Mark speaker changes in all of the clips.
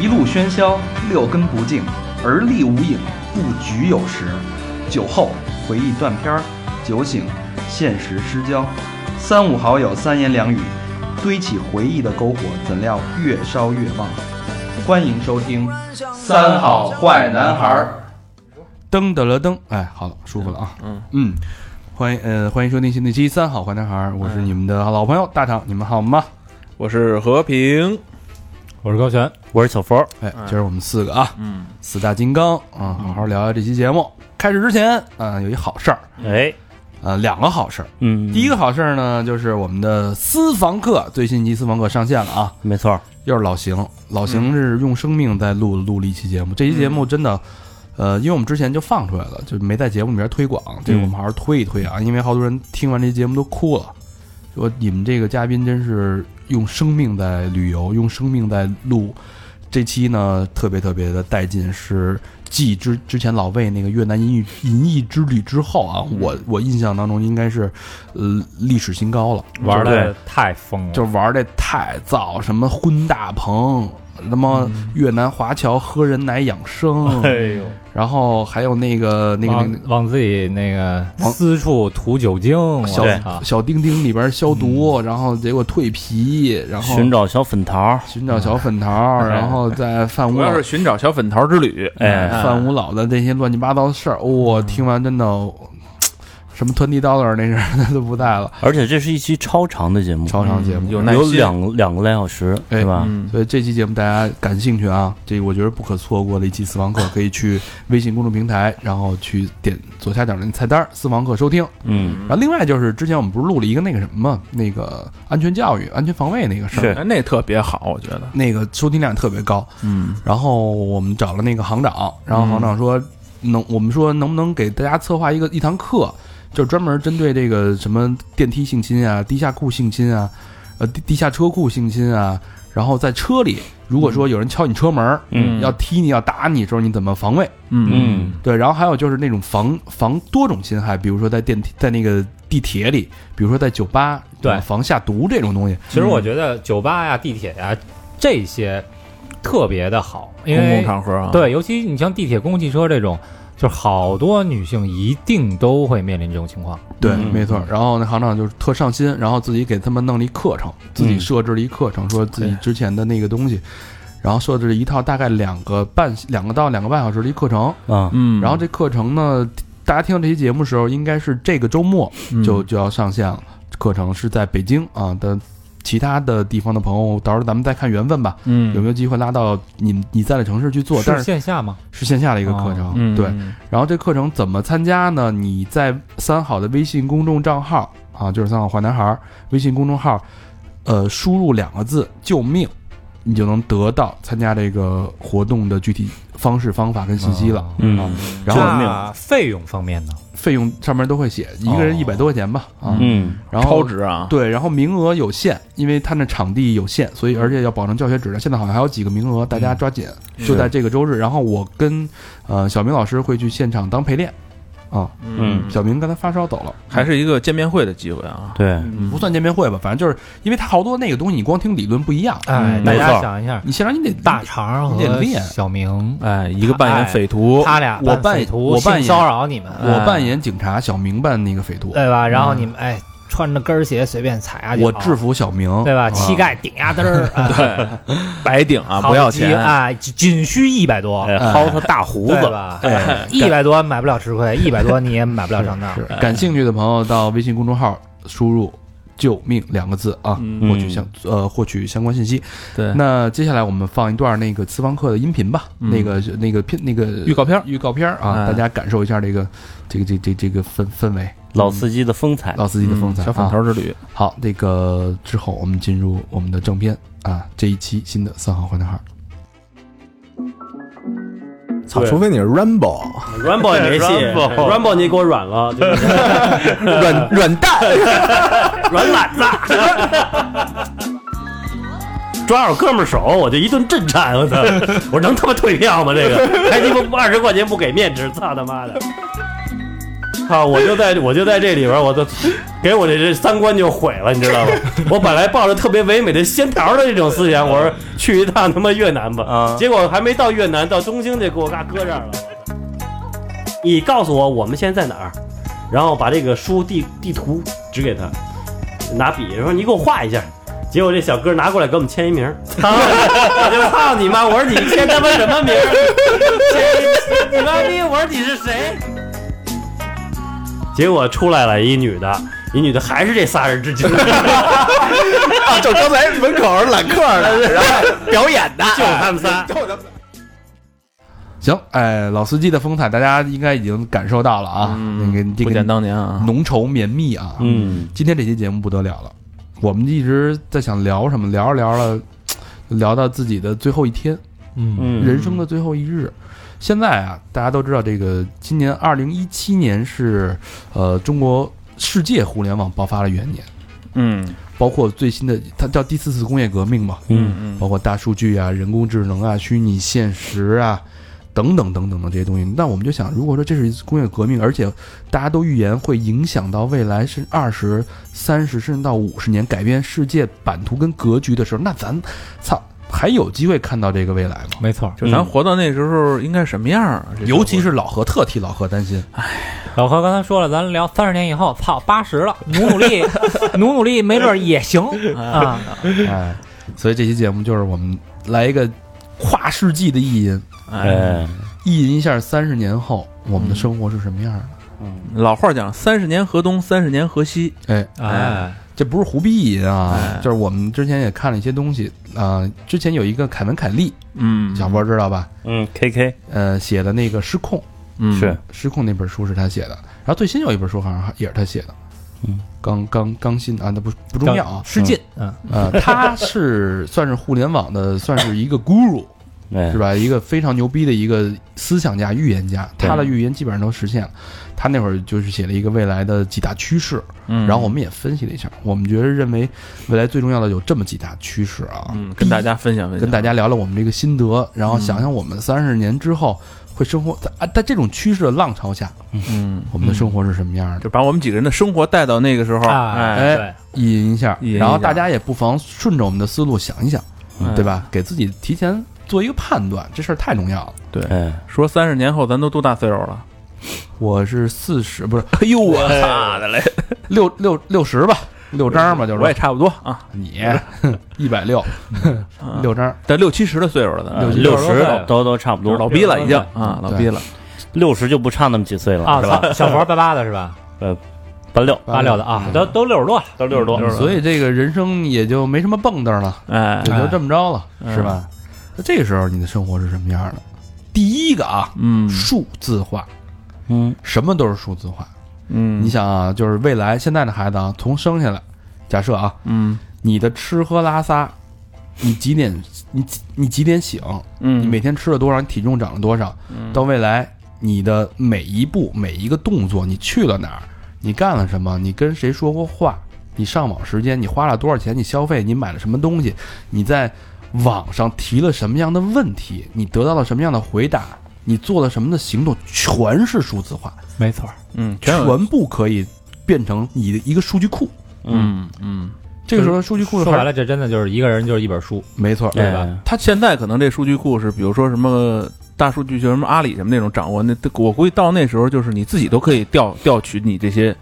Speaker 1: 一路喧嚣，六根不净，而立无影，不局有时。酒后回忆断片儿，酒醒现实失焦。三五好友三言两语，堆起回忆的篝火，怎料越烧越旺。欢迎收听《三好坏男孩儿
Speaker 2: 噔噔了噔，哎，好了，舒服了啊。嗯嗯，欢迎呃，欢迎收听新的一期《三好坏男孩》，我是你们的老朋友大厂，你们好吗？
Speaker 3: 我是和平，
Speaker 4: 我是高璇，
Speaker 5: 我是小佛，
Speaker 2: 哎，今儿我们四个啊，嗯，四大金刚啊，好好聊聊这期节目。开始之前，啊，有一好事儿，
Speaker 5: 哎，
Speaker 2: 呃，两个好事儿。
Speaker 5: 嗯，
Speaker 2: 第一个好事儿呢，就是我们的私房课最新一期私房课上线了啊，
Speaker 5: 没错，
Speaker 2: 又是老邢，老邢是用生命在录录了一期节目，这期节目真的，呃，因为我们之前就放出来了，就没在节目里面推广，这个我们好好推一推啊，因为好多人听完这期节目都哭了，说你们这个嘉宾真是用生命在旅游，用生命在录，这期呢特别特别的带劲，是继之之前老魏那个越南银翼银翼之旅之后啊，我我印象当中应该是，呃，历史新高了，
Speaker 4: 玩的太疯了，
Speaker 2: 就玩的太燥，什么婚大棚，他妈越南华侨喝人奶养生，
Speaker 4: 呦，
Speaker 2: 然后还有那个那个那
Speaker 4: 往
Speaker 2: 个
Speaker 4: 往自己那个
Speaker 2: 往
Speaker 4: 私处涂酒精，我
Speaker 2: 小
Speaker 4: 操，
Speaker 2: 小丁丁里边消毒，然后结果蜕皮，然后
Speaker 5: 寻找小粉桃，
Speaker 2: 寻找小粉桃，然后在范
Speaker 3: 主
Speaker 2: 屋
Speaker 3: 要是寻找小粉桃之旅。
Speaker 5: 哎，
Speaker 2: 范五老的这些乱七八糟的事儿，我听完真的，什么 twenty dollar 那人 他都不在了，
Speaker 5: 而且这是一期超长的节目，
Speaker 2: 超长节目
Speaker 3: 嗯有耐
Speaker 5: 有
Speaker 3: 心
Speaker 5: 两个两个来小时，
Speaker 2: 哎
Speaker 5: 对吧？
Speaker 3: 嗯，
Speaker 2: 所以这期节目大家感兴趣啊，这我觉得不可错过的一期私房课，可以去微信公众平台，然后去点左下角的那菜单儿“私房课”收听。
Speaker 5: 嗯，
Speaker 2: 然后另外就是之前我们不是录了一个那个什么那个安全教育、安全防卫那个事儿，
Speaker 5: 是
Speaker 3: 哎，那特别好，我觉得。
Speaker 2: 那个收听量特别高。
Speaker 3: 嗯，
Speaker 2: 然后我们找了那个行长，然后行长说能，我们说能不能给大家策划一个一堂课，就是专门针对这个什么电梯性侵啊、地下库性侵啊、呃地地下车库性侵啊，然后在车里，如果说有人敲你车门儿，
Speaker 5: 嗯
Speaker 2: 要踢你要打你的时候，你怎么防卫？
Speaker 5: 嗯
Speaker 2: 对，然后还有就是那种防防多种侵害，比如说在电梯、在那个地铁里，比如说在酒吧，
Speaker 4: 对
Speaker 2: 怎么防下毒这种东西，
Speaker 4: 其实我觉得酒吧呀、地铁呀这些特别的好，因
Speaker 3: 公
Speaker 4: 为
Speaker 3: 共场合啊，，
Speaker 4: 对，尤其你像地铁、公共汽车这种，就是好多女性一定都会面临这种情况。
Speaker 2: 对，
Speaker 5: 嗯
Speaker 2: 没错。然后那行长就是特上心，然后自己给他们弄了一课程，自己设置了一课程，说自己之前的那个东西，然后设置了一套大概两个半两个到两个半小时的一课程。
Speaker 5: 啊，
Speaker 3: 嗯，
Speaker 2: 然后这课程呢，大家听到这期节目的时候，应该是这个周末
Speaker 3: 嗯
Speaker 2: 就就要上线了。课程是在北京啊的。其他的地方的朋友，到时候咱们再看缘分吧，
Speaker 3: 嗯
Speaker 2: 有没有机会拉到你你在的城市去做？但
Speaker 4: 是
Speaker 2: 是
Speaker 4: 线下吗？
Speaker 2: 是线下的一个课程，
Speaker 3: 嗯
Speaker 2: 对。然后这课程怎么参加呢？你在三好的微信公众账号啊，就是三好坏男孩儿微信公众号，呃，输入两个字“救命”，你就能得到参加这个活动的具体方式、方法跟信息了。
Speaker 4: 哦
Speaker 5: 嗯
Speaker 2: 然后
Speaker 4: 那费用方面呢？
Speaker 2: 费用上面都会写，一个人一百多块钱吧，啊，
Speaker 5: 嗯
Speaker 2: 然后
Speaker 3: 哦超值啊，
Speaker 2: 对，然后名额有限，因为他那场地有限，所以而且要保证教学质量。现在好像还有几个名额，大家抓紧，
Speaker 3: 嗯
Speaker 2: 就在这个周日。然后我跟呃小明老师会去现场当陪练，啊，
Speaker 5: 嗯，
Speaker 2: 小明刚才发烧走了，
Speaker 3: 还是一个见面会的机会啊。
Speaker 5: 对，
Speaker 2: 不算见面会吧，反正就是因为他好多那个东西，你光听理论不一样，
Speaker 4: 哎，
Speaker 3: 嗯
Speaker 4: 大
Speaker 5: 没
Speaker 4: 家
Speaker 5: 错
Speaker 4: 想一下，
Speaker 2: 你现场你得
Speaker 4: 大肠
Speaker 2: 你得
Speaker 4: 和
Speaker 2: 练
Speaker 4: 小明，
Speaker 3: 哎，一个扮演匪徒，
Speaker 4: 他俩
Speaker 2: 我扮
Speaker 4: 扮匪徒
Speaker 2: 我嗯扮
Speaker 4: 性
Speaker 2: 演
Speaker 4: 骚扰你们，
Speaker 3: 哎
Speaker 2: 我扮演警察，小明扮那个匪徒，
Speaker 4: 对吧？然后你们哎，穿着跟儿鞋随便踩下去，
Speaker 2: 嗯我制服小明，
Speaker 4: 对吧？
Speaker 2: 啊
Speaker 4: 膝盖顶压嘚儿，啊
Speaker 3: 白顶啊，
Speaker 4: 好
Speaker 3: 不要
Speaker 4: 几
Speaker 3: 钱，
Speaker 4: 啊，仅仅需一百多，
Speaker 5: 哎，薅他大胡
Speaker 4: 对
Speaker 5: 子，
Speaker 4: 吧？哎一百多买不了吃亏，一百多你也买不了上当。
Speaker 2: 是感兴趣的朋友到微信公众号输入“救命”两个字啊，
Speaker 3: 嗯
Speaker 2: 获取相呃获取相关信息。
Speaker 3: 对，
Speaker 2: 那接下来我们放一段那个私房课的音频吧，
Speaker 3: 嗯
Speaker 2: 那个那个片那个
Speaker 3: 预告片儿
Speaker 2: 预告片儿啊，
Speaker 3: 哎
Speaker 2: 大家感受一下这个这个这个这个这个氛氛围，
Speaker 5: 老司机的风采，
Speaker 2: 老司机的风采。
Speaker 3: 哎嗯小粉
Speaker 2: 啊
Speaker 3: 头之旅，
Speaker 2: 好，那个之后我们进入我们的正片啊，这一期新的三好坏男孩。
Speaker 6: 操，除非你是 Rambo，
Speaker 5: 软宝也没戏，软宝你给我软了，
Speaker 6: 软软蛋，
Speaker 5: 软懒子， 抓着哥们儿手，我就一顿震颤，我操！我能他妈退票吗？这个还鸡巴二十块钱不给面值，操他妈的！啊，我就在我就在这里边儿，我都给我这这三观就毁了，你知道吗？我本来抱着特别唯美的仙桃的这种思想，我说去一趟他妈越南吧，
Speaker 1: 啊
Speaker 5: 结果还没到越南，到东兴就给我嘎搁这儿了。你告诉我我们现在在哪儿，然后把这个书地地图指给他，拿笔说你给我画一下。结果这小哥拿过来给我们签一名儿，
Speaker 4: 啊
Speaker 5: 我就操你妈！我说你签他妈什么名儿？签你妈逼！我说你是谁？结果出来了一女的，一女的还是这仨人 之间，
Speaker 6: 啊，就刚才门口儿揽客儿的，然后表演的，
Speaker 5: 就他们仨。
Speaker 2: 行，哎，老司机的风采大家应该已经感受到了啊，那个这
Speaker 3: 不
Speaker 2: 个
Speaker 3: 减当年啊，
Speaker 2: 浓稠绵密啊，
Speaker 5: 嗯，
Speaker 2: 今天这期节目不得了了，我们一直在想聊什么，聊着聊着，聊到自己的最后一天，
Speaker 4: 嗯
Speaker 2: 人生的最后一日。现在啊，大家都知道，这个今年二零一七年是呃中国世界互联网爆发的元年，
Speaker 3: 嗯
Speaker 2: 包括最新的它叫第四次工业革命嘛，
Speaker 3: 嗯嗯，
Speaker 2: 包括大数据啊、人工智能啊、虚拟现实啊。等等等等的这些东西，那我们就想，如果说这是一次工业革命，而且大家都预言会影响到未来是二十三十甚至到五十年，改变世界版图跟格局的时候，那咱操还有机会看到这个未来吗？
Speaker 4: 没错。
Speaker 3: 就咱活到那时候应该什么样啊？这
Speaker 2: 尤其
Speaker 3: 社会
Speaker 2: 是老何，特替老何 担心。
Speaker 4: 老何刚才说了，咱聊三十年以后，操，八十了，努努 力，努努力，没准儿也行 啊。
Speaker 2: 哎，所以这期节目就是我们来一个跨世纪的意淫，
Speaker 3: 哎，
Speaker 2: 意淫一下三十年后我
Speaker 4: 嗯
Speaker 2: 们的生活是什么样的。
Speaker 3: 老话讲，三十年河东，三十年河西，
Speaker 2: 哎，
Speaker 4: 哎，
Speaker 2: 这不是胡逼意淫啊
Speaker 3: 哎，
Speaker 2: 就是我们之前也看了一些东西啊、呃之前有一个凯文·凯利，
Speaker 3: 嗯，
Speaker 2: 小波知道吧？
Speaker 5: 嗯，K K
Speaker 2: 呃，写的那个《失控》，
Speaker 3: 嗯
Speaker 5: 是
Speaker 2: 《失控》那本书是他写的，然后最新有一本书好像也是他写的。
Speaker 5: 嗯，
Speaker 2: 刚刚刚新啊，那不不重要啊。
Speaker 4: 失禁，嗯，
Speaker 2: 呃，他是算是互联网的，算是一个 guru，
Speaker 5: 哎
Speaker 2: 是吧？
Speaker 3: 嗯
Speaker 2: 一个非常牛逼的一个思想家、预言家，
Speaker 5: 对
Speaker 2: 他的预言基本上都实现了。他那会儿就是写了一个未来的几大趋势，
Speaker 3: 嗯
Speaker 2: 然后我们也分析了一下，我们觉得认为未来最重要的有这么几大趋势啊，
Speaker 3: 嗯跟大家嗯分享分享，
Speaker 2: 跟大家聊聊我们这个心得，然后想想我们三十年之后会生活在啊，在这种趋势的浪潮下，
Speaker 3: 嗯，
Speaker 2: 我们的生活是什么样的？
Speaker 3: 就把我们几个人的生活带到那个时候，
Speaker 4: 啊
Speaker 3: 哎，
Speaker 2: 哎，意淫一下，
Speaker 3: 意淫一下
Speaker 2: 然后大家也不妨顺着我们的思路想一想，
Speaker 3: 嗯
Speaker 2: 对吧？给自己提前做一个判断，这事儿太重要了。
Speaker 3: 对，
Speaker 5: 哎，
Speaker 3: 说三十年后咱都多大岁数了？
Speaker 2: 我是四十， 不是
Speaker 3: 哎呦我操的嘞！
Speaker 2: 六六六十吧，六张吧，就是
Speaker 3: 我也差不多啊，
Speaker 2: 你一百六
Speaker 3: 啊
Speaker 2: 六张，
Speaker 3: 但六七十的岁数了，咱
Speaker 2: 六
Speaker 5: 六十
Speaker 4: 了
Speaker 5: 都都差不
Speaker 3: 都
Speaker 5: 多，
Speaker 3: 是老逼了已经
Speaker 4: 对
Speaker 3: 啊，老
Speaker 2: 对
Speaker 3: 逼了。
Speaker 5: 六十就不差那么几岁了，
Speaker 4: 啊，
Speaker 5: 是吧？
Speaker 4: 操，小佛八八的是吧？
Speaker 5: 八六
Speaker 4: 八六的
Speaker 5: 嗯
Speaker 4: 啊，都都六十多了，
Speaker 5: 到六十多，
Speaker 2: 所以这个人生也就没什么蹦跶了，
Speaker 3: 哎
Speaker 2: 也，就这么着了，
Speaker 3: 哎
Speaker 2: 是吧？那这个时候你的生活是什么样的？第一个啊，
Speaker 3: 嗯
Speaker 2: 数字化，
Speaker 5: 嗯，
Speaker 2: 什么都是数字化。
Speaker 3: 嗯，
Speaker 2: 你想啊，就是未来现在的孩子啊，从生下来，假设啊，
Speaker 3: 嗯
Speaker 2: 你的吃喝拉撒，你几点你你几点醒，
Speaker 3: 嗯，
Speaker 2: 你每天吃了多少，你体重长了多少，到未来你的每一步每一个动作，你去了哪儿，你干了什么，你跟谁说过话，你上网时间，你花了多少钱，你消费，你买了什么东西，你在网上提了什么样的问题，你得到了什么样的回答，你做了什么的行动，全是数字化，
Speaker 4: 没错，
Speaker 3: 嗯全有
Speaker 2: 全部可以变成你的一个数据库。
Speaker 3: 嗯嗯，
Speaker 2: 这个时候，数据库
Speaker 4: 说白
Speaker 2: 了，
Speaker 4: 了，这真的就是一个人就是一本书，
Speaker 2: 没错，
Speaker 4: 对
Speaker 5: 哎
Speaker 4: 吧？
Speaker 3: 他现在可能这数据库是，比如说什么大数据，就什么阿里什么那种掌握，那我估计到那时候就是你自己都可以调调取你这些，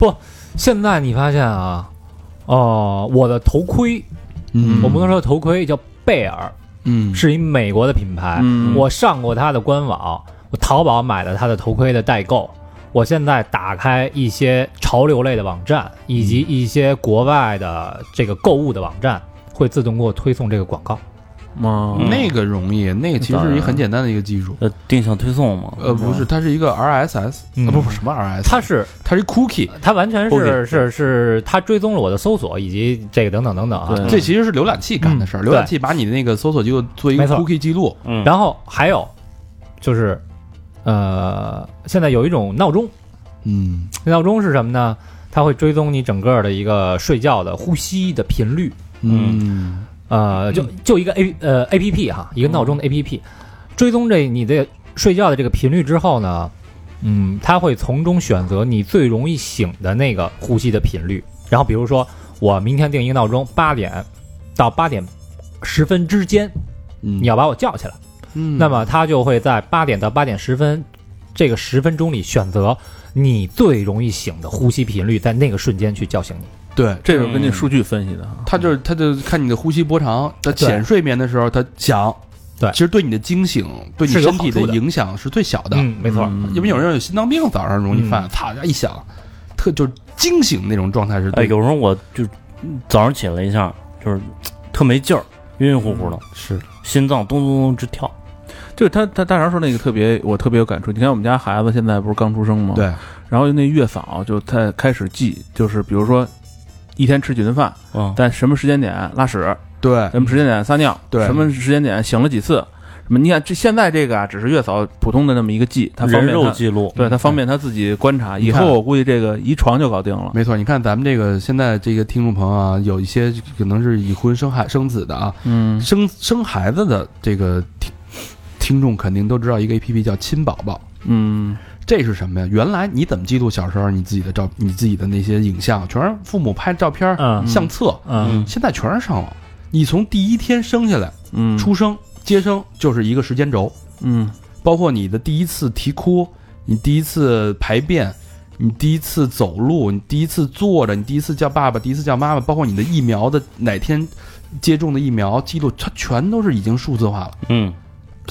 Speaker 4: 现在你发现啊，哦，我的头盔，
Speaker 2: 嗯
Speaker 4: 我不能说头盔叫贝尔，
Speaker 2: 嗯
Speaker 4: 是一美国的品牌，
Speaker 3: 嗯
Speaker 4: 我上过它的官网，我淘宝买了它的头盔的代购。我现在打开一些潮流类的网站，以及
Speaker 3: 嗯
Speaker 4: 一些国外的这个购物的网站，会自动给我推送这个广告。
Speaker 3: 吗？
Speaker 2: 那个容易，那个其实是一个很简单的一个技术。
Speaker 5: 呃，定向推送嘛，
Speaker 2: 呃，不是，它是一个 RSS，、
Speaker 4: 嗯
Speaker 2: 啊、不不什么 RSS，
Speaker 4: 它是
Speaker 2: 它是一 cookie，、
Speaker 4: 它完全
Speaker 3: 不
Speaker 4: 是
Speaker 3: 给
Speaker 4: 是是，它追踪了我的搜索以及这个等等等等啊。
Speaker 3: 对
Speaker 2: 嗯这其实是浏览器干的事儿。
Speaker 4: 嗯
Speaker 2: 浏览器把你的那个搜索记录做一个
Speaker 4: 没错
Speaker 2: cookie 记录，
Speaker 5: 嗯，
Speaker 4: 然后还有就是，呃，现在有一种闹钟，
Speaker 2: 嗯，
Speaker 4: 闹钟是什么呢？它会追踪你整个的一个睡觉的呼吸的频率。
Speaker 2: 嗯
Speaker 4: 呃，就就一个 A 呃 A P P 哈，一个闹钟的 A P P，追踪这你的睡觉的这个频率之后呢，嗯，它会从中选择你最容易醒的那个呼吸的频率。然后比如说，我明天定一个闹钟，八点到八点十分之间，
Speaker 2: 嗯
Speaker 4: 你要把我叫起来。
Speaker 2: 嗯
Speaker 4: 那么它就会在八点到八点十分这个十分钟里选择你最容易醒的呼吸频率，在那个瞬间去叫醒你。
Speaker 2: 对，
Speaker 3: 这是根据数据分析的啊。
Speaker 2: 他就是他就看你的呼吸波长，在
Speaker 4: 对
Speaker 2: 浅睡眠的时候他响，
Speaker 4: 对
Speaker 2: 其实对你的惊醒，对你
Speaker 4: 是有
Speaker 2: 身体
Speaker 4: 好处的
Speaker 2: 影响是最小的。
Speaker 4: 嗯，没错。
Speaker 3: 嗯
Speaker 2: 因为有人有心脏病，早上容易犯，啪一响，特就是惊醒那种状态是
Speaker 7: 哎，
Speaker 2: 对
Speaker 7: 有时候我就早上起来一下，就是特没劲儿，晕晕乎
Speaker 3: 嗯
Speaker 7: 乎的，
Speaker 2: 是
Speaker 7: 心脏咚咚咚直跳。
Speaker 3: 就是他他大肠说那个特别，我特别有感触。你看我们家孩子现在不是刚出生
Speaker 4: 哦
Speaker 3: 吗？。
Speaker 2: 对，
Speaker 3: 然后那月嫂就他开始记，就是比如说一天吃几顿饭，
Speaker 7: 嗯，
Speaker 3: 在什么时间点拉屎，
Speaker 2: 对，
Speaker 3: 什么时间点撒尿，
Speaker 2: 对
Speaker 3: 什么时间点醒了几次，什么你看这现在这个啊，只是月嫂普通的那么一个记，他方
Speaker 7: 人
Speaker 3: 便
Speaker 7: 肉
Speaker 3: 他，
Speaker 7: 记录，
Speaker 3: 对他方便他自己观察。以
Speaker 2: 你看
Speaker 3: 后我估计这个一床就搞定了。
Speaker 2: 没错。你看咱们这个现在这个听众朋友啊，有一些可能是已婚生孩生子的啊，
Speaker 3: 嗯，
Speaker 2: 生生孩子的这个听听众肯定都知道一个 A P P 叫亲宝宝。
Speaker 3: 嗯，
Speaker 2: 这是什么呀？原来你怎么记录小时候你自己的照、你自己的那些影像，全是父母拍照片儿、
Speaker 4: 嗯
Speaker 2: 相册，
Speaker 4: 嗯，
Speaker 2: 现在全是上网。你从第一天生下来、
Speaker 3: 嗯，
Speaker 2: 出生、接生就是一个时间轴，
Speaker 3: 嗯
Speaker 2: 包括你的第一次啼哭、你第一次排便、你第一次走路、你第一次坐着、你第一次叫爸爸、第一次叫妈妈，包括你的疫苗的哪天接种的疫苗记录，它全都是已经数字化了。
Speaker 7: 嗯，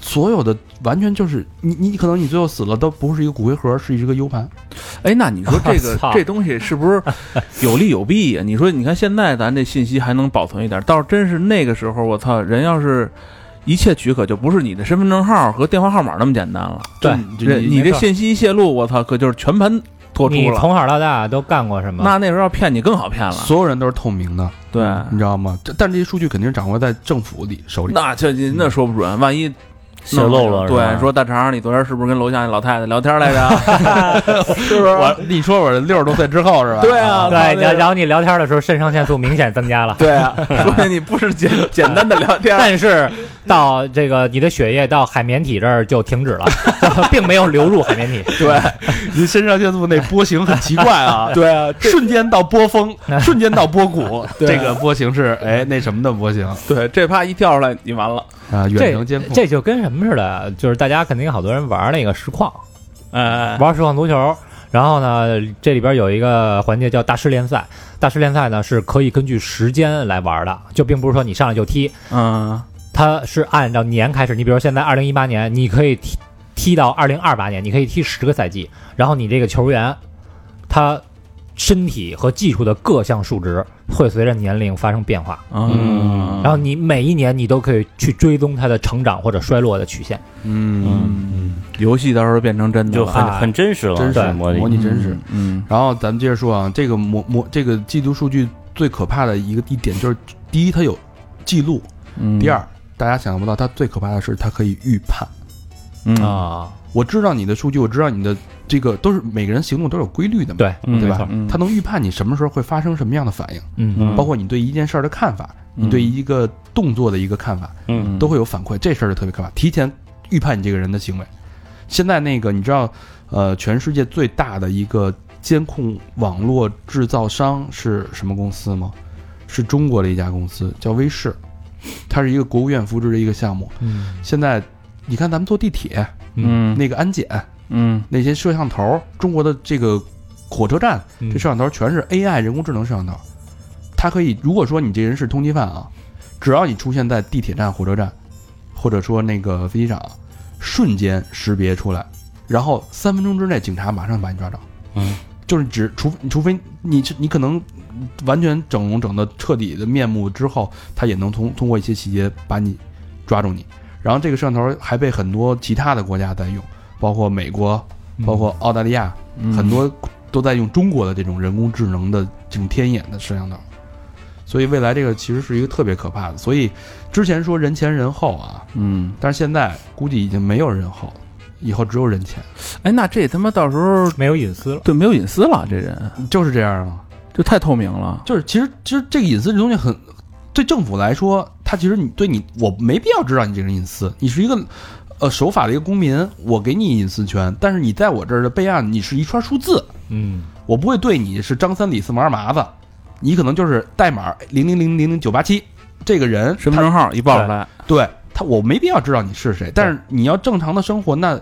Speaker 2: 所有的完全就是你，你可能你最后死了都不是一个骨灰盒，是一个 U 盘。
Speaker 3: 哎，那你说这个
Speaker 4: 操
Speaker 3: 这东西是不是有利有弊呀、你说，你看现在咱这信息还能保存一点，倒是真是那个时候，我操，人要是一切取可，就不是你的身份证号和电话号码那么简单了。
Speaker 4: 对
Speaker 3: 就你你
Speaker 4: 没
Speaker 3: 这
Speaker 4: 错
Speaker 3: 信息一泄露，我操，可就是全盘托出
Speaker 4: 你
Speaker 3: 了。
Speaker 4: 从小到大都干过什么？
Speaker 3: 那那时候要骗你更好骗了，
Speaker 2: 所有嗯人都是透明的，
Speaker 3: 对。
Speaker 2: 你知道吗？这但这些数据肯定是掌握在政府里手里。
Speaker 3: 那这那说不准，万一
Speaker 7: 泄露了，是吧
Speaker 3: 对，说大肠，你昨天是不是跟楼下那老太太聊天来着？
Speaker 2: 是不是？我你说我六十多岁之后是吧？
Speaker 3: 对啊，
Speaker 4: 对，
Speaker 3: 操
Speaker 4: 然然后你聊天的时候，肾上腺素明显增加了。
Speaker 3: 对啊，说你不是简简单的聊 天，
Speaker 4: 但是到这个你的血液到海绵体这儿就停止了， 并没有流入海绵体。
Speaker 3: 对，，
Speaker 2: 您肾上腺素那波形很奇怪啊
Speaker 3: 对啊，
Speaker 2: 瞬间到波峰，瞬间到波谷，这个波形是哎那什么的波形
Speaker 3: 对，这啪一跳出来，你完了。
Speaker 2: 啊，远
Speaker 4: 这
Speaker 2: 程监控。
Speaker 4: 这就跟什么似的，就是大家肯定好多人玩那个实况，
Speaker 3: 哎，
Speaker 4: 玩实况足球。然后呢，这里边有一个环节叫大师联赛，大师联赛呢是可以根据时间来玩的，就并不是说你上来就踢，
Speaker 3: 嗯，
Speaker 4: 它是按照年开始。你比如现在二零一八年，你可以踢踢到二零二八年，你可以踢十个赛季。然后你这个球员，他身体和技术的各项数值会随着年龄发生变化。
Speaker 3: 啊
Speaker 7: 嗯
Speaker 4: 然后你每一年你都可以去追踪他的成长或者衰落的曲线。
Speaker 2: 嗯，
Speaker 3: 游戏到时候变成真的
Speaker 7: 就
Speaker 3: 了，
Speaker 7: 很
Speaker 4: 啊
Speaker 7: 很真实了，
Speaker 2: 真
Speaker 7: 是
Speaker 2: 是
Speaker 7: 模
Speaker 2: 模
Speaker 7: 拟。
Speaker 2: 拟真实。
Speaker 3: 嗯，
Speaker 2: 然后咱们接着说啊，这个模模这个季度数据最可怕的一个一点就是，第一它有记录，
Speaker 3: 嗯
Speaker 2: 第，二大家想象不到，它最可怕的是它可以预判。
Speaker 3: 嗯
Speaker 4: 啊，
Speaker 2: 我知道你的数据，我知道你的这个都是每个人行动都是有规律的嘛，
Speaker 4: 对，
Speaker 7: 嗯
Speaker 2: 对
Speaker 4: 没
Speaker 2: 吧
Speaker 4: 错，？
Speaker 3: 嗯
Speaker 2: 它能预判你什么时候会发生什么样的反应，
Speaker 4: 嗯
Speaker 7: 嗯
Speaker 2: 包括你对一件事儿的看法，
Speaker 3: 嗯
Speaker 2: 你对一个动作的一个看法，
Speaker 7: 嗯
Speaker 2: 都会有反馈。这事儿就特别可怕，提前预判你这个人的行为。现在那个你知道，呃，全世界最大的一个监控网络制造商是什么公司吗？是中国的一家公司，叫威视，它是一个国务院扶持的一个项目。
Speaker 4: 嗯
Speaker 2: 现在你看，咱们坐地铁
Speaker 3: 嗯
Speaker 2: 那个安检，
Speaker 3: 嗯
Speaker 2: 那些摄像头，中国的这个火车站
Speaker 4: 嗯
Speaker 2: 这摄像头全是 AI 人工智能摄像头，它可以，如果说你这人是通缉犯啊，只要你出现在地铁站、火车站，或者说那个飞机场，瞬间识别出来，然后三分钟之内警察马上把你抓着。
Speaker 7: 嗯，
Speaker 2: 就是只除除非你你可能完全整容整的彻底的面目之后，他也能通通过一些细节把你抓住你。然后这个摄像头还被很多其他的国家在用，包括美国、包括澳大利亚，很多都在用中国的这种人工智能的这种天眼的摄像头，所以未来这个其实是一个特别可怕的。所以之前说人前人后啊，
Speaker 3: 嗯，
Speaker 2: 但是现在估计已经没有人后了，以后只有人前，
Speaker 3: 哎，那这他妈到时候
Speaker 4: 没有隐私了。
Speaker 3: 对没有隐私了，这人
Speaker 2: 就是这样啊。
Speaker 3: 就太透明了。
Speaker 2: 就是其实其实这个隐私这东西很，对政府来说，它其实你对你我没必要知道你这个人隐私，你是一个呃守法的一个公民，我给你隐私权，但是你在我这儿的备案，你是一串数字，
Speaker 4: 嗯，
Speaker 2: 我不会对你是张三李四王二麻子，你可能就是代码零零零零零九八七这个人，
Speaker 3: 身份证号一报出来，
Speaker 2: 他对他我没必要知道你是谁，但是你要正常的生活，那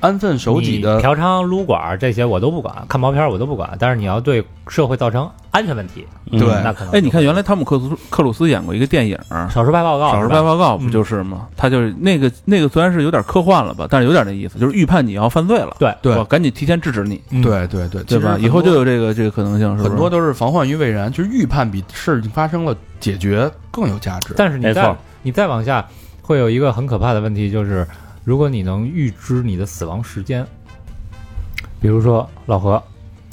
Speaker 2: 安分守己
Speaker 4: 你
Speaker 2: 的，
Speaker 4: 嫖娼、撸管儿这些我都不管，看毛片儿我都不管，但是你要对社会造成安全问题，
Speaker 7: 嗯
Speaker 2: 对
Speaker 4: 那可能
Speaker 3: 哎，你看原来汤姆克鲁斯克鲁斯演过一个电影儿
Speaker 4: 少数派报
Speaker 3: 《
Speaker 4: 告，
Speaker 3: 少数
Speaker 4: 是
Speaker 3: 派
Speaker 4: 吧
Speaker 3: 报嗯告》，不就是吗？他就是那个那个虽然是有点科幻了吧，但是有点那意思，就是预判你要犯罪了，
Speaker 4: 对
Speaker 2: 对
Speaker 3: 是吧赶紧提前制止你，
Speaker 4: 嗯
Speaker 2: 对对对，其
Speaker 3: 对吧？
Speaker 2: 实很多
Speaker 3: 以后就有这个这个可能性，是不是？
Speaker 2: 很多都是防患于未然，就是预判比事情发生了解决更有价值。
Speaker 4: 但是你
Speaker 7: 没
Speaker 4: 再
Speaker 7: 错
Speaker 4: 你再往下，会有一个很可怕的问题，就是如果你能预知你的死亡时间，比如说老何，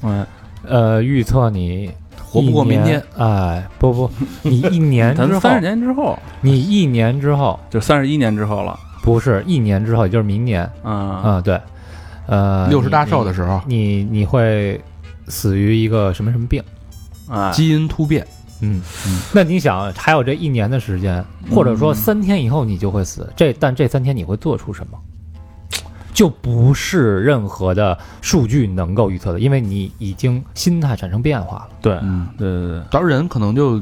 Speaker 3: 嗯，
Speaker 4: 呃，预测你
Speaker 2: 活不过
Speaker 4: 一年
Speaker 2: 明天，
Speaker 4: 哎，不 不，你一年
Speaker 3: 咱
Speaker 4: 之后
Speaker 3: 三十，年之后，
Speaker 4: 你一年之后
Speaker 3: 就三十一年之后了，
Speaker 4: 不是一年之后，也就是明年
Speaker 3: 啊，
Speaker 4: 啊、对，呃，
Speaker 2: 六十大寿的
Speaker 4: 时
Speaker 2: 时候，
Speaker 4: 你啊你会死于一个什么什么病？
Speaker 3: 哎，
Speaker 2: 基因突变，
Speaker 4: 嗯，那你想，还有这一年的时间，或者说三天以后你就会死，这但这三天你会做出什么，就不是任何的数据能够预测的，因为你已经心态产生变化了。
Speaker 3: 对，
Speaker 2: 嗯，
Speaker 3: 对对对。
Speaker 2: 当然人可能就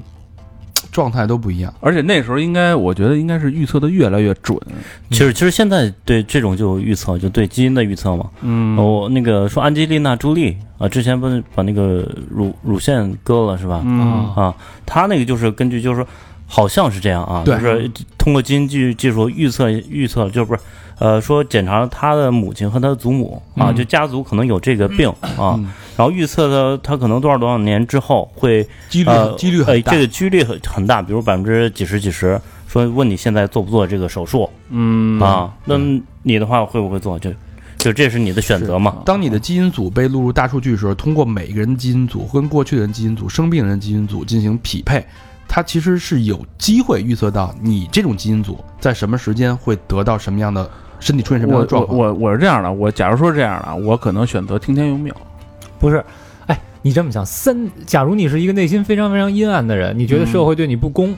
Speaker 2: 状态都不一样。
Speaker 3: 而且那时候应该，我觉得应该是预测的越来越准。
Speaker 2: 嗯
Speaker 7: 其实其实现在对这种就有预测，就对基因的预测嘛。
Speaker 3: 嗯
Speaker 7: 我、那个说安吉丽娜·朱莉啊，之前不是把那个乳乳腺割了是吧？
Speaker 3: 嗯，
Speaker 7: 啊，他那个就是根据就是说，好像是这样啊，
Speaker 2: 对
Speaker 7: 就是通过基因技技术预测预测，就是不是呃说检查他的母亲和他的祖母啊，
Speaker 2: 嗯
Speaker 7: 就家族可能有这个病啊，
Speaker 2: 嗯
Speaker 7: 然后预测的他可能多少多少年之后会
Speaker 2: 几率
Speaker 7: 呃
Speaker 2: 几率很大
Speaker 7: 呃，这个几率很很大，比如百分之几十几十，说问你现在做不做这个手术、
Speaker 3: 嗯
Speaker 7: 啊？那你的话会不会做？就就这是你的选择
Speaker 3: 啊
Speaker 7: 嘛？
Speaker 2: 当你的基因组被录入大数据时候，通过每个人的基因组跟过去的人基因组、生病人基因组进行匹配，它其实是有机会预测到你这种基因组在什么时间会得到什么样的身体出现什么样
Speaker 3: 我
Speaker 2: 的状
Speaker 3: 我
Speaker 2: 况。
Speaker 3: 我我是这样的，我假如说这样的，我可能选择听天由命。
Speaker 4: 不是，哎，你这么想，三，假如你是一个内心非常非常阴暗的人，你觉得社会对你不公，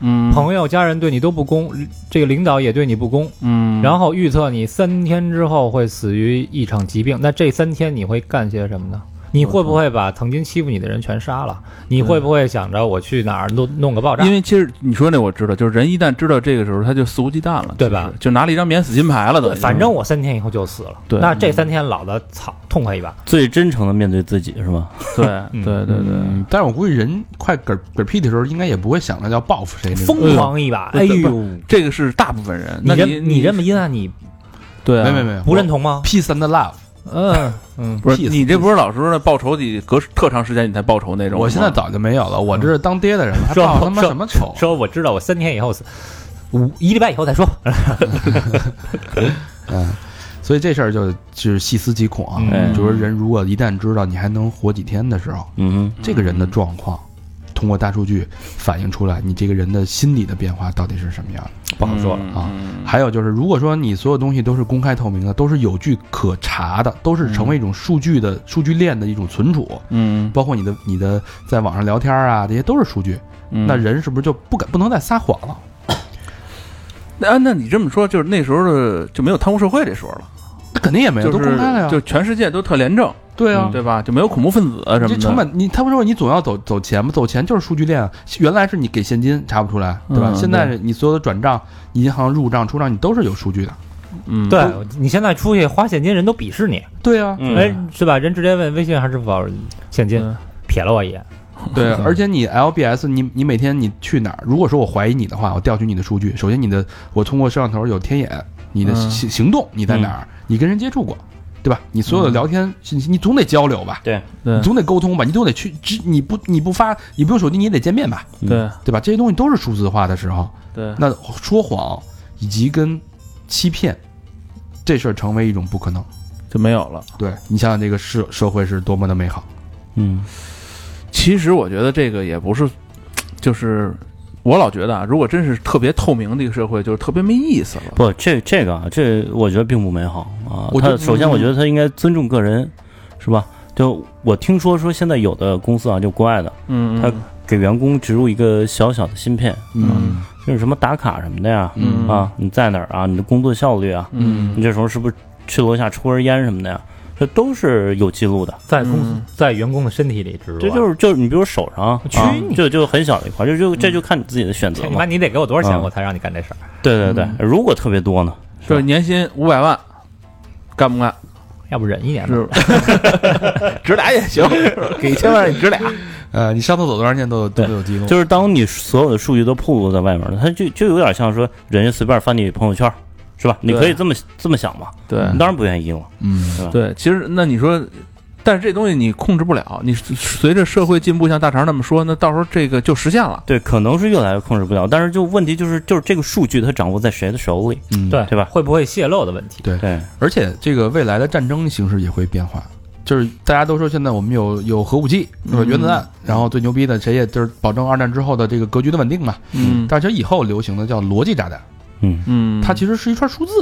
Speaker 3: 嗯
Speaker 4: 朋友、家人对你都不公，这个领导也对你不公，
Speaker 3: 嗯，
Speaker 4: 然后预测你三天之后会死于一场疾病，那这三天你会干些什么呢？你会不会把曾经欺负你的人全杀了？你会不会想着我去哪儿弄弄个爆炸
Speaker 3: 因？为其实你说那我知道，就是人一旦知道这个时候，他就肆无忌惮了，
Speaker 4: 对吧
Speaker 3: 就是就拿了一张免死金牌了，等
Speaker 4: 对，
Speaker 3: 于是
Speaker 4: 反正我三天以后就死了。
Speaker 3: 对
Speaker 4: 那这三天老子操痛快一把。
Speaker 7: 最真诚的面对自己是吧？
Speaker 3: 对
Speaker 4: 嗯
Speaker 3: 对对对，
Speaker 2: 嗯，但是我估计人快嗝嗝屁的时候，应该也不会想着要报复谁那种。
Speaker 4: 疯狂一把，
Speaker 3: 嗯
Speaker 4: 哎呦！
Speaker 3: 这个是大部分人。
Speaker 4: 你
Speaker 3: 那
Speaker 4: 这
Speaker 3: 你
Speaker 4: 你这么阴暗，你
Speaker 3: 对啊
Speaker 2: 没没没，
Speaker 4: 不认同吗？
Speaker 2: Peace and love。
Speaker 4: 嗯嗯，
Speaker 3: 不是
Speaker 2: Peace，
Speaker 3: 你这不是老说报仇得隔特长时间你才报仇那种吗？
Speaker 2: 我现在早就没有了，
Speaker 3: 嗯
Speaker 2: 我这是当爹的人了，还
Speaker 4: 说
Speaker 2: 报他妈
Speaker 4: 说
Speaker 2: 什么仇？
Speaker 4: 说我知道，我三天以后死，五一礼拜以后再说。
Speaker 2: 嗯，所以这事儿就就是细思极恐啊。
Speaker 4: 嗯
Speaker 2: 就是人如果一旦知道你还能活几天的时候，
Speaker 7: 嗯
Speaker 2: 这个人的状况通过大数据反映出来，你这个人的心理的变化到底是什么样的。
Speaker 4: 不好说了，
Speaker 3: 嗯
Speaker 2: 啊还有就是，如果说你所有东西都是公开透明的，都是有据可查的，都是成为一种数据的数据链的一种存储，
Speaker 3: 嗯，
Speaker 2: 包括你的你的在网上聊天啊，这些都是数据，
Speaker 3: 嗯
Speaker 2: 那人是不是就不敢不能再撒谎了？
Speaker 3: 那啊那你这么说，就是那时候的就没有贪污受贿这说了，
Speaker 2: 那肯定也没有，都
Speaker 3: 就
Speaker 2: 公
Speaker 3: 是
Speaker 2: 开了呀。
Speaker 3: 就嗯全世界都特廉政，
Speaker 2: 对啊，
Speaker 3: 对吧？就没有恐怖分子啊什么
Speaker 2: 这
Speaker 3: 的。
Speaker 2: 成本，你他不说你总要走走钱吗？走钱就是数据链啊。原来是你给现金查不出来，对吧？
Speaker 3: 嗯
Speaker 2: 现在你所有的转账、银行入账、出账，你都是有数据的。
Speaker 3: 嗯，
Speaker 4: 对你现在出去花现金，人都鄙视你。
Speaker 2: 对啊，
Speaker 7: 嗯，
Speaker 4: 哎，是吧？人直接问微信还是支付宝现金，
Speaker 3: 嗯
Speaker 4: 瞥了我一眼。
Speaker 2: 对啊，而且你 LBS，你你每天你去哪儿？如果说我怀疑你的话，我调取你的数据，首先你的我通过摄像头有天眼，你的
Speaker 3: 嗯
Speaker 2: 行行动，你在哪儿？你跟人接触过，对吧？你所有的
Speaker 3: 嗯
Speaker 2: 聊天信息，你总得交流吧？
Speaker 3: 对
Speaker 2: 你总得沟通吧？你总得去，只你不你不发，你不用手机，你也得见面吧？
Speaker 3: 对
Speaker 2: 对吧？这些东西都是数字化的时候。
Speaker 3: 对，
Speaker 2: 那说谎以及跟欺骗这事儿成为一种不可能。
Speaker 3: 就没有了。
Speaker 2: 对你想想，这个社社会是多么的美好。
Speaker 7: 嗯
Speaker 3: 其实我觉得这个也不是，就是我老觉得啊，如果真是特别透明的一个社会，就是特别没意思了。
Speaker 7: 不，这这个啊，这我觉得并不美好啊。
Speaker 2: 我觉
Speaker 7: 他
Speaker 2: 得
Speaker 7: 首先，我觉得他应该尊重个人，是吧？就我听说说现在有的公司啊，就国外的
Speaker 3: 嗯
Speaker 7: 他给员工植入一个小小的芯片，
Speaker 2: 嗯，
Speaker 7: 就是什么打卡什么的呀，
Speaker 2: 嗯
Speaker 7: 啊，你在哪儿啊？你的工作效率啊？
Speaker 3: 嗯
Speaker 7: 你这时候是不是去楼下抽根烟什么的呀？这都是有记录的。
Speaker 4: 在公司
Speaker 3: 嗯
Speaker 4: 在员工的身体里植入啊，
Speaker 7: 这就是就是你比如手上，
Speaker 4: 去
Speaker 7: 啊
Speaker 4: 你
Speaker 7: 就就很小的一块，就就这就看你自己的选择
Speaker 4: 这你妈
Speaker 7: 嘛。
Speaker 4: 你得给我多少钱
Speaker 7: 嗯
Speaker 4: 我才让你干这事儿？
Speaker 7: 对对
Speaker 4: 嗯
Speaker 7: 对，如果特别多呢，
Speaker 3: 就是年薪五百万，干不干？
Speaker 4: 要不忍一年吧。
Speaker 3: 是， 值俩也 行，给一千万你值俩。
Speaker 2: 呃，你上厕所多少年都有都
Speaker 7: 对
Speaker 2: 有记录，
Speaker 7: 就是当你所有的数据都暴露在外面了，它就就有点像说人家随便翻你朋友圈，是吧？你可以这么这么想嘛，
Speaker 3: 对
Speaker 7: 你当然不愿意了。
Speaker 2: 嗯
Speaker 3: 对，其实那你说，但是这东西你控制不了，你随着社会进步，像大肠那么说，那到时候这个就实现了。
Speaker 7: 对，可能是越来越控制不了，但是就问题就是就是这个数据它掌握在谁的手里？
Speaker 2: 嗯，
Speaker 4: 对
Speaker 7: 对吧
Speaker 4: 会不会泄露的问题？
Speaker 7: 对，
Speaker 2: 而且这个未来的战争形势也会变化，就是大家都说现在我们有有核武器，对吧？
Speaker 3: 嗯
Speaker 2: 原子弹，然后最牛逼的谁也就是保证二战之后的这个格局的稳定嘛。
Speaker 3: 嗯
Speaker 2: 但是其实以后流行的叫逻辑炸弹，
Speaker 7: 嗯
Speaker 3: 嗯，
Speaker 2: 它其实是一串数字，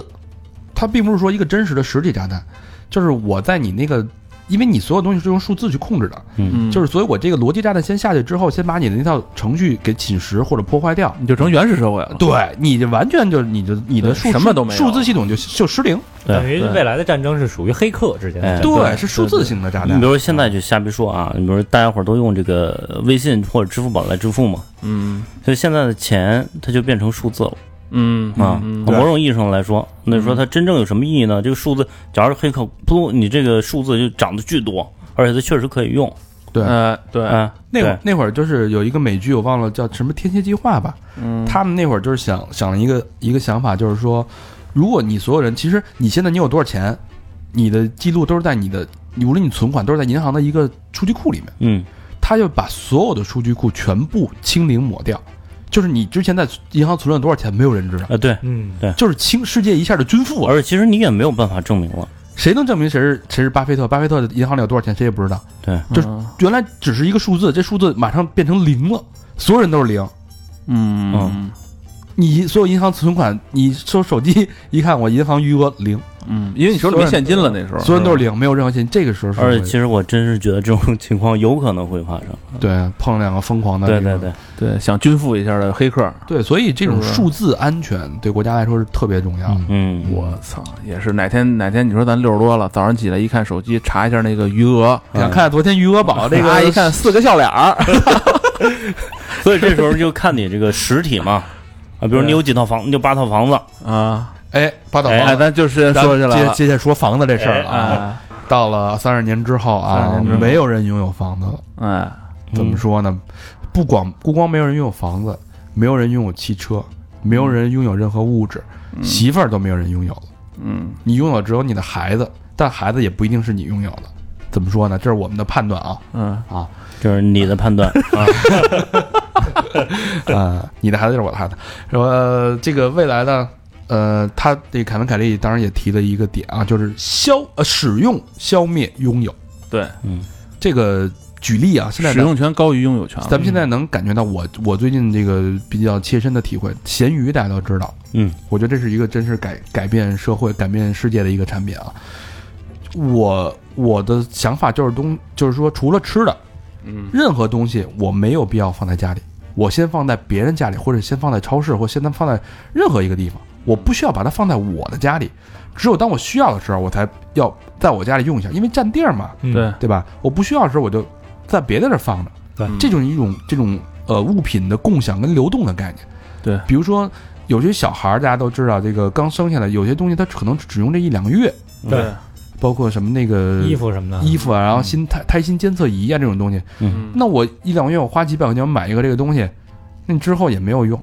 Speaker 2: 它并不是说一个真实的实体炸弹，就是我在你那个。因为你所有东西是用数字去控制的，
Speaker 7: 嗯，
Speaker 3: 嗯
Speaker 2: 就是所以我这个逻辑炸弹先下去之后，先把你的那套程序给侵蚀或者破坏掉，
Speaker 3: 你就成原始社会了。
Speaker 2: 对，你就完全就是你的你的
Speaker 3: 对
Speaker 2: 数
Speaker 3: 什么都没有
Speaker 2: 数字系统就就失灵，
Speaker 4: 等于
Speaker 3: 对
Speaker 4: 未来的战争是属于黑客之间的
Speaker 7: 哎
Speaker 4: 战争。
Speaker 2: 对，是数字型
Speaker 4: 嗯
Speaker 2: 的炸
Speaker 7: 你
Speaker 2: 弹
Speaker 7: 比。如现在就瞎别说啊，你比如大家伙儿都用这个微信或者支付宝来支付嘛，
Speaker 3: 嗯
Speaker 7: 所以现在的钱它就变成数字了
Speaker 3: 嗯
Speaker 7: 啊。
Speaker 3: 嗯
Speaker 7: 某种意义上来说，那你说
Speaker 3: 嗯
Speaker 7: 它真正有什么意义呢？这个数字，假如黑客不，你这个数字就涨得巨多，而且它确实可以用。
Speaker 2: 对
Speaker 3: 呃对，
Speaker 7: 嗯，
Speaker 2: 那会
Speaker 7: 对
Speaker 2: 儿那会儿就是有一个美剧，我忘了叫什么《天蝎计划》吧。
Speaker 3: 嗯
Speaker 2: 他们那会儿就是想想了一个一个想法，就是说，如果你所有人，其实你现在你有多少钱，你的记录都是在你的，你无论你存款都是在银行的一个数据库里面。
Speaker 7: 嗯，
Speaker 2: 他就把所有的数据库全部清零抹掉，就是你之前在银行存了多少钱，没有人知道，
Speaker 7: 啊对，
Speaker 4: 嗯，
Speaker 2: 就是清世界一下就均富了。
Speaker 7: 而且其实你也没有办法证明了。
Speaker 2: 谁能证明谁是谁是巴菲特？巴菲特的银行里有多少钱，谁也不知道。就是
Speaker 3: 嗯
Speaker 2: 原来只是一个数字，这数字马上变成零了，所有人都是零。
Speaker 3: 嗯嗯
Speaker 2: 你所有银行存款，你收手机一看，我银行余额零，
Speaker 3: 嗯，因为你手里没现金了，那时候
Speaker 2: 所有人都是零，没有任何钱。这个时候是
Speaker 7: 而且
Speaker 2: 会
Speaker 7: 其实我真是觉得这种情况有可能会发生。
Speaker 2: 对碰上两个疯狂的，
Speaker 7: 对对对，
Speaker 3: 对想均富一下的黑客。
Speaker 2: 对，所以这种
Speaker 3: 是不是
Speaker 2: 数字安全对国家来说是特别重要的。
Speaker 7: 嗯，
Speaker 3: 我操，也是哪天哪天你说咱六十多了，早上起来一看手机查一下那个余额，
Speaker 2: 想看昨天余额宝 这
Speaker 3: 啊
Speaker 2: 个
Speaker 3: 一看四个笑脸儿，
Speaker 7: 所以这时候就看你这个实体嘛，啊，比如你有几套房，你有八套房子，
Speaker 3: 啊，
Speaker 2: 哎，八道
Speaker 3: 哎，
Speaker 2: 房
Speaker 3: 咱就是
Speaker 2: 咱
Speaker 3: 说起来
Speaker 2: 接
Speaker 3: 了
Speaker 2: 接下说房子这事儿了啊。
Speaker 3: 啊，
Speaker 2: 到了三十年之后
Speaker 3: 30
Speaker 2: 啊
Speaker 3: 年之，后
Speaker 2: 没有人拥有房子了。
Speaker 3: 哎，
Speaker 2: 怎么说呢？不光不光没有人拥有房子，没有人拥有汽车，没有人拥有任何物质，媳妇儿都没有人拥有了。
Speaker 3: 嗯
Speaker 2: 你拥有只有你的孩子，但孩子也不一定是你拥有的。怎么说呢？这是我们的判断 啊
Speaker 3: 嗯
Speaker 2: 啊
Speaker 7: 就是你的判断 啊？
Speaker 2: 呃，你的孩子就是我的孩子。说、呃这个未来呢，呃，他这个凯文·凯利当然也提了一个点啊，就是消呃使用、消灭、拥有。
Speaker 3: 对，
Speaker 7: 嗯，
Speaker 2: 这个举例啊，现在
Speaker 3: 使
Speaker 2: 咱
Speaker 3: 用权高于拥有权了，
Speaker 2: 咱们现在能感觉到我我最近这个比较切身的体会，咸鱼大家都知道，
Speaker 7: 嗯，
Speaker 2: 我觉得这是一个真是改改变社会、改变世界的一个产品啊。我我的想法就是东，就是说除了吃的，
Speaker 3: 嗯，
Speaker 2: 任何东西我没有必要放在家里，我先放在别人家里，或者先放在超市，或先放在任何一个地方，我不需要把它放在我的家里。只有当我需要的时候，我才要在我家里用一下，因为占地儿嘛，
Speaker 4: 嗯
Speaker 3: 对，
Speaker 2: 对吧？我不需要的时候，我就在别的地儿放着。
Speaker 3: 嗯
Speaker 2: 这种一种这种呃物品的共享跟流动的概念。
Speaker 3: 对
Speaker 2: 比如说有些小孩儿，大家都知道，这个刚生下来，有些东西他可能只用这一两个月，
Speaker 4: 对，
Speaker 2: 包括什么那
Speaker 3: 嗯
Speaker 2: 个
Speaker 4: 衣、服什么的，
Speaker 2: 衣服啊，然后心胎胎心监测仪啊这种东西。
Speaker 3: 嗯
Speaker 2: 那我一两个月我花几百块钱我买一个这个东西，那你之后也没有用，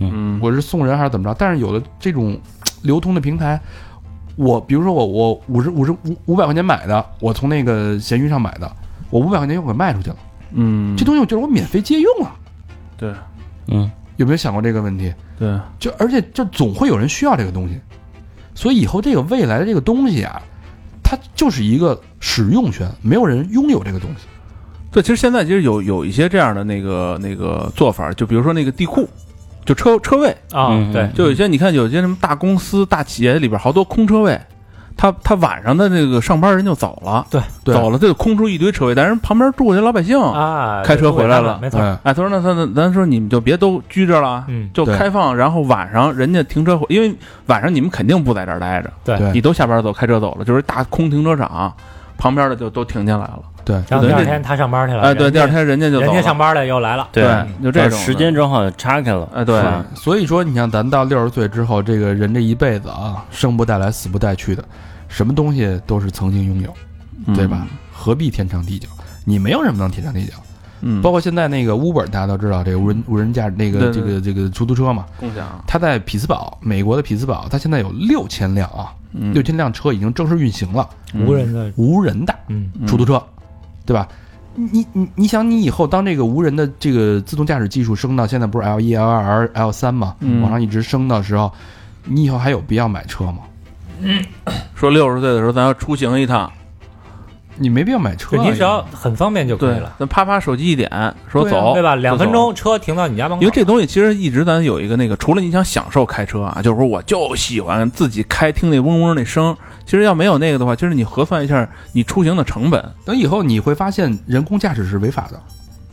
Speaker 3: 嗯
Speaker 2: 我是送人还是怎么着？但是有了这种嘖流通的平台。我比如说我我五十五十五五百块钱买的，我从那个闲鱼上买的，我五百块钱又给卖出去了，
Speaker 3: 嗯
Speaker 2: 这东西就是我免费借用了。啊
Speaker 3: 对
Speaker 7: 嗯，
Speaker 2: 有没有想过这个问题？
Speaker 3: 对
Speaker 2: 就而且就总会有人需要这个东西，所以以后这个未来的这个东西啊，它就是一个使用权，没有人拥有这个东西。
Speaker 3: 对，其实现在其实有有一些这样的那个那个做法，就比如说那个地库，就车车位，
Speaker 4: 啊
Speaker 7: 嗯，
Speaker 4: 对，
Speaker 3: 就有些你看有些什么大公司大企业里边好多空车位，他他晚上的这个上班人就走了，
Speaker 4: 对
Speaker 2: 对
Speaker 3: 走了，这就空出一堆车位，但是旁边住下老百姓，
Speaker 4: 啊，
Speaker 3: 开车回来了
Speaker 4: 没错，
Speaker 2: 哎，
Speaker 3: 哎，他说那他咱说你们就别都拘着了，
Speaker 4: 嗯
Speaker 3: 就
Speaker 2: 对
Speaker 3: 开放，然后晚上人家停车，因为晚上你们肯定不在这儿待着，
Speaker 4: 对
Speaker 2: 对
Speaker 3: 你都下班走，开车走了，就是大空停车场旁边的就都停下来了，
Speaker 2: 对，
Speaker 4: 然后第二天他上班去了，
Speaker 3: 哎，对，
Speaker 4: 人
Speaker 3: 第
Speaker 4: 家
Speaker 3: 二天人家就走
Speaker 4: 人家上
Speaker 3: 了，
Speaker 4: 班了又来了，
Speaker 3: 对，就这
Speaker 7: 把
Speaker 3: 种的
Speaker 7: 时间，正好岔开了。
Speaker 3: 哎，对，
Speaker 2: 所以说，你像咱到六十岁之后，这个人这一辈子啊，生不带来，死不带去的，什么东西都是曾经拥有，
Speaker 3: 嗯
Speaker 2: 对吧？？何必天长地久？你没有什么能天长地久。
Speaker 3: 嗯，
Speaker 2: 包括现在那个 Uber，大家都知道这个无人无人驾驶那个
Speaker 3: 对
Speaker 2: 这
Speaker 3: 对
Speaker 2: 个这个出租车嘛，
Speaker 3: 共享，
Speaker 2: 它在匹兹堡，美国的匹兹堡，它现在有六千辆啊，
Speaker 3: 嗯
Speaker 2: 六千辆车已经正式运行了，
Speaker 4: 无人的，
Speaker 2: 无人的
Speaker 4: 嗯，
Speaker 3: 嗯
Speaker 2: 出租车，对吧？你你你想，你以后当这个无人的这个自动驾驶技术升到现在不是 L 一、L 二、L 三嘛，
Speaker 3: 嗯
Speaker 2: 往上一直升的时候，你以后还有必要买车吗？
Speaker 3: 说六十岁的时候咱要出行一趟，
Speaker 2: 你没必要买车
Speaker 4: 对
Speaker 2: 啊，
Speaker 4: 你只要很方便就可以
Speaker 3: 对
Speaker 4: 了，，
Speaker 3: 咱啪啪手机一点，说
Speaker 2: 对啊
Speaker 3: 走，
Speaker 4: 对吧？两
Speaker 3: 就走
Speaker 4: 分钟车停到你家门口，
Speaker 3: 因为这东西其实一直咱有一个那个，除了你想享受开车啊，就是说我就喜欢自己开，听那嗡嗡那声。其实要没有那个的话，其实你核算一下你出行的成本，
Speaker 2: 等以后你会发现人工驾驶是违法的，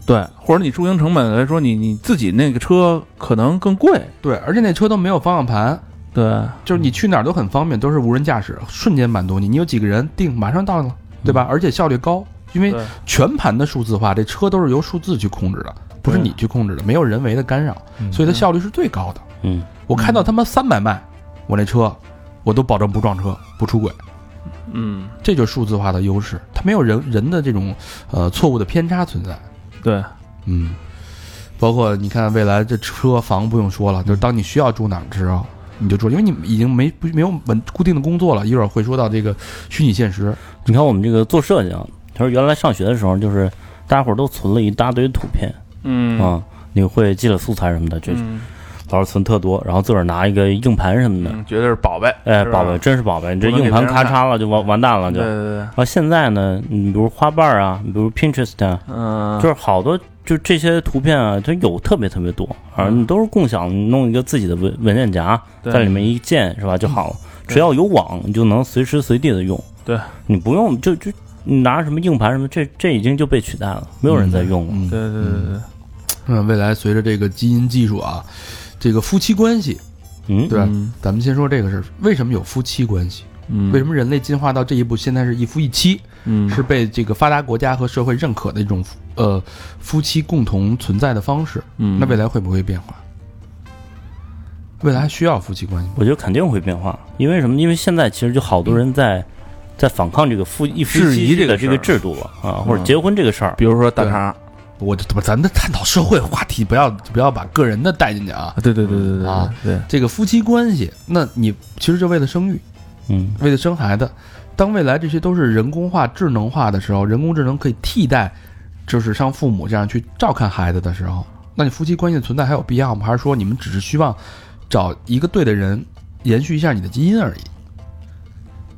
Speaker 3: 对，或者你出行成本来说，你你自己那个车可能更贵，
Speaker 2: 对，而且那车都没有方向盘，
Speaker 3: 对，
Speaker 2: 就是你去哪儿都很方便，都是无人驾驶，瞬间满足你。你有几个人定，马上到了，对吧？而且效率高，因为
Speaker 3: 对
Speaker 2: 全盘的数字化，这车都是由数字去控制的，不是
Speaker 3: 对
Speaker 2: 你去控制的，没有人为的干扰，
Speaker 4: 嗯
Speaker 2: 所以它效率是最高的。
Speaker 7: 嗯，
Speaker 2: 我开到他妈三百迈，我那车我都保证不撞车、不出轨，
Speaker 3: 嗯，
Speaker 2: 这就是数字化的优势，它没有人人的这种呃错误的偏差存在。
Speaker 3: 对，
Speaker 2: 嗯，包括你看未来这车房不用说
Speaker 7: 嗯
Speaker 2: 了，就是当你需要住哪儿的时候，你就住，因为你已经没不没有稳固定的工作了。一会儿会说到这个虚拟现实，
Speaker 7: 你看我们这个做设计啊，他说原来上学的时候，就是大家伙儿都存了一大堆图片
Speaker 3: 嗯
Speaker 7: 啊，你会记了素材什么的，就是
Speaker 3: 嗯，
Speaker 7: 老师存特多，然后自个儿拿一个硬盘什么的，
Speaker 3: 嗯绝对是宝贝，
Speaker 7: 哎，
Speaker 3: 是吧
Speaker 7: 宝贝，，真是宝贝，你这
Speaker 3: 不能给
Speaker 7: 硬盘
Speaker 3: 别人
Speaker 7: 咔嚓了就完完蛋了
Speaker 3: 对
Speaker 7: 就。
Speaker 3: 对
Speaker 7: 然
Speaker 3: 对，
Speaker 7: 后现在呢，你比如花瓣啊，你比如 Pinterest 啊，
Speaker 3: 嗯，
Speaker 7: 就是好多就这些图片啊，它有特别特别多啊，
Speaker 3: 嗯
Speaker 7: 你都是共享，你弄一个自己的文文件夹，
Speaker 3: 对嗯
Speaker 7: 在里面一键是吧就好了，
Speaker 3: 对
Speaker 7: 只要有网，你就能随时随地的用。
Speaker 3: 对，
Speaker 7: 你不用就就你拿什么硬盘什么，这这已经就被取代了，没有人在用了。
Speaker 2: 嗯，
Speaker 3: 对对对对，
Speaker 2: 嗯，未来随着这个基因技术啊，这个夫妻关系，
Speaker 7: 嗯，
Speaker 2: 对吧
Speaker 3: 嗯
Speaker 2: 咱们先说这个事儿，为什么有夫妻关系？
Speaker 3: 嗯，
Speaker 2: 为什么人类进化到这一步，现在是一夫一妻，
Speaker 3: 嗯
Speaker 2: 是被这个发达国家和社会认可的一种呃夫妻共同存在的方式？
Speaker 3: 嗯
Speaker 2: 那未来会不会变化？未来需要夫妻关系吗？
Speaker 7: 我觉得肯定会变化，因为什么？因为现在其实就好多人在在反抗这个夫一
Speaker 3: 嗯
Speaker 7: 夫
Speaker 3: 质
Speaker 7: 一
Speaker 3: 疑
Speaker 7: 妻
Speaker 3: 这
Speaker 7: 制
Speaker 3: 个
Speaker 7: 的
Speaker 3: 事儿
Speaker 7: 这个制度了啊，或者
Speaker 3: 嗯
Speaker 7: 结婚这个事儿。
Speaker 3: 比如说大肠，
Speaker 2: 我这不，咱们探讨社会话题，不要不要把个人的带进去啊
Speaker 3: 啊。对对对对对对
Speaker 2: 啊
Speaker 3: 对，
Speaker 2: 这个夫妻关系，那你其实就为了生育，
Speaker 7: 嗯，
Speaker 2: 为了生孩子。当未来这些都是人工化、智能化的时候，人工智能可以替代，就是像父母这样去照看孩子的时候，那你夫妻关系的存在还有必要吗？还是说你们只是希望找一个对的人，延续一下你的基因而已？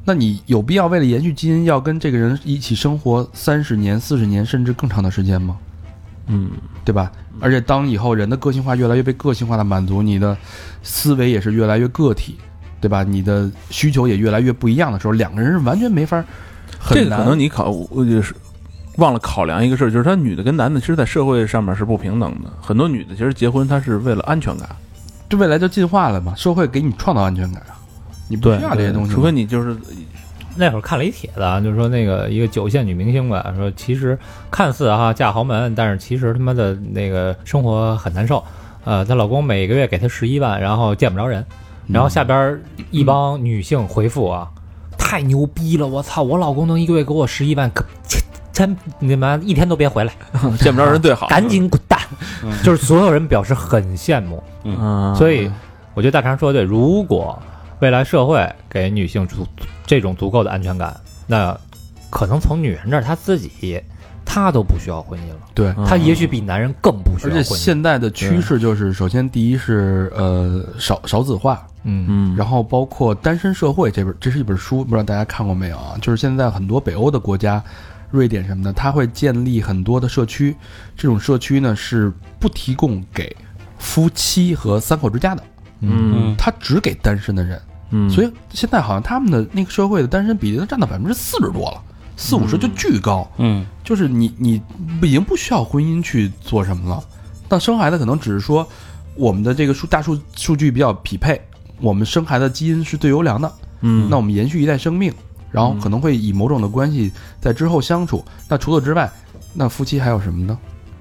Speaker 2: 那你有必要为了延续基因，要跟这个人一起生活三十年、四十年，甚至更长的时间吗？
Speaker 3: 嗯
Speaker 2: 对吧？而且当以后人的个性化越来越被个性化的满足，你的思维也是越来越个体，对吧？你的需求也越来越不一样的时候，两个人是完全没法，
Speaker 3: 这
Speaker 2: 很
Speaker 3: 个
Speaker 2: 难。
Speaker 3: 可能你考，我就是忘了考量一个事儿，就是他女的跟男的，其实，在社会上面是不平等的。很多女的其实结婚，她是为了安全感，
Speaker 2: 这未来就进化了嘛，社会给你创造安全感啊，你不需要这些东西，
Speaker 3: 除非你就是
Speaker 4: 那会儿看了一帖子，啊，就是说那个一个九线女明星吧，说其实看似哈、嫁豪门，但是其实他妈的那个生活很难受。呃，她老公每个月给她十一万，然后见不着人，然后下边一帮女性回复啊，太牛逼了！我操，我老公能一个月给我十一万，可切真你妈一天都别回来，
Speaker 3: 见不着人最 好。
Speaker 4: 赶紧滚蛋！就是所有人表示很羡慕，
Speaker 3: 嗯，
Speaker 4: 所以我觉得大肠说的对，如果未来社会给女性足这种足够的安全感，那可能从女人这儿她自己，她都不需要婚姻了，
Speaker 2: 对。
Speaker 3: 嗯
Speaker 4: 她也许比男人更不需
Speaker 2: 而
Speaker 4: 要
Speaker 2: 且
Speaker 4: 婚姻。
Speaker 2: 现在的趋势就是，首先第一是呃少少子化，
Speaker 4: 嗯
Speaker 3: 嗯，
Speaker 2: 然后包括《单身社会》这本，这是一本书，不知道大家看过没有啊？就是现在很多北欧的国家，瑞典什么的，它会建立很多的社区，这种社区呢是不提供给夫妻和三口之家的，
Speaker 3: 嗯
Speaker 7: 嗯
Speaker 2: 它只给单身的人。
Speaker 3: 嗯，
Speaker 2: 所
Speaker 3: 以
Speaker 2: 以现在好像他们的那个社会的单身比例都占到百分之四十多了，四五十就巨高。
Speaker 7: 嗯，
Speaker 2: 就是你你已经不需要婚姻去做什么了。那生孩子可能只是说我们的这个数大数数据比较匹配，我们生孩子基因是最优良的，
Speaker 3: 嗯，
Speaker 2: 那我们延续一代生命，然后可能会以某种的关系在之后相处。那除此之外，那夫妻还有什么呢？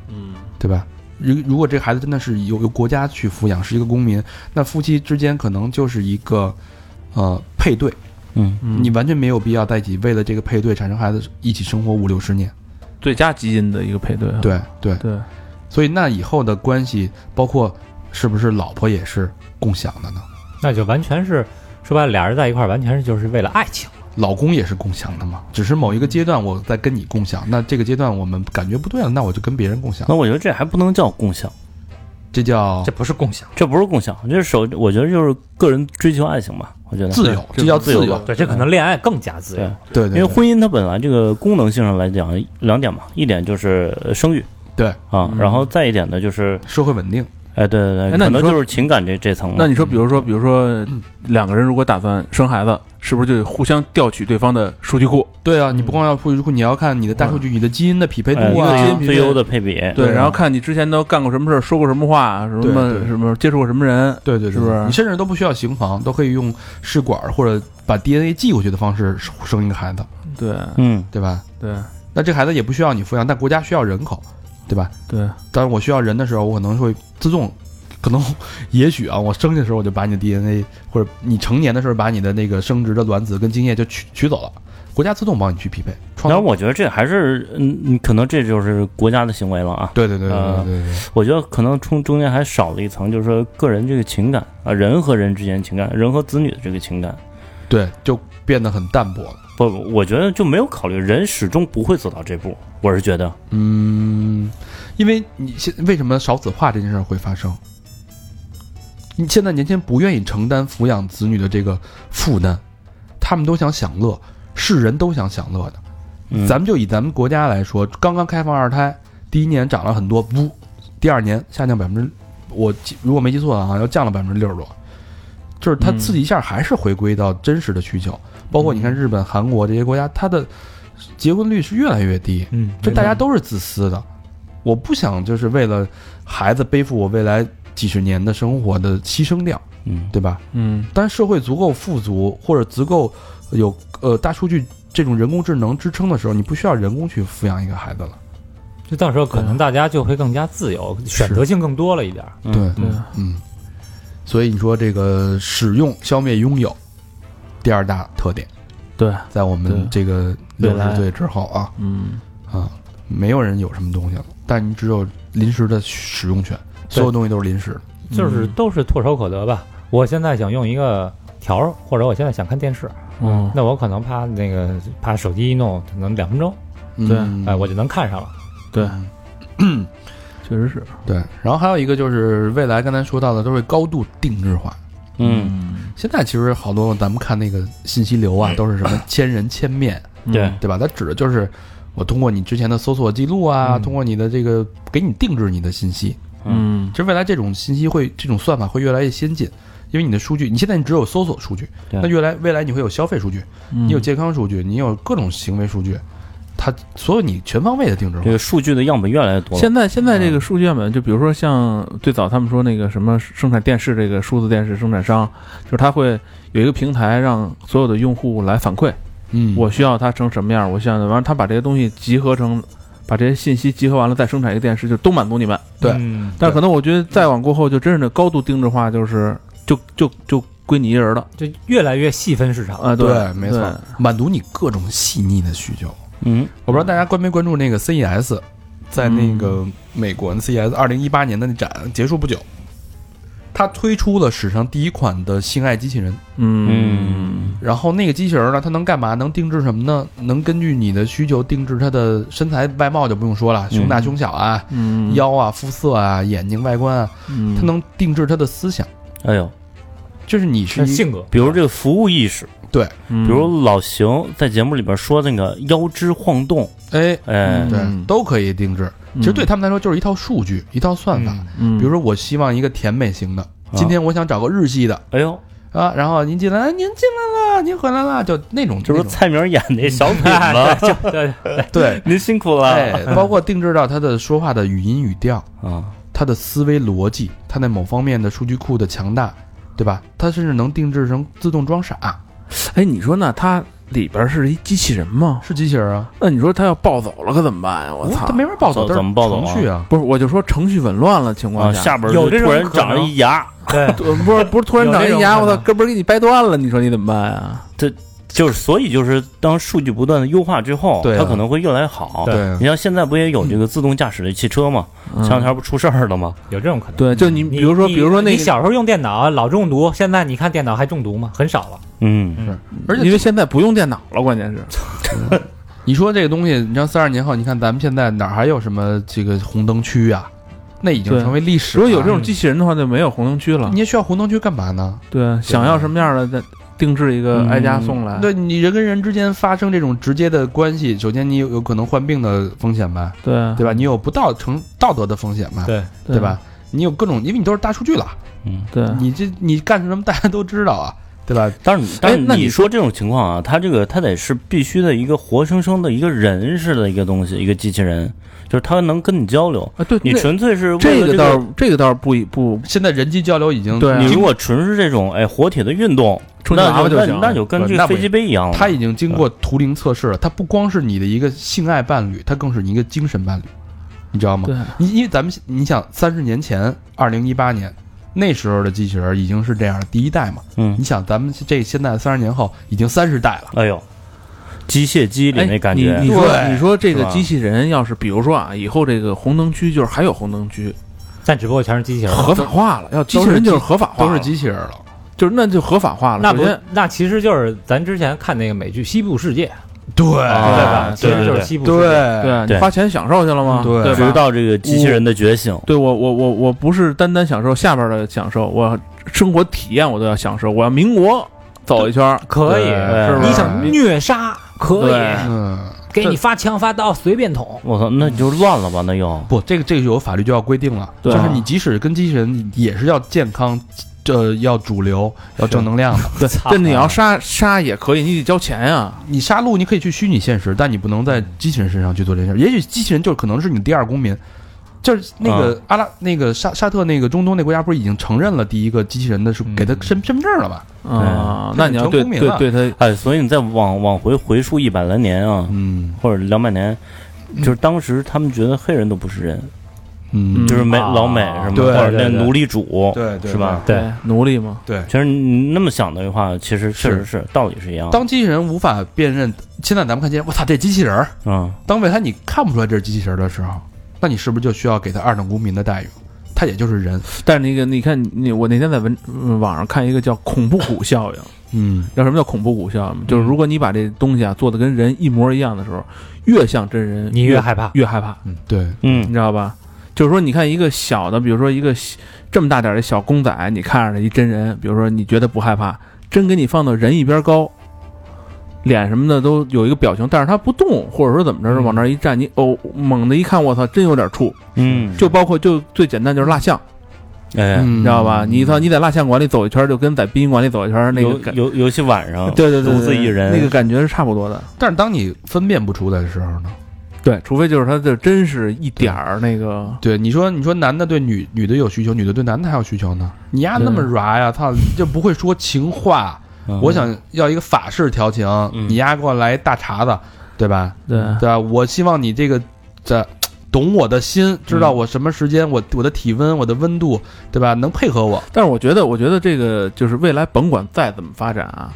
Speaker 3: 嗯
Speaker 2: 对吧？如如果这个孩子真的是由由国家去抚养，是一个公民，那夫妻之间可能就是一个呃配对，
Speaker 7: 嗯，
Speaker 3: 嗯
Speaker 2: 你完全没有必要在一起为了这个配对产生孩子一起生活五六十年。
Speaker 3: 最佳基因的一个配对啊，
Speaker 2: 对对，
Speaker 3: 对，
Speaker 2: 所以那以后的关系，包括是不是老婆也是共享的呢？
Speaker 4: 那就完全是说白了，俩人在一块儿完全是就是为了爱情。
Speaker 2: 老公也是共享的嘛？只是某一个阶段我在跟你共享，那这个阶段我们感觉不对了，那我就跟别人共享，
Speaker 7: 那我觉得这还不能叫共享，
Speaker 2: 这叫
Speaker 6: 这不是共享，
Speaker 7: 这不是共享，这是手，我觉得就是个人追求爱情吧，我觉得
Speaker 2: 自由，
Speaker 7: 对
Speaker 2: 这叫
Speaker 7: 自
Speaker 2: 自
Speaker 7: 由
Speaker 2: 由。
Speaker 4: 对，这可能恋爱更加自由
Speaker 7: 对。
Speaker 2: 对
Speaker 7: 因
Speaker 2: 对，
Speaker 7: 为
Speaker 2: 对
Speaker 7: 婚姻它本来这个功能性上来讲两点嘛，一点就是呃生育，
Speaker 2: 对
Speaker 7: 啊，
Speaker 3: 嗯
Speaker 7: 然后再一点呢就是，
Speaker 2: 社会稳定，
Speaker 7: 哎，对对
Speaker 3: 哎
Speaker 7: 对，
Speaker 3: 那
Speaker 7: 可
Speaker 3: 你
Speaker 7: 能
Speaker 3: 说
Speaker 7: 就是情感这这层了。
Speaker 3: 那你说，比如说，比如说两个人如果打算生孩子，是不是就得互相调取对方的数据库？
Speaker 2: 对啊，你不光要数据库，你要看你的大数据、你的嗯基因的匹配
Speaker 7: 哎
Speaker 2: 度啊，
Speaker 3: 一个基因匹
Speaker 7: 最
Speaker 3: 配
Speaker 7: 优的配比，
Speaker 3: 对，
Speaker 2: 对啊
Speaker 3: 然后看你之前都干过什么事儿，说过什么话，什
Speaker 2: 对
Speaker 3: 么
Speaker 2: 对
Speaker 3: 什么接触过什么人，
Speaker 2: 对对对，
Speaker 3: 是不是
Speaker 2: 你甚至都不需要行房，都可以用试管或者把 DNA 寄过去的方式生一个孩子，
Speaker 3: 对
Speaker 7: 嗯，
Speaker 2: 对吧？
Speaker 3: 对
Speaker 2: 那这孩子也不需要你抚养，但国家需要人口，对吧？
Speaker 3: 对，
Speaker 2: 当然我需要人的时候，我可能会自动，可能也许啊，我生的时候我就把你的 DNA，或者你成年的时候把你的那个生殖的卵子跟精液就取取走了，国家自动帮你去匹配。
Speaker 7: 当
Speaker 2: 创
Speaker 7: 然我觉得这还是，嗯，你可能这就是国家的行为了啊。
Speaker 2: 对对对对对对对，
Speaker 7: 我觉得可能中中间还少了一层，就是说个人这个情感啊，人和人之间的情感，人和子女的这个情感，
Speaker 2: 对就变得很淡薄了。
Speaker 7: 不，我觉得就没有考虑，人始终不会走到这步。我是觉得，
Speaker 2: 嗯，因为你现为什么少子化这件事儿会发生？你现在年轻人不愿意承担抚养子女的这个负担，他们都想享乐，是人都想享乐的。
Speaker 7: 嗯、
Speaker 2: 咱们就以咱们国家来说，刚刚开放二胎，第一年涨了很多，不，第二年下降百分之，我记如果没记错啊，要降了百分之六十多，就是它
Speaker 3: 嗯
Speaker 2: 刺激一下还是回归到真实的需求，包括你看日本、韩国这些国家，它的结婚率是越来越低，
Speaker 4: 嗯，
Speaker 2: 这大家都是自私的，我不想就是为了孩子背负我未来几十年的生活的牺牲掉，
Speaker 7: 嗯，
Speaker 2: 对吧？
Speaker 3: 嗯
Speaker 2: 当社会足够富足或者足够有呃大数据这种人工智能支撑的时候，你不需要人工去抚养一个孩子了。
Speaker 4: 就到时候可能大家就会更加自由，选择性更多了一点儿。
Speaker 7: 嗯，
Speaker 3: 对，
Speaker 2: 嗯，所以你说这个使用、消灭、拥有，第二大特点，
Speaker 3: 对，
Speaker 2: 在我们
Speaker 3: 对
Speaker 2: 这个
Speaker 3: 未
Speaker 2: 六
Speaker 3: 来
Speaker 2: 十岁之后啊
Speaker 3: 嗯
Speaker 2: 啊，没有人有什么东西了，但你只有临时的使用权，所有东西都是临时的。
Speaker 3: 嗯
Speaker 4: 就是都是唾手可得吧。我现在想用一个条儿，或者我现在想看电视，
Speaker 3: 嗯
Speaker 4: 那我可能怕那个怕手机一弄，可能两分钟，
Speaker 3: 对
Speaker 2: 嗯
Speaker 4: 哎，我就能看上了。
Speaker 3: 对，确实是，
Speaker 2: 对。然后还有一个就是未来刚才说到的，都是高度定制化。
Speaker 7: 嗯，
Speaker 2: 现在其实好多咱们看那个信息流
Speaker 3: 嗯
Speaker 2: 啊，都是什么千人千面，
Speaker 7: 对，
Speaker 2: 对吧？它指的就是我通过你之前的搜索记录啊，
Speaker 3: 嗯
Speaker 2: 通过你的这个给你定制你的信息。
Speaker 3: 嗯
Speaker 2: 其实未来这种信息会，这种算法会越来越先进，因为你的数据，你现在你只有搜索数据，
Speaker 7: 对
Speaker 2: 那越来未来你会有消费数据，你
Speaker 3: 嗯
Speaker 2: 有健康数据，你有各种行为数据，它所有你全方位的定制化
Speaker 7: 这。个数据的样本越来越多了。
Speaker 3: 现在现在这
Speaker 2: 嗯
Speaker 3: 个数据样本，就比如说像最早他们说那个什么生产电视这个数字电视生产商，就是他会有一个平台让所有的用户来反馈，
Speaker 2: 嗯，
Speaker 3: 我需要它成什么样，我需要的，完了他把这些东西集合成，把这些信息集合完了再生产一个电视，就都满足你们。
Speaker 2: 对
Speaker 4: 嗯
Speaker 3: 但是可能我觉得再往过后，就真是那高度定制化，就是就就就归你一人了
Speaker 4: 就越来越细分市场。
Speaker 3: 啊，
Speaker 2: 对，没
Speaker 3: 对
Speaker 2: 错，满足你各种细腻的需求。
Speaker 7: 嗯，
Speaker 2: 我不知道大家关没关注那个 CES，在那
Speaker 3: 嗯
Speaker 2: 个美国的 CES 二零一八年的那展结束不久，它推出了史上第一款的性爱机器人。
Speaker 3: 嗯
Speaker 2: 然后那个机器人呢，它能干嘛？能定制什么呢？能根据你的需求定制它的身材外貌就不用说了，胸大胸小啊，
Speaker 3: 嗯，
Speaker 2: 腰啊，肤色啊，眼睛外观啊，
Speaker 3: 嗯
Speaker 2: 它能定制它的思想，
Speaker 7: 哎呦，
Speaker 2: 就是你
Speaker 4: 是
Speaker 2: 是一
Speaker 4: 性格，
Speaker 7: 比如这个服务意识，
Speaker 3: 嗯
Speaker 7: 比如老邢在节目里边说那个腰肢晃动，
Speaker 2: 哎，
Speaker 7: 哎，
Speaker 2: 对
Speaker 3: 嗯，
Speaker 2: 都可以定制。其实对他们来说就是一套数据，一套算法。
Speaker 4: 嗯
Speaker 3: 嗯，
Speaker 2: 比如说我希望一个甜美型的，今天我想找个日系的。
Speaker 7: 哎呦，
Speaker 2: 啊，然后您进来，哎，您进来了，您回来了，就那种
Speaker 7: 这不
Speaker 2: 那种
Speaker 7: 是蔡明演那小品吗？
Speaker 4: 对，
Speaker 2: 对，
Speaker 7: 您辛苦了
Speaker 2: 哎，包括定制到他的说话的语音语调，
Speaker 7: 啊！
Speaker 2: 他的思维逻辑，他在某方面的数据库的强大，对吧？他甚至能定制成自动装傻，
Speaker 3: 哎，你说那它里边是一机器人吗？
Speaker 2: 是机器人啊，哦
Speaker 3: 那你说它要暴走了可怎么办呀？我操
Speaker 2: 他！没法暴走，但是
Speaker 7: 怎怎么暴走啊
Speaker 2: 程序啊？
Speaker 3: 不是，我就说程序紊乱了情
Speaker 7: 啊，
Speaker 3: 况下，
Speaker 7: 下边
Speaker 4: 有
Speaker 7: 就
Speaker 4: 这种
Speaker 7: 突然
Speaker 4: 可能
Speaker 7: 长了一牙，
Speaker 3: 呃不是不是突然
Speaker 4: 有
Speaker 3: 长
Speaker 4: 这
Speaker 3: 一
Speaker 4: 种
Speaker 3: 牙，
Speaker 4: 可
Speaker 3: 我操，
Speaker 4: 能
Speaker 3: 哥们儿给你掰断了，你说你怎么办啊？
Speaker 7: 就是所以就是当数据不断的优化之后，
Speaker 2: 对啊
Speaker 7: 它可能会越来越好。
Speaker 2: 对
Speaker 7: 你像现在不也有这个自动驾驶的汽车吗？
Speaker 3: 嗯
Speaker 7: 前两天不出事儿了吗？
Speaker 4: 有这种可能。
Speaker 3: 对，就你比如说
Speaker 4: 你
Speaker 3: 比如说那
Speaker 4: 你
Speaker 3: 个，
Speaker 4: 小时候用电脑老中毒，现在你看电脑还中毒吗？很少了。
Speaker 7: 嗯，
Speaker 2: 而且
Speaker 3: 因为现在不用电脑了，关键是
Speaker 2: 你说这个东西，你像三十年后，你看咱们现在哪还有什么这个红灯区啊？那已经
Speaker 3: 对
Speaker 2: 成为历史
Speaker 3: 如
Speaker 2: 了。啊
Speaker 3: 果有这种机器人的话，就没有红灯区了
Speaker 2: 你。也需要红灯区干嘛呢？
Speaker 3: 对，想要什么样的，再定制一个
Speaker 7: 嗯
Speaker 3: 挨家送来。
Speaker 2: 对你人跟人之间发生这种直接的关系，首先你有有可能患病的风险吧，
Speaker 3: 对
Speaker 2: 对吧？你有不道成道德的风险
Speaker 3: 啊
Speaker 2: 吧，
Speaker 4: 对
Speaker 2: 对？吧？你有各种，因为你都是大数据了，
Speaker 3: 对，
Speaker 2: 你这你干什么大家都知道啊，对吧？
Speaker 7: 但是但是
Speaker 3: 那你
Speaker 7: 哎你说这种情况啊，它这个它得是必须的一个活生生的一个人似的一个东西，一个机器人，就是它能跟你交流。
Speaker 3: 啊对，
Speaker 7: 你
Speaker 3: 那
Speaker 7: 纯粹是为
Speaker 3: 这
Speaker 7: 了
Speaker 3: 个
Speaker 7: 这
Speaker 3: 倒是这个倒是不一不
Speaker 2: 现在人机交流已经
Speaker 3: 对啊
Speaker 7: 你如果纯是这种哎活体的运动，
Speaker 3: 冲
Speaker 7: 那
Speaker 3: 喇叭就
Speaker 7: 那
Speaker 3: 行
Speaker 7: 那就跟
Speaker 2: 不
Speaker 7: 这
Speaker 2: 那
Speaker 7: 个
Speaker 2: 不
Speaker 7: 飞机杯一样了。
Speaker 2: 它已经经过图灵测试了，它不光是你的一个性爱伴侣，它更是你一个精神伴侣，你知道吗
Speaker 3: 对？
Speaker 2: 你因为咱们你想三十年前，二零一八年那时候的机器人已经是这样的第一代嘛，
Speaker 7: 嗯
Speaker 2: 你，想咱们这现在三十年后已经三十代了，
Speaker 7: 哎呦，机械机里
Speaker 3: 哎
Speaker 7: 那感觉
Speaker 3: 你你说
Speaker 2: 对
Speaker 3: 你说这个
Speaker 7: 是吧
Speaker 3: 机器人要是比如说啊，以后这个红灯区就是还有红灯区，
Speaker 4: 但只不过全是机器
Speaker 7: 嗯
Speaker 4: 人。
Speaker 3: 合法化了，要机器人就是合法化
Speaker 2: 都
Speaker 3: 了，
Speaker 2: 是机器人了。
Speaker 3: 就是那就合法化了。
Speaker 4: 那
Speaker 3: 首
Speaker 4: 不
Speaker 3: 先，
Speaker 4: 那其实就是咱之前看那个美剧《西部世
Speaker 3: 啊
Speaker 4: 界》，
Speaker 2: 对
Speaker 4: 对
Speaker 7: 啊
Speaker 4: 吧？其实就是西部世界。
Speaker 2: 对
Speaker 3: 你
Speaker 7: 对
Speaker 3: 花钱享受去了吗？
Speaker 2: 对
Speaker 3: 对
Speaker 7: 直
Speaker 3: 吧？
Speaker 7: 到这个机器人的觉醒。
Speaker 3: 对我我我我不是单单享受下边的享受，我生活体验我都要享受，我要民国走一圈儿，
Speaker 4: 可以，
Speaker 7: 对哎
Speaker 4: 你想虐杀可
Speaker 3: 对
Speaker 4: 以，
Speaker 2: 嗯，
Speaker 4: 给你发枪发刀随便捅。
Speaker 7: 我操，那你就乱了吧？那又
Speaker 2: 不，这个这个有法律就要规定了，
Speaker 3: 对
Speaker 2: 就
Speaker 3: 啊
Speaker 2: 是你即使跟机器人也是要健康，这要主流，要正能量的。
Speaker 3: 对
Speaker 4: 操，
Speaker 3: 但你要杀杀也可以，你得交钱啊。
Speaker 2: 你杀戮你可以去虚拟现实，但你不能在机器人身上去做这件事。也许机器人就可能是你的第二公民，就是那个阿拉那个沙沙特那个中东那国家不是已经承认了第一个机器人的是
Speaker 4: 嗯
Speaker 2: 给他身身份证了吧？
Speaker 3: 啊，
Speaker 2: 对
Speaker 3: 那你要对
Speaker 2: 成功
Speaker 3: 对
Speaker 2: 名了
Speaker 3: 对他，
Speaker 7: 哎，所以你再往往回回溯一百来年啊，
Speaker 2: 嗯
Speaker 7: 或者两百年，就是当时他们觉得黑人都不是人，
Speaker 2: 嗯
Speaker 3: 嗯
Speaker 7: 就是美
Speaker 4: 啊
Speaker 7: 老美什么，
Speaker 2: 对
Speaker 7: 或者
Speaker 4: 对
Speaker 7: 那
Speaker 4: 对
Speaker 7: 奴隶主，
Speaker 2: 对对
Speaker 7: 是吧？
Speaker 4: 对
Speaker 3: 奴隶嘛，
Speaker 7: 其实你那么想的话，其实确实是道理是一样的。
Speaker 2: 当机器人无法辨认，现在咱们看见，我操，这机器人儿！
Speaker 7: 嗯，
Speaker 2: 当未来你看不出来这是机器人儿的时候，那你是不是就需要给他二等公民的待遇？他也就是人，
Speaker 3: 但是那个你看你我那天在文嗯网上看一个叫恐怖谷效应。
Speaker 2: 嗯，
Speaker 3: 要什么叫恐怖谷效
Speaker 4: 嗯
Speaker 3: 应？就是如果你把这东西啊做的跟人一模一样的时候，越像真人，
Speaker 4: 你
Speaker 3: 越
Speaker 4: 越害怕。
Speaker 3: 越害怕，
Speaker 2: 对，
Speaker 7: 嗯
Speaker 3: 你知道吧？就是说，你看一个小的，比如说一个小这么大点儿的小公仔，你看着一真人，比如说你觉得不害怕，真给你放到人一边高，脸什么的都有一个表情，但是他不动，或者说怎么着是往那儿一站，你哦，猛的一看，我操，真有点怵。
Speaker 7: 嗯，
Speaker 3: 就包括就最简单就是蜡像，
Speaker 7: 哎，
Speaker 2: 嗯
Speaker 3: 你知道吧？你操，你在蜡像馆里走一圈儿，就跟在殡仪馆里走一圈儿那个
Speaker 7: 尤
Speaker 3: 感，
Speaker 7: 尤尤其晚上，
Speaker 3: 对对对，对
Speaker 7: 独自一人
Speaker 3: 那个感觉是差不多的。
Speaker 2: 但是当你分辨不出来的时候呢？
Speaker 3: 对，除非就是他就真是一点儿那个，
Speaker 2: 对，你说你说男的对女女的有需求，女的对男的还有需求呢？你丫那么
Speaker 3: 对
Speaker 2: 软呀，操，就不会说情话。
Speaker 7: 嗯
Speaker 2: 我想要一个法式调情，
Speaker 7: 嗯
Speaker 2: 你丫给我来一大碴子，对吧？
Speaker 3: 对
Speaker 2: 对吧？我希望你这个这懂我的心，知道我什么时间，我我的体温，我的温度，对吧？能配合我。
Speaker 3: 但是我觉得，我觉得这个就是未来，甭管再怎么发展啊，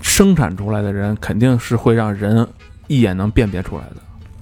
Speaker 3: 生产出来的人肯定是会让人一眼能辨别出来的。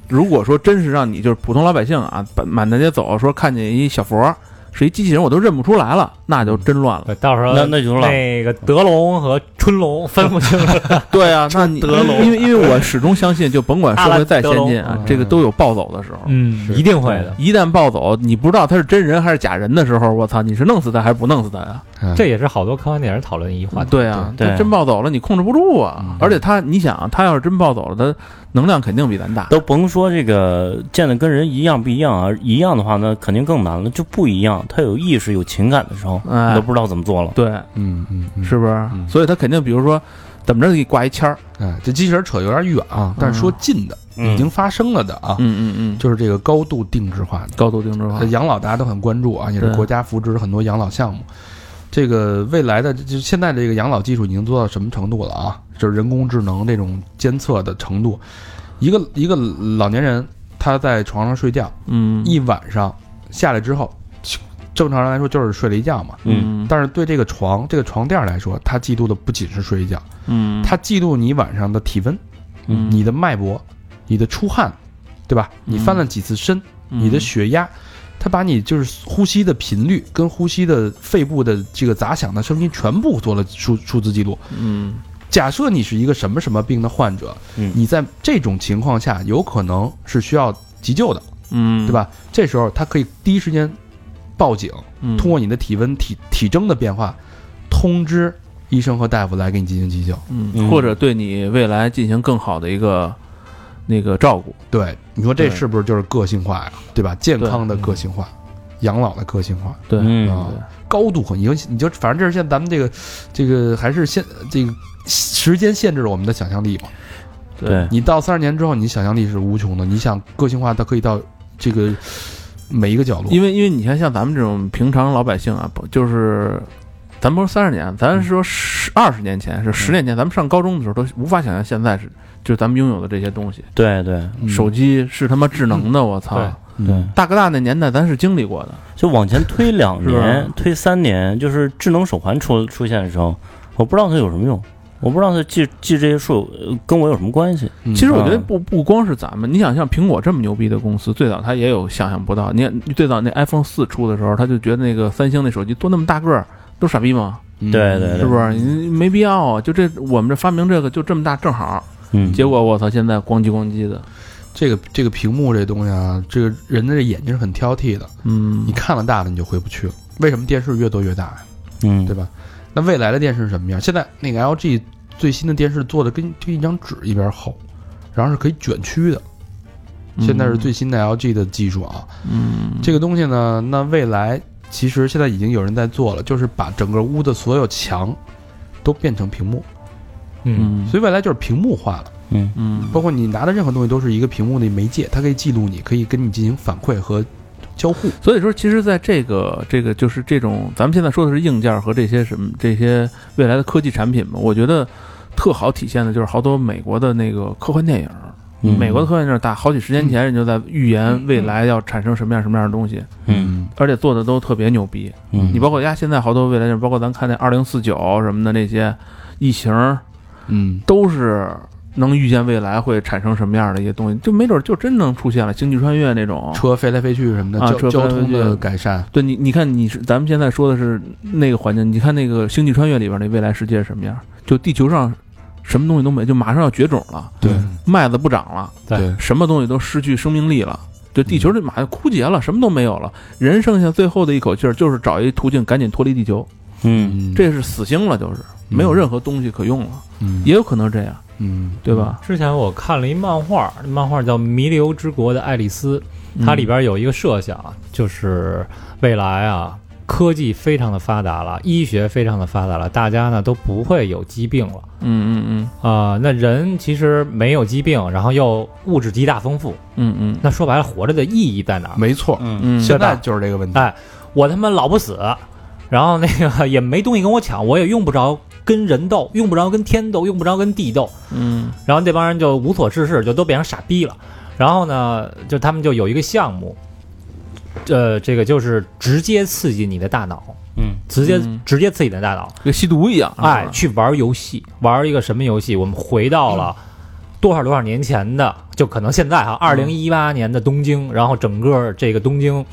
Speaker 3: 如果说真是让你就是普通老百姓啊，满满大街走，说看见一小佛是一机器人，我都认不出来了，那
Speaker 7: 嗯
Speaker 3: 就真乱了。
Speaker 4: 对到时候
Speaker 7: 那那就乱了。
Speaker 4: 那个德龙和春龙分不清了。
Speaker 3: 对啊，那你
Speaker 4: 德龙
Speaker 3: 因为因为我始终相信，就甭管社会再先进
Speaker 4: 阿拉
Speaker 3: 啊
Speaker 2: 德，龙
Speaker 3: 这个都有暴走的时候。
Speaker 4: 嗯，一定会的。
Speaker 3: 一旦暴走，你不知道他是真人还是假人的时候，我操，你是弄死他还是不弄死他呀？
Speaker 4: 这也是好多科幻电影讨论一话
Speaker 3: 啊，
Speaker 4: 题。
Speaker 3: 对啊，
Speaker 7: 对
Speaker 3: 他真暴走了，你控制不住啊！而且他，你想啊，他要是真暴走了，他能量肯定比咱大。
Speaker 7: 都甭说这个见的跟人一样不一样啊，一样的话那肯定更难了，就不一样。他有意识、有情感的时候，
Speaker 3: 哎
Speaker 7: 你都不知道怎么做了。
Speaker 3: 对，
Speaker 2: 嗯嗯，嗯
Speaker 3: 是不是？
Speaker 2: 嗯
Speaker 3: 所以他肯定，比如说怎么着给你挂一签儿，
Speaker 2: 哎，这机器人扯有点远啊，但是说近的，
Speaker 7: 嗯
Speaker 2: 已经发生了的啊，
Speaker 3: 嗯嗯嗯，
Speaker 2: 就是这个高度定制化的。
Speaker 3: 高度定制化
Speaker 2: 呃，养老大家都很关注啊，也是
Speaker 3: 啊对
Speaker 2: 国家扶持很多养老项目。这个未来的就现在这个养老技术已经做到什么程度了啊？就是人工智能这种监测的程度，一个一个老年人他在床上睡觉
Speaker 3: 嗯
Speaker 2: 一晚上下来之后，正常人来说就是睡了一觉嘛。
Speaker 7: 嗯，
Speaker 3: 嗯
Speaker 2: 但是对这个床这个床垫儿来说，他嫉妒的不仅是睡一觉，
Speaker 3: 嗯，
Speaker 2: 他嫉妒你晚上的体温、
Speaker 3: 嗯
Speaker 2: 你的脉搏、你的出汗，对吧？你翻了几次身，你
Speaker 3: 嗯
Speaker 2: 的血压，它把你就是呼吸的频率跟呼吸的肺部的这个杂响的声音全部做了数数字记录。
Speaker 3: 嗯
Speaker 2: 假设你是一个什么什么病的患者，
Speaker 7: 嗯
Speaker 2: 你在这种情况下有可能是需要急救的，
Speaker 3: 嗯，
Speaker 2: 对？吧？这时候它可以第一时间报警，
Speaker 3: 嗯，
Speaker 2: 通过你的体温体体征的变化，通知医生和大夫来给你进行急救。
Speaker 3: 嗯，
Speaker 7: 嗯
Speaker 3: 或者对你未来进行更好的一个那个照顾。
Speaker 2: 对，你说这
Speaker 3: 对
Speaker 2: 是不是就是个性化呀？对吧？健
Speaker 3: 对
Speaker 2: 康的个性化，养老的个性化。
Speaker 3: 对，
Speaker 7: 嗯
Speaker 2: 啊，高度很影响，你就反正这是现在咱们这个这个还是限这个时间限制了我们的想象力嘛。
Speaker 7: 对，
Speaker 2: 你到三十年之后，你想象力是无穷的，你想个性化，它可以到这个每一个角落。
Speaker 3: 因为因为你看，像咱们这种平常老百姓啊，不就是，咱不是三十年，咱是说十二十年前，是十年前，咱们上高中的时候都无法想象现在是，就是咱们拥有的这些东西，
Speaker 7: 对对
Speaker 2: 嗯
Speaker 3: 手机是他妈智能的，我操！
Speaker 5: 对
Speaker 7: 对，
Speaker 3: 大哥大那年代咱是经历过的，
Speaker 7: 就往前推两
Speaker 3: 是吧
Speaker 7: 年、推三年，就是智能手环出出现的时候，我不知道它有什么用，我不知道它记记这些数呃跟我有什么关系。
Speaker 2: 嗯
Speaker 3: 其实我觉得不不光是咱们，你想像苹果这么牛逼的公司，最早它也有想象不到。你看最早那 iPhone 四出的时候，他就觉得那个三星那手机都那么大个儿，都傻逼吗？
Speaker 2: 嗯
Speaker 7: 对对对
Speaker 3: 是不是？你没必要啊！就这我们这发明这个就这么大，正好。
Speaker 7: 嗯，
Speaker 3: 结果我操，现在咣叽咣叽的，
Speaker 2: 这个这个屏幕这东西啊，这个人的这眼睛是很挑剔的，
Speaker 3: 嗯
Speaker 2: 你看了大的你就回不去了。为什么电视越做越大呀？
Speaker 7: 嗯
Speaker 2: 对吧？那未来的电视是什么样？现在那个 LG 最新的电视做的跟跟一张纸一边厚，然后是可以卷曲的。现在是最新的 LG 的技术啊，
Speaker 3: 嗯
Speaker 2: 这个东西呢，那未来其实现在已经有人在做了，就是把整个屋的所有墙都变成屏幕，
Speaker 4: 嗯，
Speaker 3: 嗯
Speaker 2: 所以未来就是屏幕化了。
Speaker 7: 嗯
Speaker 3: 嗯
Speaker 2: 包括你拿的任何东西都是一个屏幕的媒介，它可以记录你，可以跟你进行反馈和交互。
Speaker 3: 所以说，其实在这个这个就是这种，咱们现在说的是硬件儿和这些什么这些未来的科技产品嘛，我觉得特好体现的就是好多美国的那个科幻电影儿，
Speaker 7: 嗯
Speaker 3: 美国的科幻电影儿大好几十年前人就在预言未来要产生什么样什么样的东西，
Speaker 7: 嗯
Speaker 3: 而且做的都特别牛逼。
Speaker 7: 嗯，
Speaker 3: 你包括呀，现在好多未来电影，包括咱看那二零四九什么的那些异形儿，
Speaker 2: 嗯，
Speaker 3: 都是能预见未来会产生什么样的一些东西，就没准儿就真能出现了星际穿越那种。
Speaker 2: 车飞来飞去什么的，
Speaker 3: 嗯啊
Speaker 2: 交
Speaker 3: 车
Speaker 2: 交
Speaker 3: 飞来飞
Speaker 2: 通
Speaker 3: 去
Speaker 2: 的改善，
Speaker 3: 对你，你看你是咱们现在说的是那个环境，你看那个《星际穿越》里边那未来世界是什么样？就地球上什么东西都没，就马上要绝种了，
Speaker 2: 对
Speaker 3: 麦子不长了，
Speaker 4: 对
Speaker 2: 嗯对，
Speaker 3: 什么东西都失去生命力了。就地球这马上枯竭了，什么都没有了，人剩下最后的一口气儿就是找一途径赶紧脱离地球，
Speaker 7: 嗯
Speaker 2: 嗯，
Speaker 3: 这是死星了，就是没有任何东西可用了，
Speaker 2: 嗯
Speaker 3: 也有可能这样，
Speaker 2: 嗯，
Speaker 3: 对吧？
Speaker 4: 之前我看了一漫画，漫画叫《弥留之国的爱丽丝》，
Speaker 2: 嗯
Speaker 4: 它
Speaker 3: 嗯
Speaker 4: 里边有一个设想，就是未来啊，科技非常的发达了，医学非常的发达了，大家呢都不会有疾病了
Speaker 3: 嗯，嗯嗯
Speaker 4: 啊、那人其实没有疾病，然后又物质极大丰富，
Speaker 3: 嗯嗯
Speaker 4: 那说白了，活着的意义在哪儿？
Speaker 2: 没错，
Speaker 7: 嗯
Speaker 3: 嗯，
Speaker 2: 现在就是这个问题。
Speaker 4: 哎我他妈老不死，然后那个 也没东西跟我抢，我也用不着跟人斗，用不着跟天斗，用不着跟地斗，
Speaker 3: 嗯
Speaker 4: 然后这帮人就无所事事，就都变成傻逼了。然后呢，就他们就有一个项目，呃，这个就是直接刺激你的大脑，
Speaker 7: 嗯
Speaker 4: 直接、
Speaker 3: 嗯
Speaker 4: 直接刺激你的大脑，
Speaker 3: 跟吸毒一样，
Speaker 4: 哎，
Speaker 3: 是吧
Speaker 4: 去玩游戏，玩一个什么游戏？我们回到了多少多少年前的，就可能现在哈，二零一八年的东京，然后整个这个东京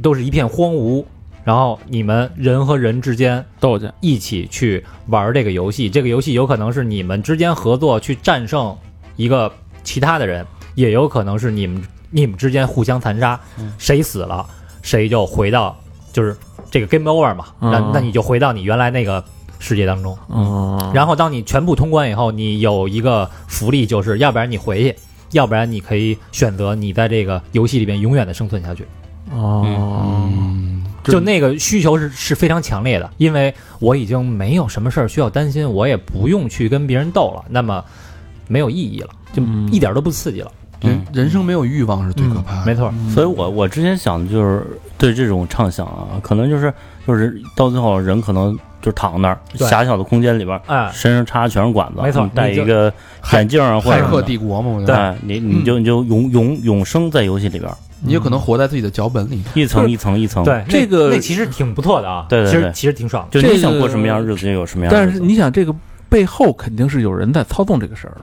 Speaker 4: 都是一片荒芜，然后你们人和人之间
Speaker 3: 斗去，
Speaker 4: 一起去玩这个游戏。这个游戏有可能是你们之间合作去战胜一个其他的人，也有可能是你们你们之间互相残杀，谁死了谁就回到就是这个 game over 嘛，那
Speaker 3: 嗯
Speaker 4: 那你就回到你原来那个世界当中。
Speaker 3: 嗯，
Speaker 4: 然后当你全部通关以后，你有一个福利，就是要不然你回去，要不然你可以选择你在这个游戏里边永远的生存下去。
Speaker 3: 哦，
Speaker 2: 嗯，
Speaker 4: 就那个需求是是非常强烈的，因为我已经没有什么事儿需要担心，我也不用去跟别人斗了，那么没有意义了，就
Speaker 3: 嗯
Speaker 4: 一点都不刺激了。
Speaker 2: 人人生没有欲望是最可怕的。
Speaker 4: 没
Speaker 3: 嗯
Speaker 4: 错，
Speaker 7: 所以我我之前想的就是对这种畅想啊，可能就是就是到最后人可能就躺那儿
Speaker 4: 对
Speaker 7: 狭小的空间里边，
Speaker 4: 哎，
Speaker 7: 身上插的全是管子，
Speaker 4: 没错
Speaker 7: 你戴
Speaker 4: 你就
Speaker 7: 一个眼镜啊或者
Speaker 2: 骇
Speaker 7: 什么
Speaker 2: 客
Speaker 7: 的
Speaker 2: 帝国嘛，我觉得
Speaker 7: 对你你就你就永永永生在游戏里边，
Speaker 2: 你有可能活在自己的脚本里。
Speaker 7: 一层一层一层，，
Speaker 4: 对，
Speaker 3: 这个
Speaker 4: 那其实挺不错的啊，
Speaker 7: 对对
Speaker 4: 其
Speaker 7: 对
Speaker 4: 实其实挺爽的。
Speaker 7: 就
Speaker 3: 这
Speaker 7: 你
Speaker 3: 个
Speaker 7: 想过什么样的日子就有什么样的日
Speaker 3: 但
Speaker 7: 子。
Speaker 3: 是你想，这个背后肯定是有人在操纵这个事儿的。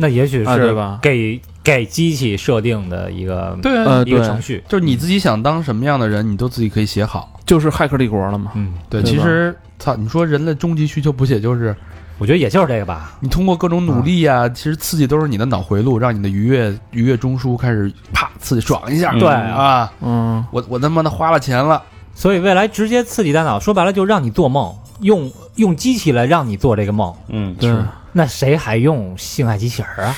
Speaker 4: 那也许
Speaker 3: 啊对
Speaker 4: 是
Speaker 3: 吧
Speaker 4: 给给机器设定的一个
Speaker 2: 对啊，
Speaker 3: 呃，
Speaker 4: 嗯一个
Speaker 3: 对，
Speaker 4: 程序，
Speaker 2: 就是你自己想当什么样的人，你都自己可以写好。
Speaker 3: 就是骇客帝国了嘛。
Speaker 4: 嗯，
Speaker 2: 对，
Speaker 3: 对吧
Speaker 2: 其实操，你说人的终极需求不也就是
Speaker 4: 我觉得也就是这个吧。
Speaker 2: 你通过各种努力呀、其实刺激都是你的脑回路，让你的愉悦愉悦中枢开始啪刺激爽一下。
Speaker 7: 嗯
Speaker 4: 对
Speaker 2: 啊，
Speaker 3: 嗯，
Speaker 2: 我我他妈的花了钱了，
Speaker 4: 所以未来直接刺激大脑，说白了就让你做梦，用用机器来让你做这个梦，
Speaker 7: 嗯，
Speaker 3: 对。
Speaker 4: 那谁还用性爱机器人啊？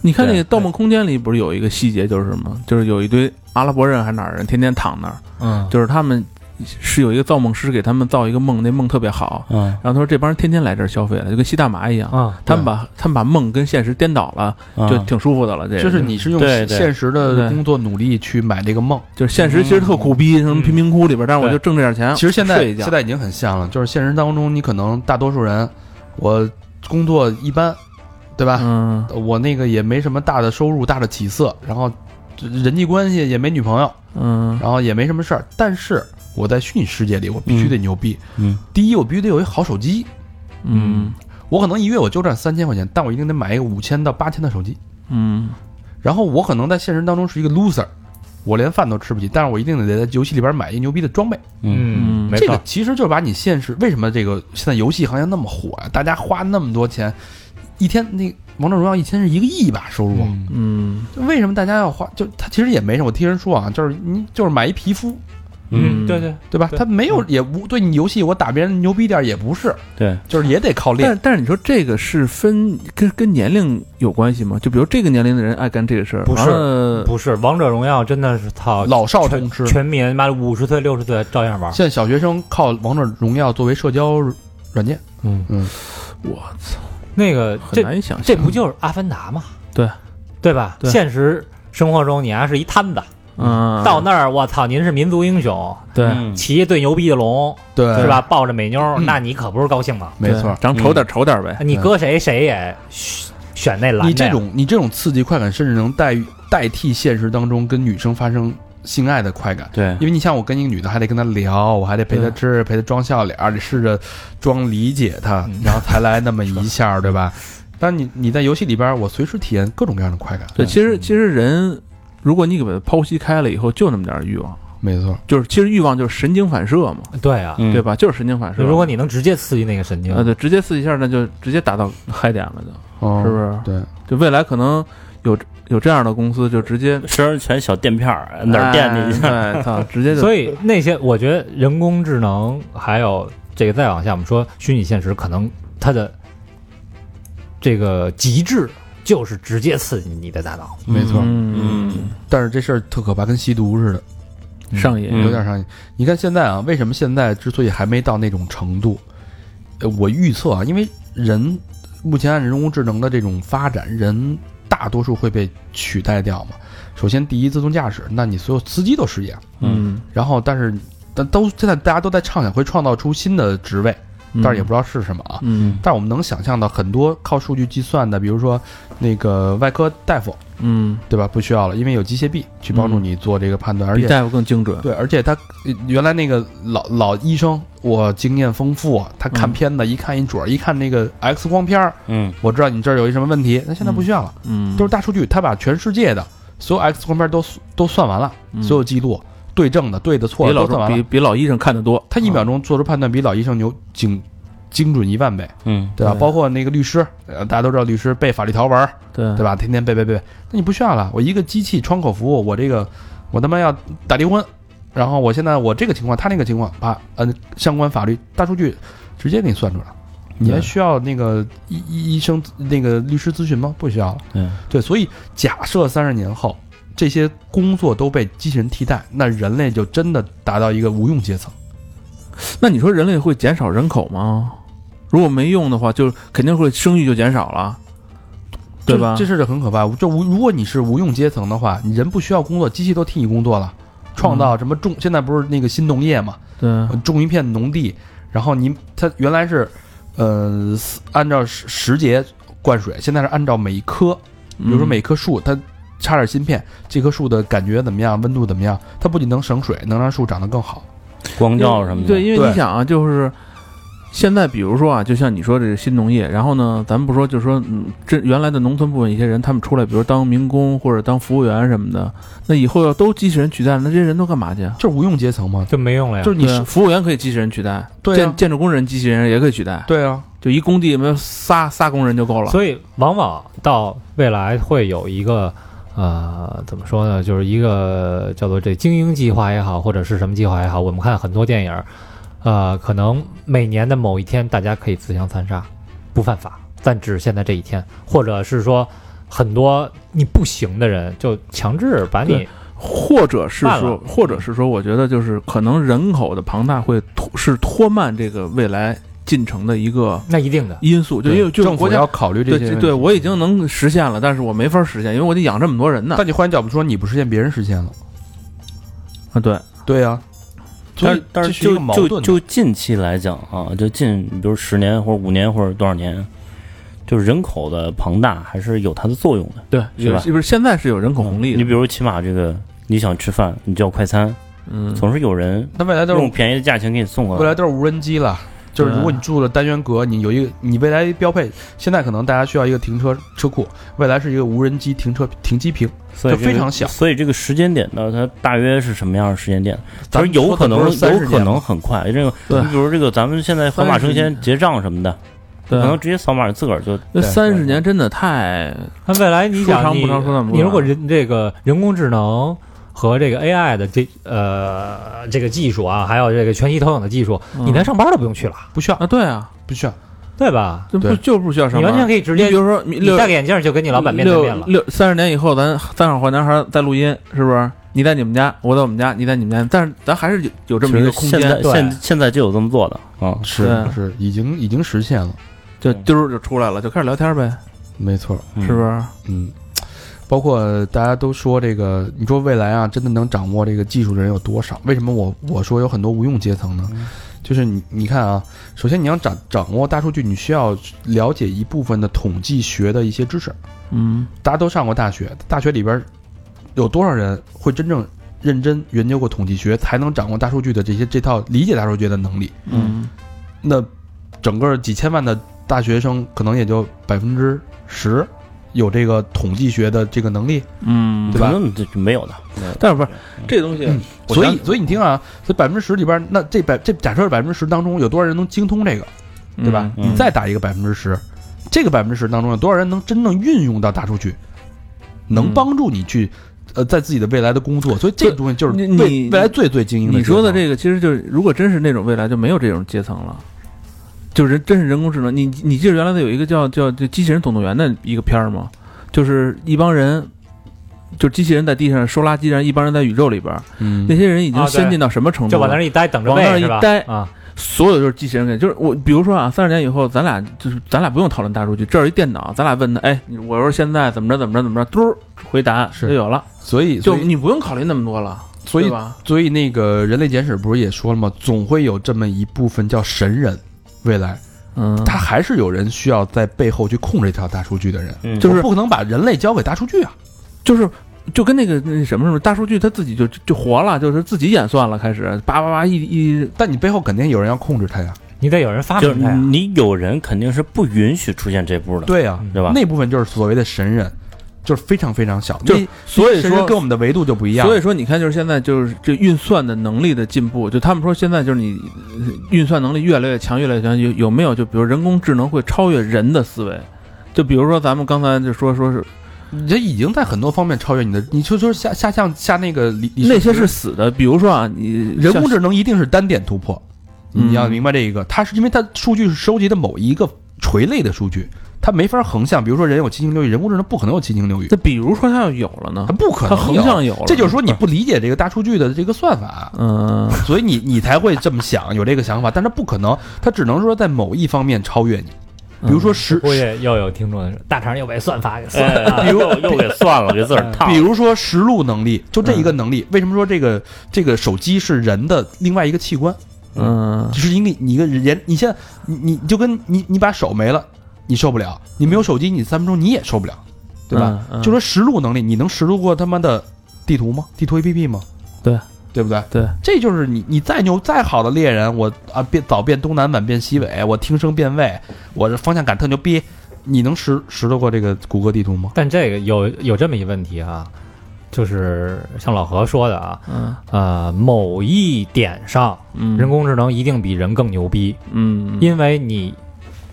Speaker 3: 你看那个《
Speaker 7: 对
Speaker 3: 盗梦空间》里不是有一个细节就是什么？就是有一堆阿拉伯人还是哪儿人，天天躺那儿，
Speaker 4: 嗯，
Speaker 3: 就是他们是有一个造梦师给他们造一个梦，那梦特别好。
Speaker 7: 嗯
Speaker 3: 然后他说这帮人天天来这儿消费了，就跟吸大麻一样。
Speaker 4: 啊，
Speaker 3: 他们把他们把梦跟现实颠倒了，
Speaker 7: 嗯
Speaker 3: 就挺舒服的了。这个
Speaker 2: 就是你是用
Speaker 7: 对对
Speaker 2: 现实
Speaker 3: 对
Speaker 2: 的工作努力去买这个梦。
Speaker 3: 就是现实其实特苦逼，什么贫民窟里边，但是我
Speaker 7: 对
Speaker 3: 就挣这点钱，
Speaker 2: 其实现在
Speaker 3: 睡一觉
Speaker 2: 现在已经很像了，就是现实当中你可能大多数人，我工作一般，对吧？
Speaker 3: 嗯
Speaker 2: 我那个也没什么大的收入、大的起色，然后人际关系也没女朋友，
Speaker 3: 嗯
Speaker 2: 然后也没什么事儿。但是我在虚拟世界里，我必须得牛逼。
Speaker 7: 嗯，
Speaker 2: 第一，我必须得有一好手机。
Speaker 3: 嗯
Speaker 2: 我可能一月我就赚三千块钱，但我一定得买一个五千到八千的手机。
Speaker 3: 嗯
Speaker 2: 然后我可能在现实当中是一个 loser，我连饭都吃不起，但是我一定得在游戏里边买一牛逼的装备。
Speaker 4: 嗯，
Speaker 3: 嗯
Speaker 4: 没
Speaker 2: 这
Speaker 4: 错
Speaker 2: 个，其实就是把你现实为什么这个现在游戏行业那么火呀、大家花那么多钱，一天那《王者荣耀》一天是一个亿吧收入，
Speaker 4: 嗯
Speaker 3: 嗯
Speaker 2: 为什么大家要花？就它其实也没什么，我听人说啊，就是你就是买一皮肤，
Speaker 3: 嗯
Speaker 4: 对对，
Speaker 2: 对吧？
Speaker 4: 对
Speaker 2: 它没有也无对你游戏，我打别人牛逼点儿也不是，
Speaker 7: 对，
Speaker 2: 就是也得靠练
Speaker 3: 但。但是你说这个是分跟跟年龄有关系吗？就比如这个年龄的人爱干这个事儿，
Speaker 4: 不是
Speaker 3: 完了
Speaker 4: 不是，王者荣耀真的是操
Speaker 2: 老少
Speaker 4: 全
Speaker 2: 通吃，
Speaker 4: 全民妈的五十岁六十岁照样玩，
Speaker 2: 现在小学生靠王者荣耀作为社交软件，
Speaker 3: 我操，
Speaker 4: 那个
Speaker 3: 很
Speaker 4: 这
Speaker 3: 难以想象。
Speaker 4: 这不就是阿凡达吗？
Speaker 3: 对，
Speaker 4: 对吧？
Speaker 3: 对
Speaker 4: 现实生活中你还是一摊子，
Speaker 3: 嗯
Speaker 4: 到那儿我操，您是民族英雄，
Speaker 3: 对
Speaker 7: 嗯
Speaker 4: 骑一最牛逼的龙
Speaker 2: 对
Speaker 4: 是吧？？抱着美妞，
Speaker 2: 嗯
Speaker 4: 那你可不是高兴吗？
Speaker 2: 没错
Speaker 3: 对，长丑点丑点呗。
Speaker 4: 你搁谁谁也选选那蓝
Speaker 2: 你
Speaker 4: 的
Speaker 2: 这
Speaker 4: 呀，
Speaker 2: 种你这种刺激快感，甚至能代代替现实当中跟女生发生性爱的快感。
Speaker 7: 嗯对，
Speaker 2: 因为你像我跟一个女的，还得跟她聊，我还得陪她
Speaker 3: 对
Speaker 2: 吃，陪她装笑脸儿，得试着装理解她，
Speaker 3: 嗯
Speaker 2: 然后才来那么一 下儿，对吧？但你你在游戏里边儿，我随时体验各种各样的快感。
Speaker 3: 对，其实其实人，如果你给它剖析开了以后，就那么点儿欲望，
Speaker 2: 没错，
Speaker 3: 就是其实欲望就是神经反射嘛，
Speaker 4: 对啊，
Speaker 7: 嗯
Speaker 3: 对？吧？就是神经反射。
Speaker 4: 如果你能直接刺激那个神经
Speaker 3: 啊，，对，直接刺激一下，那就直接达到嗨点了，就
Speaker 2: 哦
Speaker 3: 是不是？
Speaker 2: 对，
Speaker 3: 就未来可能有有这样的公司，就直接
Speaker 7: 身上全小垫片儿，哪儿垫你去？
Speaker 3: 哎，哎 操，直接就
Speaker 4: 所以那些我觉得人工智能还有这个再往下，我们说虚拟现实可能它的这个极致就是直接刺激你的大脑。
Speaker 2: 没错。
Speaker 3: 嗯
Speaker 2: 但是这事儿特可怕，跟吸毒似的，
Speaker 3: 上瘾，
Speaker 7: 嗯
Speaker 2: 有点上瘾。你看现在啊，为什么现在之所以还没到那种程度？呃，我预测啊，因为人目前按人工智能的这种发展，人大多数会被取代掉嘛。首先，第一，自动驾驶，那你所有司机都失业了。
Speaker 3: 嗯，
Speaker 2: 然后，但是但都现在大家都在畅想会创造出新的职位，但嗯是也不知道是什么啊。
Speaker 3: 嗯
Speaker 2: 但是我们能想象到很多靠数据计算的，比如说那个外科大夫，
Speaker 3: 嗯，
Speaker 2: 对吧？不需要了，因为有机械臂去帮助你做这个判断，而
Speaker 3: 比
Speaker 2: 且
Speaker 3: 大夫更精准，
Speaker 2: 对，而且他呃原来那个老老医生，我经验丰富啊，他看
Speaker 3: 嗯
Speaker 2: 片子一看一准儿，一看那个 X 光片儿，
Speaker 7: 嗯
Speaker 2: 我知道你这儿有一什么问题。那现在不需要了，
Speaker 3: 嗯，
Speaker 2: 都是大数据，他把全世界的所有 X 光片都都算完了，
Speaker 3: 嗯
Speaker 2: 所有记录对症的、对的、错的
Speaker 3: 比老
Speaker 2: 都算完
Speaker 3: 比
Speaker 2: 了。
Speaker 3: 比老医生看得多，
Speaker 2: 他一秒钟做出判断比老医生牛精精准一万倍，
Speaker 7: 嗯
Speaker 2: 对吧？
Speaker 3: 对
Speaker 2: 包括那个律师，呃，大家都知道律师背法律条文，
Speaker 3: 嗯对
Speaker 2: 对吧？天天背背背，那你不需要了。我一个机器窗口服务，我这个我他妈要打离婚，然后我现在我这个情况，他那个情况，把嗯、呃、相关法律大数据直接给你算出来了。你还
Speaker 7: 对
Speaker 2: 需要那个医医医生那个律师咨询吗？不需要了。
Speaker 7: 对
Speaker 2: 对，所以假设三十年后这些工作都被机器人替代，那人类就真的达到一个无用阶层。
Speaker 3: 那你说人类会减少人口吗？如果没用的话，就是肯定会生育就减少了，对吧？
Speaker 2: 这这事儿就很可怕。就无如果你是无用阶层的话，你人不需要工作，机器都替你工作了，创造什么种？现在不是那个新农业嘛，
Speaker 3: 对，
Speaker 2: 种一片农地，然后你它原来是，呃，四按照时时节灌水，现在是按照每一棵，比
Speaker 3: 嗯
Speaker 2: 如说每棵树它。插点芯片，这棵树的感觉怎么样？温度怎么样？它不仅能省水，能让树长得更好。
Speaker 7: 嗯光照什么的，
Speaker 3: 对，因为
Speaker 2: 对
Speaker 3: 你想啊，就是现在比如说啊，就像你说这个新农业，然后呢，咱们不说，就是说，嗯，这原来的农村部分一些人，他们出来，比如当民工或者当服务员什么的，那以后要都机器人取代了，那这些人都干嘛去啊？
Speaker 2: 就是无用阶层嘛，
Speaker 4: 就没用了呀
Speaker 2: 就。是你
Speaker 3: 对啊
Speaker 2: 是
Speaker 3: 服务员可以机器人取代，
Speaker 2: 对啊
Speaker 3: 建建筑工人机器人也可以取代，
Speaker 2: 对啊，
Speaker 3: 就一工地没有仨仨工人就够了。
Speaker 4: 所以往往到未来会有一个呃，怎么说呢，就是一个叫做这精英计划也好，或者是什么计划也好，我们看很多电影，呃，可能每年的某一天大家可以自相残杀，不犯法，但只限在这一天，或者是说很多你不行的人就强制把你
Speaker 3: 对或者是
Speaker 4: 慢
Speaker 3: 说
Speaker 4: 了，
Speaker 3: 或者是说，我觉得就是可能人口的庞大会拖是拖慢这个未来进程的一个
Speaker 4: 那一定的。
Speaker 3: 因素，就因为就是
Speaker 2: 政
Speaker 3: 国
Speaker 2: 府
Speaker 3: 家
Speaker 2: 要考虑这
Speaker 3: 对
Speaker 2: 些
Speaker 3: 对
Speaker 2: 问题。
Speaker 3: 对，我已经能实现了，但是我没法实现，因为我得养这么多人呢。
Speaker 2: 但你换一角度说，你不实现，别人实现了。
Speaker 3: 啊，对，
Speaker 2: 对呀、啊，
Speaker 7: 但
Speaker 2: 所以
Speaker 7: 是但
Speaker 2: 这
Speaker 7: 是
Speaker 2: 是一
Speaker 7: 就
Speaker 2: 个矛
Speaker 7: 就
Speaker 2: 盾的
Speaker 7: 就近期来讲啊，就近比如十年或者五年或者多少年，就是人口的庞大还是有它的作用的。
Speaker 3: 对，
Speaker 7: 是吧
Speaker 3: 不是嗯现在是有人口红利
Speaker 7: 你
Speaker 3: 的，
Speaker 7: 比如起码这个你想吃饭，你叫快餐，
Speaker 3: 嗯，
Speaker 7: 总是有人
Speaker 2: 那未来都
Speaker 7: 用
Speaker 2: 是
Speaker 7: 便宜的价钱给你送过
Speaker 2: 未来
Speaker 7: 来。
Speaker 2: 都是无人机了。就是
Speaker 3: 对
Speaker 2: 如果你住了单元阁，你有一个你未来标配，现在可能大家需要一个停车车库，未来是一个无人机停车停机坪。
Speaker 7: 所以
Speaker 2: 就
Speaker 7: 这个
Speaker 2: 非常小
Speaker 7: 所以这个时间点呢，它大约是什么样的时间点？
Speaker 2: 咱
Speaker 7: 就
Speaker 2: 们
Speaker 7: 是有可能
Speaker 2: 说的不是30
Speaker 7: 有可
Speaker 2: 年
Speaker 7: 能
Speaker 2: 吗
Speaker 7: 很快。这个
Speaker 3: 对
Speaker 7: 你比如这个咱们现在盒马生鲜结账什么的，可
Speaker 3: 对
Speaker 7: 能直接扫码自个儿就
Speaker 3: 那
Speaker 2: 对
Speaker 3: 三十年真的太
Speaker 4: 那未来你
Speaker 3: 说
Speaker 4: 想
Speaker 3: 长
Speaker 4: 你
Speaker 3: 不长说短不啊
Speaker 4: 你如果
Speaker 3: 短
Speaker 4: 人这个人工智能和这个 AI 的这呃这个技术啊，还有这个全息投影的技术，
Speaker 3: 嗯
Speaker 4: 你连上班都不用去了，
Speaker 2: 不需要
Speaker 3: 啊，对啊，
Speaker 2: 不需要，
Speaker 4: 对吧？
Speaker 3: 这不
Speaker 2: 对
Speaker 3: 就不需要上
Speaker 4: 你完全
Speaker 3: 班？
Speaker 4: 可以直
Speaker 3: 你
Speaker 4: 接
Speaker 3: 比，如说你
Speaker 4: 你
Speaker 3: 六
Speaker 4: 戴个眼镜就跟你老板面对面了。
Speaker 3: 六三十年以后，咱三好坏男孩在录音，是不是？你在你们家，我在我们家，你在你们家，但是咱还是有有这么一个
Speaker 7: 其
Speaker 3: 空
Speaker 7: 实现在
Speaker 3: 间，
Speaker 7: 现现在就有这么做的啊。
Speaker 2: 是
Speaker 3: 对
Speaker 2: 是，已经已经实现了，
Speaker 3: 就丢儿就出来了，就开始聊天呗，
Speaker 2: 没错。
Speaker 7: 嗯
Speaker 3: 是不是？
Speaker 2: 嗯，包括大家都说这个，你说未来啊，真的能掌握这个技术的人有多少？为什么我我说有很多无用阶层呢？就是你你看啊，首先你要掌掌握大数据，你需要了解一部分的统计学的一些知识。
Speaker 3: 嗯，
Speaker 2: 大家都上过大学，大学里边有多少人会真正认真研究过统计学，才能掌握大数据的这些这套理解大数据的能力？
Speaker 3: 嗯，
Speaker 2: 那整个几千万的大学生，可能也就百分之十有这个统计学的这个能力，
Speaker 3: 嗯，
Speaker 2: 对吧
Speaker 7: 可能这就没有的，
Speaker 3: 但是不是这东西
Speaker 2: 嗯，
Speaker 3: 我
Speaker 2: 所
Speaker 3: 想
Speaker 2: 以所以你听啊，这百分之十里边，那这百这假设百分之十当中有多少人能精通这个，对吧？
Speaker 7: 嗯
Speaker 2: 你再打一个百分之十，这个百分之十当中有多少人能真正运用到大数据，能
Speaker 3: 嗯
Speaker 2: 帮助你去呃在自己的未来的工作，所以这个东西就是
Speaker 3: 你
Speaker 2: 未
Speaker 3: 你
Speaker 2: 未来最最精英的。
Speaker 3: 你说的这个，其实就是如果真是那种未来，就没有这种阶层了，就人真是人工智能。你你记得原来的有一个叫叫就机器人总动员的一个片儿吗？就是一帮人，就是机器人在地上收垃圾，然后一帮人在宇宙里边儿，
Speaker 2: 嗯
Speaker 3: 那些人已经
Speaker 4: 啊对
Speaker 3: 先进到什么程度
Speaker 4: 就
Speaker 3: 了？
Speaker 4: 往那儿一待，等着
Speaker 3: 往那儿
Speaker 4: 呗，
Speaker 3: 一
Speaker 4: 是吧？
Speaker 3: 待
Speaker 4: 啊，
Speaker 3: 所有就是机器人给，就是我，比如说啊，三十年以后，咱俩就是咱俩不用讨论大数据，这儿一电脑，咱俩问他，哎，我说现在怎么着怎么着怎么着，嘟儿回答
Speaker 2: 是
Speaker 3: 就有了，
Speaker 2: 所以
Speaker 3: 就
Speaker 2: 所以
Speaker 3: 你不用考虑那么多了，
Speaker 2: 所以
Speaker 3: 对吧？
Speaker 2: 所以那个《人类简史》不是也说了吗？总会有这么一部分叫神人，未来
Speaker 3: 嗯，
Speaker 2: 他还是有人需要在背后去控制这条大数据的人，
Speaker 7: 嗯
Speaker 3: 就是
Speaker 2: 我不可能把人类交给大数据啊。
Speaker 3: 就是就跟那个那什么什么大数据，它自己就就就活了，就是自己演算了，开始叭叭叭一一
Speaker 2: 但你背后肯定有人要控制它呀。
Speaker 4: 你得有人发
Speaker 7: 就是
Speaker 4: 明它
Speaker 3: 啊
Speaker 4: 呀。
Speaker 7: 你有人肯定是不允许出现这步
Speaker 3: 啊
Speaker 7: 的，
Speaker 2: 对呀、啊
Speaker 4: 嗯
Speaker 7: 对吧？
Speaker 2: 那部分就是所谓的神人，就是非常非常小。
Speaker 3: 就是
Speaker 2: 那
Speaker 3: 所以
Speaker 2: 神人
Speaker 3: 说
Speaker 2: 跟我们的维度就不一样。
Speaker 3: 所以说你看，就是现在就是这运算的能力的进步，就他们说现在就是你呃运算能力越来越强，越来越强，有有没有就比如人工智能会超越人的思维？就比如说咱们刚才就说说是
Speaker 2: 你这已经在很多方面超越你的。你就说下下项下那个理理
Speaker 3: 那些是死的，比如说啊，你
Speaker 2: 人工
Speaker 3: 像
Speaker 2: 智能一定是单点突破，你要明白这一个，它是因为它数据是收集的某一个垂类的数据，它没法横向。比如说人有七情六欲，人工智能不可能有七情六欲，
Speaker 3: 那比如说它要有了呢
Speaker 2: 它？不可
Speaker 3: 它
Speaker 2: 能
Speaker 3: 横
Speaker 2: 有
Speaker 3: 向有了，
Speaker 2: 这就是说你不理解这个大数据的这个算法，
Speaker 3: 嗯，
Speaker 2: 所以你你才会这么想，有这个想法，但它不可能，它只能说在某一方面超越你。比如说十，
Speaker 4: 估计又有听众说，大肠又被算法给算了。
Speaker 3: 啊
Speaker 7: 哎，又又给算了，给自个
Speaker 3: 嗯
Speaker 7: 儿烫
Speaker 2: 比如说识路能力，就这一个能力，为什么说这个这个手机是人的另外一个器官？
Speaker 3: 嗯
Speaker 2: 就是因为你一个人，你现在你你就跟你你把手没了，你受不了；你没有手机，你三分钟你也受不了，对吧？
Speaker 3: 嗯嗯
Speaker 2: 就说识路能力，你能识路过他妈的地图吗？地图 APP 吗？
Speaker 3: 对
Speaker 2: 对不对？
Speaker 3: 对，
Speaker 2: 这就是你你再牛再好的猎人，我啊变早变东南晚变西北，我听声辨位，我这方向感特牛逼，你能识识得过这个谷歌地图吗？
Speaker 4: 但这个有有这么一问题啊，就是像老何说的啊，
Speaker 3: 嗯
Speaker 4: 呃，某一点上，
Speaker 3: 嗯，
Speaker 4: 人工智能一定比人更牛逼，
Speaker 3: 嗯
Speaker 4: 因为你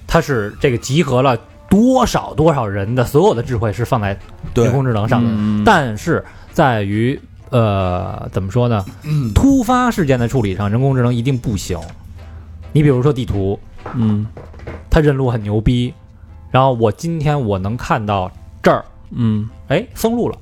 Speaker 4: 它是这个集合了多少多少人的所有的智慧是放在人工智能上的，
Speaker 3: 嗯
Speaker 4: 但是在于呃怎么说呢？
Speaker 3: 嗯
Speaker 4: 突发事件的处理上，人工智能一定不行。你比如说地图，
Speaker 3: 嗯
Speaker 4: 它认路很牛逼，然后我今天我能看到这儿，
Speaker 3: 嗯
Speaker 4: 哎，封路了，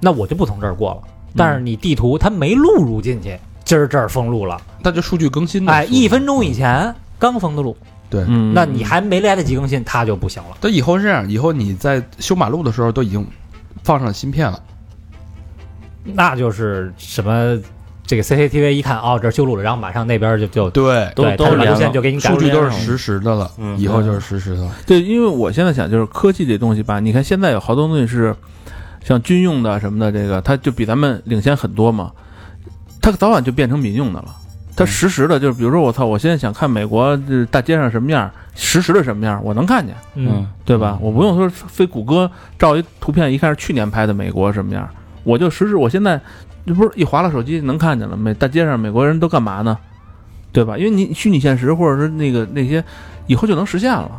Speaker 4: 那我就不从这儿过了。
Speaker 3: 嗯
Speaker 4: 但是你地图它没录入进去，今儿这儿封路了，
Speaker 2: 那就数据更新的
Speaker 4: 哎，
Speaker 2: 速度
Speaker 4: 一分钟以前刚封的路，
Speaker 3: 嗯，
Speaker 4: 那你还没来得及更新，它就不行了。
Speaker 2: 但以后是这样，以后你在修马路的时候都已经放上芯片了，
Speaker 4: 那就是什么这个 CCTV 一看哦，这儿修路了，然后马上那边就就
Speaker 2: 对
Speaker 7: 都
Speaker 4: 对
Speaker 7: 都
Speaker 4: 它就把
Speaker 7: 连
Speaker 4: 路
Speaker 7: 了
Speaker 4: 线就给你改
Speaker 2: 数据都是
Speaker 4: 了
Speaker 2: 实时的了，
Speaker 7: 嗯
Speaker 2: 以后就是实时的了。
Speaker 3: 对，因为我现在想就是科技这东西吧，你看现在有好多东西是像军用的什么的，这个它就比咱们领先很多嘛，它早晚就变成民用的了。它实时的，就是比如说我操，我现在想看美国这大街上什么样，实时的什么样，我能看见，
Speaker 4: 嗯，
Speaker 3: 对吧？我不用说非谷歌照一图片一看是去年拍的美国什么样，我就实时，我现在这不是一划拉手机能看见了，美大街上美国人都干嘛呢？对吧？因为你虚拟现实或者是那个那些，以后就能实现了。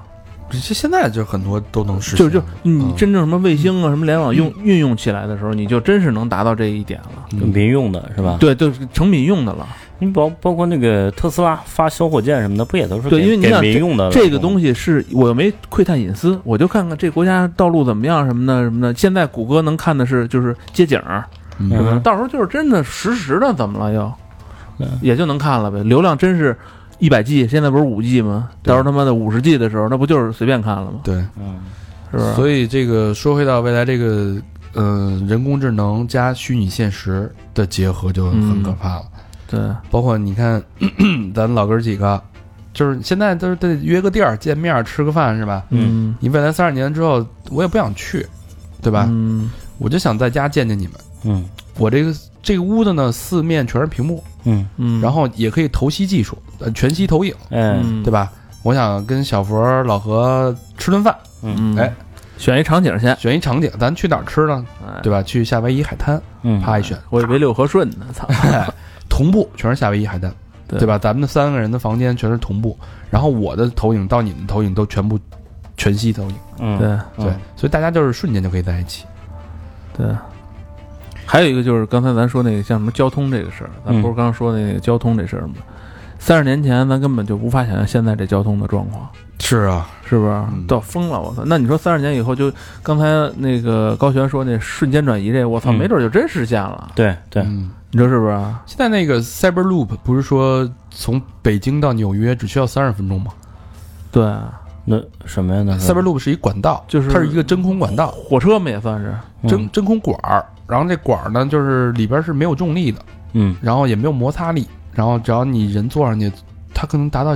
Speaker 2: 这现在就很多都能实现
Speaker 3: 就
Speaker 2: 了，
Speaker 3: 就你真正什么卫星啊、什么联网用运用起来的时候，你就真是能达到这一点了。
Speaker 7: 民用的是吧？
Speaker 3: 对，就是成民用的了。
Speaker 7: 你包包括那个特斯拉发小火箭什么的，不也都是
Speaker 3: 对
Speaker 7: 给
Speaker 3: 因为你
Speaker 7: 给
Speaker 3: 想
Speaker 7: 民用的
Speaker 3: 这个东
Speaker 7: 西？
Speaker 3: 西是我又没窥探隐私，我就看看这国家道路怎么样什么的什么的。现在谷歌能看的是就是街景儿，
Speaker 2: 嗯
Speaker 3: 是吧
Speaker 7: 嗯
Speaker 3: 到时候就是真的实时的，怎么了又
Speaker 7: 嗯，
Speaker 3: 也就能看了呗。流量真是一百 G，现在不是五 G 吗？到时候他妈的五十 G 的时候，那不就是随便看了吗？
Speaker 2: 对。
Speaker 7: 嗯，
Speaker 3: 是不是？
Speaker 2: 所以这个说回到未来这个，呃，人工智能加虚拟现实的结合就很可怕了。
Speaker 3: 对，
Speaker 2: 包括你看，咱老哥儿几个，就是现在都是得约个地儿见面儿吃个饭是吧？
Speaker 3: 嗯，
Speaker 2: 你未来三十年之后，我也不想去，对吧？
Speaker 3: 嗯
Speaker 2: 我就想在家见见你们。
Speaker 7: 嗯
Speaker 2: 我这个这个屋子呢，四面全是屏幕，
Speaker 7: 嗯，
Speaker 3: 嗯，
Speaker 2: 然后也可以投息技术，呃，全息投影，
Speaker 7: 哎，
Speaker 3: 嗯，
Speaker 2: 对
Speaker 3: 吧？
Speaker 2: 吧？我想跟小佛儿老何吃顿饭，
Speaker 3: 嗯，
Speaker 2: 哎，
Speaker 3: 选一场景先，
Speaker 2: 选一场景，咱去哪儿吃呢？
Speaker 3: 哎
Speaker 2: 对吧？去夏威夷海滩，
Speaker 7: 嗯，
Speaker 2: 啪一选，
Speaker 3: 我以为六合顺呢，操！
Speaker 2: 同步全是夏威夷海滩，
Speaker 3: 对
Speaker 2: 对吧？咱们的三个人的房间全是同步，然后我的投影到你们的投影都全部全息投影，
Speaker 7: 嗯，
Speaker 3: 对
Speaker 7: 嗯
Speaker 2: 对，所以大家就是瞬间就可以在一起。
Speaker 3: 对。还有一个就是刚才咱说那个像什么交通这个事儿，咱
Speaker 7: 嗯
Speaker 3: 不是刚说那个交通这事儿吗？三十、年前咱根本就无法想象现在这交通的状况，
Speaker 2: 是啊，
Speaker 3: 是不是
Speaker 2: 嗯？
Speaker 3: 都要疯了，我操！那你说三十年以后就刚才那个高璇说那瞬间转移这，我操，
Speaker 7: 嗯
Speaker 3: 没准就真实现了，
Speaker 7: 对对，
Speaker 2: 嗯，
Speaker 3: 你说是不是？
Speaker 2: 现在那个 Cyber Loop 不是说从北京到纽约只需要三十分钟吗
Speaker 3: 对，
Speaker 7: 那什么呀？那
Speaker 2: ？Cyber Loop 是一管道，
Speaker 3: 就是
Speaker 2: 嗯它是嗯一个真空管道，
Speaker 3: 火车嘛也算是，
Speaker 2: 真真空管儿，然后这管儿呢就是里边儿是没有重力的。
Speaker 7: 嗯
Speaker 2: 然后也没有摩擦力，然后只要你人坐上去，它可能达到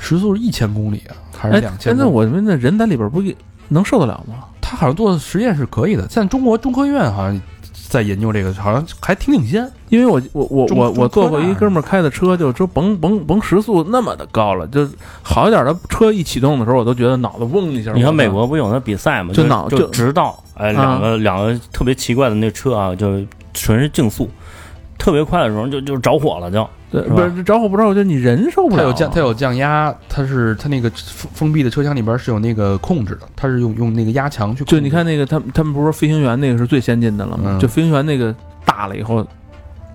Speaker 2: 时速是一千公里啊，还是
Speaker 3: 哎，
Speaker 2: 两千？
Speaker 3: 现在我们那人在里边不也能受得了吗？
Speaker 2: 他好像做实验是可以的，现在中国中科院好像在研究这个，好像还挺领先。
Speaker 3: 因为我我我
Speaker 2: 中
Speaker 3: 我
Speaker 2: 中
Speaker 3: 我坐
Speaker 2: 科
Speaker 3: 过
Speaker 2: 大
Speaker 3: 一
Speaker 2: 是吧
Speaker 3: 哥们儿开的车，就说甭甭甭时速那么的高了，就好一点的车一启动的时候，我都觉得脑子嗡一下。
Speaker 7: 你
Speaker 3: 我操
Speaker 7: 看美国不有那比赛吗？
Speaker 3: 就
Speaker 7: 就
Speaker 3: 脑就啊
Speaker 7: 就直道，哎，两个两个特别奇怪的那车啊，就纯是竞速，特别快的时候就就着火了，就
Speaker 3: 对，
Speaker 7: 是吧
Speaker 3: 不是着火不着火，就你人受不
Speaker 2: 它
Speaker 3: 了。啊
Speaker 2: 有降，它有降压，它是它那个封封闭的车厢里边是有那个控制的，它是用用那个压强去控制。
Speaker 3: 就你看那个他们他们不是说飞行员那个是最先进的了吗？
Speaker 2: 嗯
Speaker 3: 就飞行员那个大了以后，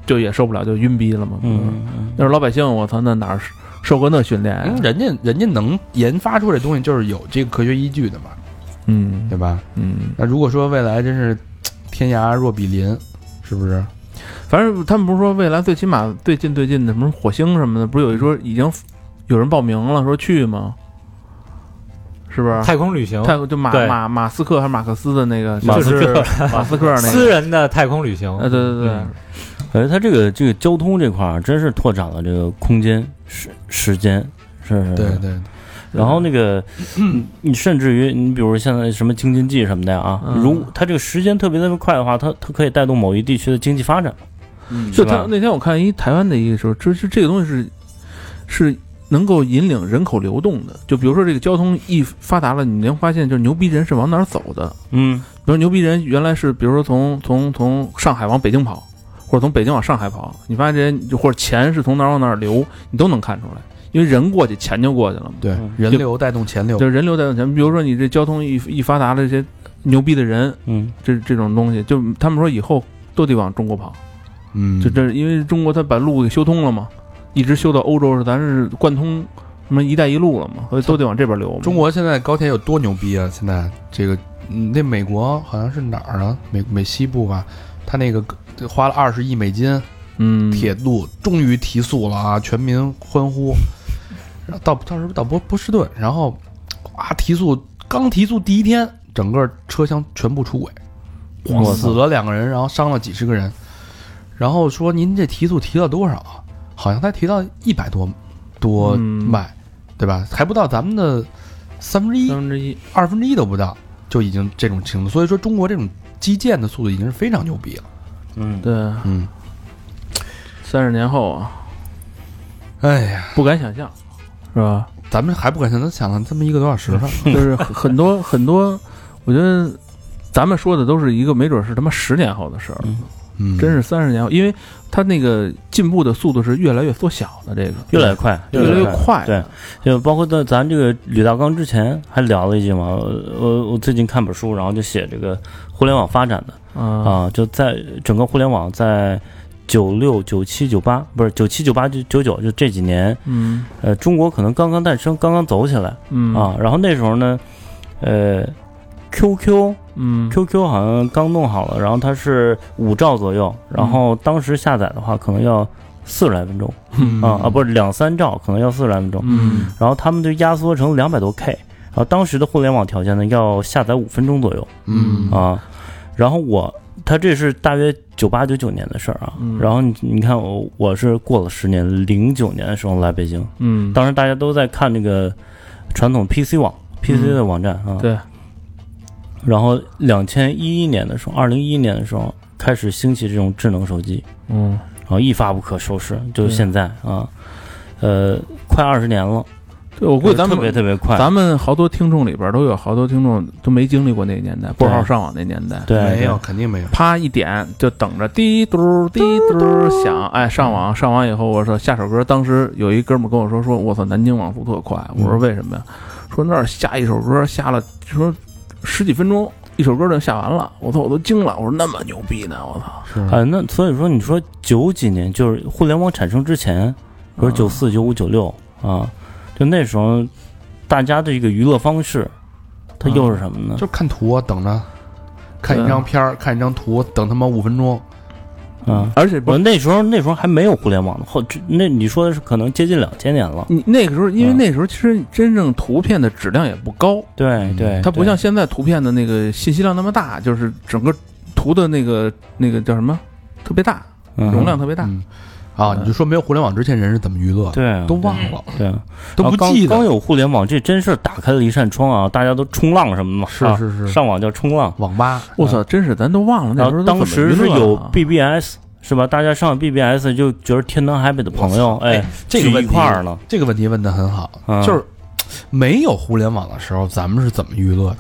Speaker 3: 就也受不了，就晕逼了嘛。
Speaker 7: 嗯，
Speaker 3: 那时候老百姓，我操，那哪儿受过那训练啊呀
Speaker 2: 嗯，？人家人家能研发出这东西，就是有这个科学依据的嘛，
Speaker 3: 嗯
Speaker 2: 对吧？
Speaker 3: 嗯，
Speaker 2: 那如果说未来真是天涯若比邻，是不是？
Speaker 3: 反正他们不是说未来最起码最近最近的什么火星什么的，不是有一说已经有人报名了，说去吗？是不是？
Speaker 4: 啊太空旅行，
Speaker 3: 泰就马
Speaker 4: 对
Speaker 3: 马马斯克还是马克思的那个
Speaker 7: 马
Speaker 4: 就
Speaker 7: 斯
Speaker 4: 是
Speaker 3: 马斯克那
Speaker 4: 私
Speaker 3: 个，
Speaker 4: 人嗯的太空旅行，
Speaker 3: 呃，对对对，
Speaker 7: 而哎它这个这个交通这块儿真是拓展了这个空间时时间，是是，是
Speaker 2: 对。对，
Speaker 7: 然后那个，你甚至于你比如现在什么京津冀什么的啊，
Speaker 3: 嗯
Speaker 7: 如它这个时间特别特别快的话，它它可以带动某一地区的经济发展。
Speaker 3: 就是
Speaker 7: 吧
Speaker 3: 他那天我看一台湾的一个说，这这这个东西是是能够引领人口流动的。就比如说这个交通一发达了，你能发现就是牛逼人是往哪儿走的。
Speaker 7: 嗯
Speaker 3: 比如牛逼人原来是比如说从从从上海往北京跑，或者从北京往上海跑，你发现这些就或者钱是从哪儿往哪儿流，你都能看出来，因为人过去钱就过去了嘛。
Speaker 2: 对
Speaker 7: 嗯，
Speaker 2: 人流带动钱流
Speaker 3: 就，是人流带动钱，比如说你这交通一一发达了，这些牛逼的人，
Speaker 7: 嗯，
Speaker 3: 这这种东西，就他们说以后都得往中国跑。
Speaker 2: 嗯，
Speaker 3: 就这，因为中国它把路给修通了嘛，一直修到欧洲是咱是贯通什么“一带一路”了嘛，所以都得往这边流嘛。
Speaker 2: 中国现在高铁有多牛逼啊！现在这个，嗯，那美国好像是哪儿啊？美美西部吧，他那个这花了二十亿美金，
Speaker 3: 嗯，
Speaker 2: 铁路终于提速了啊！全民欢呼。然后到到时候到波波士顿，然后啊提速，刚提速第一天，整个车厢全部出轨，
Speaker 7: 我
Speaker 2: 死
Speaker 7: 操！
Speaker 2: 了两个人，然后伤了几十个人。然后说您这提速提到多少啊？好像才提到一百多多
Speaker 3: 嗯
Speaker 2: 迈，对吧？还不到咱们的三分之一
Speaker 3: 三。分之一，
Speaker 2: 二分之一都不到，就已经这种程度。所以说，中国这种基建的速度已经是非常牛逼了。
Speaker 7: 嗯，
Speaker 3: 对，
Speaker 2: 嗯，
Speaker 3: 三十年后啊，
Speaker 2: 哎呀，
Speaker 3: 不敢想象，是吧？
Speaker 2: 咱们还不敢想，咱想了这么一个多小时了。
Speaker 3: 就是很很多很多，我觉得咱们说的都是一个没准是他妈十年后的事儿，
Speaker 2: 嗯，
Speaker 3: 真是三十年后，因为它那个进步的速度是越来越缩小的，这个
Speaker 7: 越来越快，
Speaker 3: 越来
Speaker 7: 越
Speaker 3: 越快，
Speaker 7: 对，就包括在咱这个吕大刚之前还聊了一句嘛，呃我我最近看本书，然后就写这个互联网发展的
Speaker 3: 啊，
Speaker 7: 啊，就在整个互联网在九六、九七、九八，不是九七、九八、九九九，就这几年，
Speaker 3: 嗯
Speaker 7: 呃，中国可能刚刚诞生，刚刚走起来
Speaker 3: 嗯
Speaker 7: 啊。然后那时候呢，呃，QQ
Speaker 3: 嗯
Speaker 7: QQ 好像刚弄好了，然后它是五兆左右，
Speaker 3: 嗯
Speaker 7: 然后当时下载的话可能要四十来分钟啊啊，不是两三兆，可能要四十来分钟。
Speaker 3: 嗯
Speaker 7: 然后他们就压缩成两百多 K，然后当时的互联网条件呢要下载五分钟左右
Speaker 2: 嗯
Speaker 7: 啊，然后我他这是大约九八九九年的事儿啊
Speaker 3: 嗯，
Speaker 7: 然后你你看我我是过了十年，零九年的时候来北京，
Speaker 3: 嗯，
Speaker 7: 当时大家都在看那个传统 PC 网 PC 的网站啊，
Speaker 3: 对，
Speaker 7: 然后两千一一年的时候，二零一一年的时候开始兴起这种智能手机，
Speaker 3: 嗯
Speaker 7: 然后一发不可收拾，就
Speaker 3: 对
Speaker 7: 是现在啊，呃，快二十年了，
Speaker 3: 对，我估计咱们
Speaker 7: 特别特别快，
Speaker 3: 咱们好多听众里边都有好多听众都没经历过那个年代，拨号上网那年代，
Speaker 7: 对
Speaker 2: 没
Speaker 7: 对
Speaker 2: 有，肯定没有。
Speaker 3: 啪一点就等着滴嘟滴嘟响，哎，上
Speaker 7: 嗯
Speaker 3: 网上网以后，我说下首歌，当时有一哥们跟我说说，我操，南京网速特快，我
Speaker 7: 嗯
Speaker 3: 说为什么呀？说那儿下一首歌下了说十几分钟，一首歌就下完了，我操，我都惊了，我说那么牛逼呢，我操，
Speaker 7: 啊，那所以说，你说九几年就是互联网产生之前，比如
Speaker 3: 嗯
Speaker 7: 九四、九五、九六啊，就那时候大家的一个娱乐方式，它又是什么呢？
Speaker 2: 嗯就看图啊，等着看
Speaker 3: 啊
Speaker 2: 一张片儿，看一张图，等他妈五分钟。
Speaker 7: 啊，
Speaker 3: 而且不
Speaker 7: 我那时候那时候还没有互联网呢，后这那你说的是可能接近两千年了，
Speaker 3: 你那个时候，因为
Speaker 7: 嗯
Speaker 3: 那时候其实真正图片的质量也不高，
Speaker 2: 嗯
Speaker 7: 对哎对，
Speaker 3: 它不像现在图片的那个信息量那么大，就是整个图的那个那个叫什么，特别大，容
Speaker 7: 容
Speaker 3: 量特别大。
Speaker 2: 嗯，啊，
Speaker 3: 嗯
Speaker 2: 你就说没有互联网之前人是怎么娱乐的，
Speaker 7: 啊对啊
Speaker 2: 都忘了，
Speaker 7: 对，
Speaker 2: 都不
Speaker 7: 然后刚
Speaker 2: 记
Speaker 7: 刚
Speaker 2: 得。
Speaker 7: 有互联网，这真是打开了一扇窗啊！大家都冲浪什么的嘛，
Speaker 2: 是
Speaker 7: 啊
Speaker 2: 是是
Speaker 7: 上网叫冲浪。
Speaker 2: 网吧，
Speaker 3: 我操，真是咱都忘了那
Speaker 7: 然
Speaker 3: 时
Speaker 7: 后
Speaker 3: 候
Speaker 7: 当时是有
Speaker 3: 必
Speaker 7: BBS 是吧？大家上 BBS 就觉得天南海北的朋友，哎，
Speaker 2: 这个
Speaker 7: 聚
Speaker 2: 问
Speaker 7: 一
Speaker 2: 题
Speaker 7: 块儿了。
Speaker 2: 这个问题问的很好，
Speaker 7: 嗯
Speaker 2: 就是没有互联网的时候，咱们是怎么娱乐的？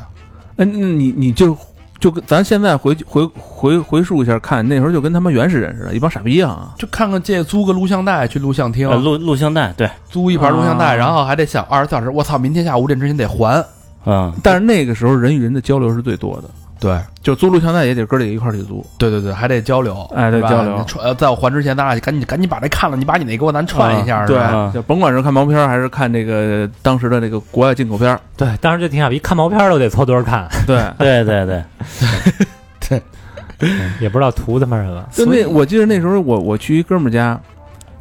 Speaker 3: 哎，那你你就就跟咱现在回回回回溯一下看，那时候就跟他妈原始人似的，一帮傻逼啊！
Speaker 2: 就看看借租个录像带去录像厅
Speaker 7: 呃，录录像带，对，
Speaker 2: 租一盘录像带，
Speaker 3: 啊
Speaker 2: 然后还得想二十四小时，我操，明天下午五点之前得还。
Speaker 7: 嗯，
Speaker 3: 但是那个时候人与人的交流是最多的，
Speaker 2: 对
Speaker 3: 就租录像带也得哥几个一块儿去租，
Speaker 2: 对对对，还得交流，
Speaker 3: 哎对
Speaker 2: 是吧
Speaker 3: 交流
Speaker 2: 你传呃在我还之前，咱俩赶紧赶紧把这看了，你把你那给我咱串一下，是
Speaker 3: 对
Speaker 2: 吧，
Speaker 7: 嗯
Speaker 3: 就甭管是看毛片儿还是看这个当时的这个国外进口片儿，
Speaker 4: 对，当时就挺傻逼，看毛片儿都得凑堆儿看，
Speaker 3: 对，
Speaker 7: 对对对，
Speaker 4: 也不知道图他妈什么。
Speaker 3: 就那我记得那时候我我去一哥们儿家，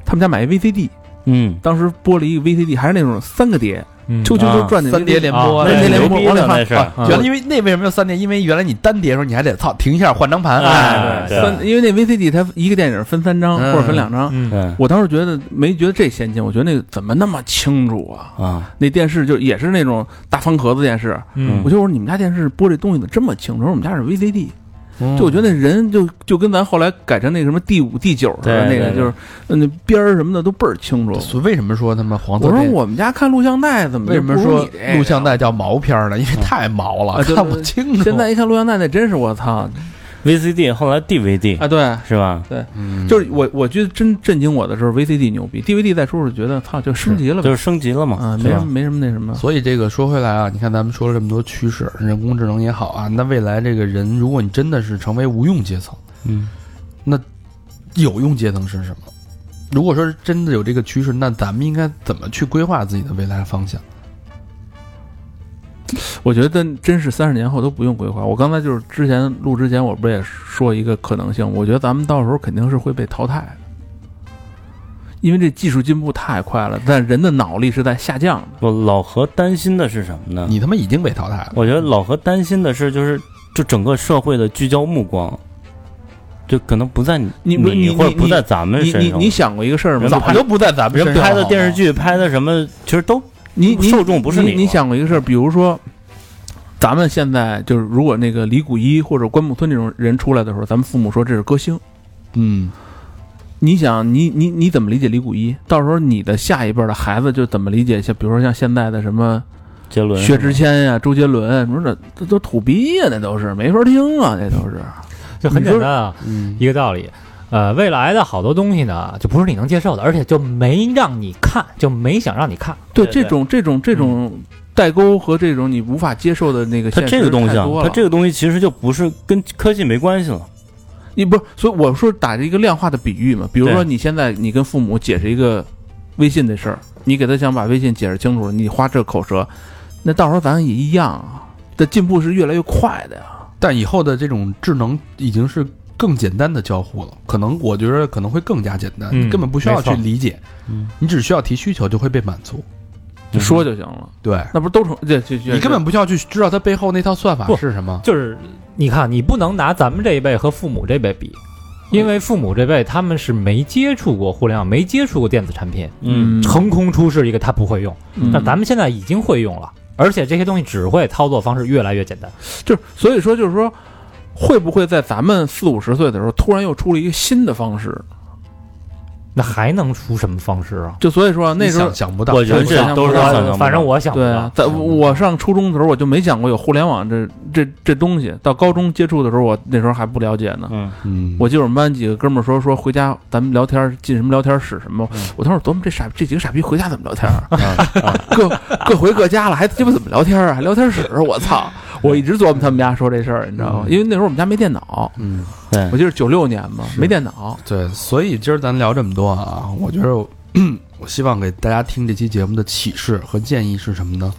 Speaker 3: 他们家买一 VCD，
Speaker 7: 嗯，
Speaker 3: 当时播了一个 VCD，还是那种三个碟，
Speaker 4: 嗯
Speaker 3: 啾啾啾
Speaker 7: 啊
Speaker 3: 转的
Speaker 2: 三碟连
Speaker 4: 啊
Speaker 2: 播，
Speaker 7: 那
Speaker 3: 那
Speaker 7: 挺
Speaker 3: 连
Speaker 7: 牛
Speaker 3: 播
Speaker 7: 逼
Speaker 3: 往里
Speaker 7: 的
Speaker 3: 放
Speaker 7: 那是，
Speaker 3: 啊
Speaker 2: 原来因为那为什么叫三碟？因为原来你单碟的时候你还得操停一下换张盘，
Speaker 5: 哎对
Speaker 3: 三，因为那 VCD 它一个电影分三张
Speaker 2: 嗯
Speaker 3: 或者分两张，
Speaker 4: 嗯，
Speaker 7: 嗯
Speaker 3: 我当时觉得没觉得这先进，我觉得那个怎么那么清楚啊？
Speaker 7: 啊，
Speaker 3: 那电视就也是那种大方壳子电视，
Speaker 4: 嗯
Speaker 3: 我就说你们家电视播这东西怎么这么清楚？我说我们家是 VCD，
Speaker 2: 嗯
Speaker 3: 就我觉得那人就就跟咱后来改成那个什么第五、第九似的
Speaker 7: 对
Speaker 3: 那个，
Speaker 7: 对
Speaker 3: 就是嗯那边儿什么的都倍儿清楚。
Speaker 2: 所以为什么说他妈黄色
Speaker 3: 我说
Speaker 2: 电
Speaker 3: 我们家看录像带怎么
Speaker 2: 为什么
Speaker 3: 就不如
Speaker 2: 说
Speaker 3: 你这个
Speaker 2: 录像？带叫毛片儿呢？因为太毛了，
Speaker 3: 啊对
Speaker 2: 看不清楚。
Speaker 3: 现在一看录像带那真是我操
Speaker 7: VCD 后来 DVD
Speaker 3: 啊！对，
Speaker 7: 是吧？
Speaker 2: 嗯
Speaker 3: 就是我我觉得真震惊我的时候，VCD 牛逼，DVD 再说说觉得操就升级了呗，
Speaker 7: 就是升级了嘛，
Speaker 3: 啊，没
Speaker 7: 是
Speaker 3: 什么
Speaker 7: 吧？
Speaker 3: 没什么那什么。
Speaker 2: 所以这个说回来啊，你看咱们说了这么多趋势，人工智能也好啊，那未来这个人，如果你真的是成为无用阶层，
Speaker 7: 嗯，
Speaker 2: 有用阶层是什么？如果说真的有这个趋势，那咱们应该怎么去规划自己的未来方向？啊
Speaker 3: 我觉得真是三十年后都不用规划。我刚才就是之前录之前，我不是也说一个可能性？我觉得咱们到时候肯定是会被淘汰的，因为这技术进步太快了，但人的脑力是在下降的。
Speaker 7: 我老何担心的是什么呢？
Speaker 2: 你他妈已经被淘汰了，
Speaker 7: 我觉得老何担心的是，就是就整个社会的聚焦目光，就可能不在你
Speaker 3: 你不你
Speaker 7: 你或者
Speaker 3: 你
Speaker 7: 不在咱们
Speaker 3: 你
Speaker 7: 身
Speaker 3: 你
Speaker 7: 上。
Speaker 3: 你想过一个事儿吗？
Speaker 7: 人
Speaker 2: 早就不在咱们
Speaker 7: 人拍的电视
Speaker 2: 剧，
Speaker 7: 剧拍的什么，其实都
Speaker 3: 你你
Speaker 7: 受众不是
Speaker 3: 你，
Speaker 7: 你
Speaker 3: 想过一个事儿？比如说，咱们现在就是如果那个李谷一或者关牧村这种人出来的时候，咱们父母说这是歌星。
Speaker 2: 嗯，
Speaker 3: 你想，你你你怎么理解李谷一？到时候你的下一辈儿的孩子就怎么理解？像比如说像现在的什么
Speaker 7: 杰伦
Speaker 3: 薛之谦呀、周杰伦，你说这这都土逼呀、那都是没法听啊，那都是。
Speaker 4: 就很简单啊，
Speaker 2: 嗯
Speaker 4: 一个道理。呃，未来的好多东西呢，就不是你能接受的，而且就没让你看，就没想让你看。
Speaker 3: 对
Speaker 5: 对对
Speaker 3: 这种这种这种代沟和这种你无法接受的那个
Speaker 7: 嗯他
Speaker 3: 现实
Speaker 7: 这个东西
Speaker 3: 太
Speaker 7: 啊
Speaker 3: 多，了
Speaker 7: 他这个东西其实就不是跟科技没关系了。
Speaker 3: 你不是，所以我说打着一个量化的比喻嘛，比如说
Speaker 7: 对
Speaker 3: 你现在你跟父母解释一个微信的事儿，你给他想把微信解释清楚了，你花这口舌，那到时候咱也一样啊，这进步是越来越快的呀。
Speaker 2: 但以后的这种智能已经是更简单的交互了，可能我觉得可能会更加简单，
Speaker 4: 嗯
Speaker 2: 你根本不需要去
Speaker 4: 没错
Speaker 2: 理解，
Speaker 7: 嗯
Speaker 2: 你只需要提需求就会被满足，
Speaker 3: 就说就行了，
Speaker 2: 对。
Speaker 3: 那不是都成？这这
Speaker 2: 你根本不需要去知道它背后那套算法
Speaker 4: 不
Speaker 2: 是什么。
Speaker 4: 就是你看，你不能拿咱们这一辈和父母这辈比，因为父母这辈他们是没接触过互联网，没接触过电子产品，
Speaker 7: 嗯，
Speaker 4: 横空出世一个他不会用，
Speaker 3: 嗯
Speaker 4: 但咱们现在已经会用了，而且这些东西只会操作方式越来越简单。
Speaker 3: 就是所以说就是说，会不会在咱们四五十岁的时候，突然又出了一个新的方式？
Speaker 4: 那还能出什么方式啊？
Speaker 3: 就所以说那
Speaker 2: 你
Speaker 3: 时候
Speaker 2: 想想不到，哎
Speaker 7: 我觉得
Speaker 3: 想象
Speaker 7: 这都是
Speaker 3: 不到
Speaker 7: 想象不
Speaker 4: 反正
Speaker 7: 到
Speaker 4: 我想不
Speaker 3: 对
Speaker 4: 到
Speaker 3: 啊，，在我上初中的时候我就没想过有互联网这这这东西，到高中接触的时候，我那时候还不了解呢。
Speaker 7: 嗯，
Speaker 2: 嗯，
Speaker 3: 我记得我们班几个哥们儿说说回家咱们聊天儿进什么聊天室什么，我当时琢磨这傻这几个傻逼回家怎么聊天儿，啊
Speaker 2: 啊
Speaker 3: 各各回各家了，还鸡巴怎么聊天儿啊？还聊天室，我 操！我一直琢磨他们家说这事儿，你知道吗？
Speaker 2: 嗯
Speaker 3: 因为那时候我们家没电脑，
Speaker 2: 嗯，
Speaker 7: 对
Speaker 3: 我，记得九六年嘛，
Speaker 2: 是
Speaker 3: 没电脑，
Speaker 2: 对，所以今儿咱聊这么多啊，我觉得我 我希望给大家听这期节目的启示和建议是什么呢？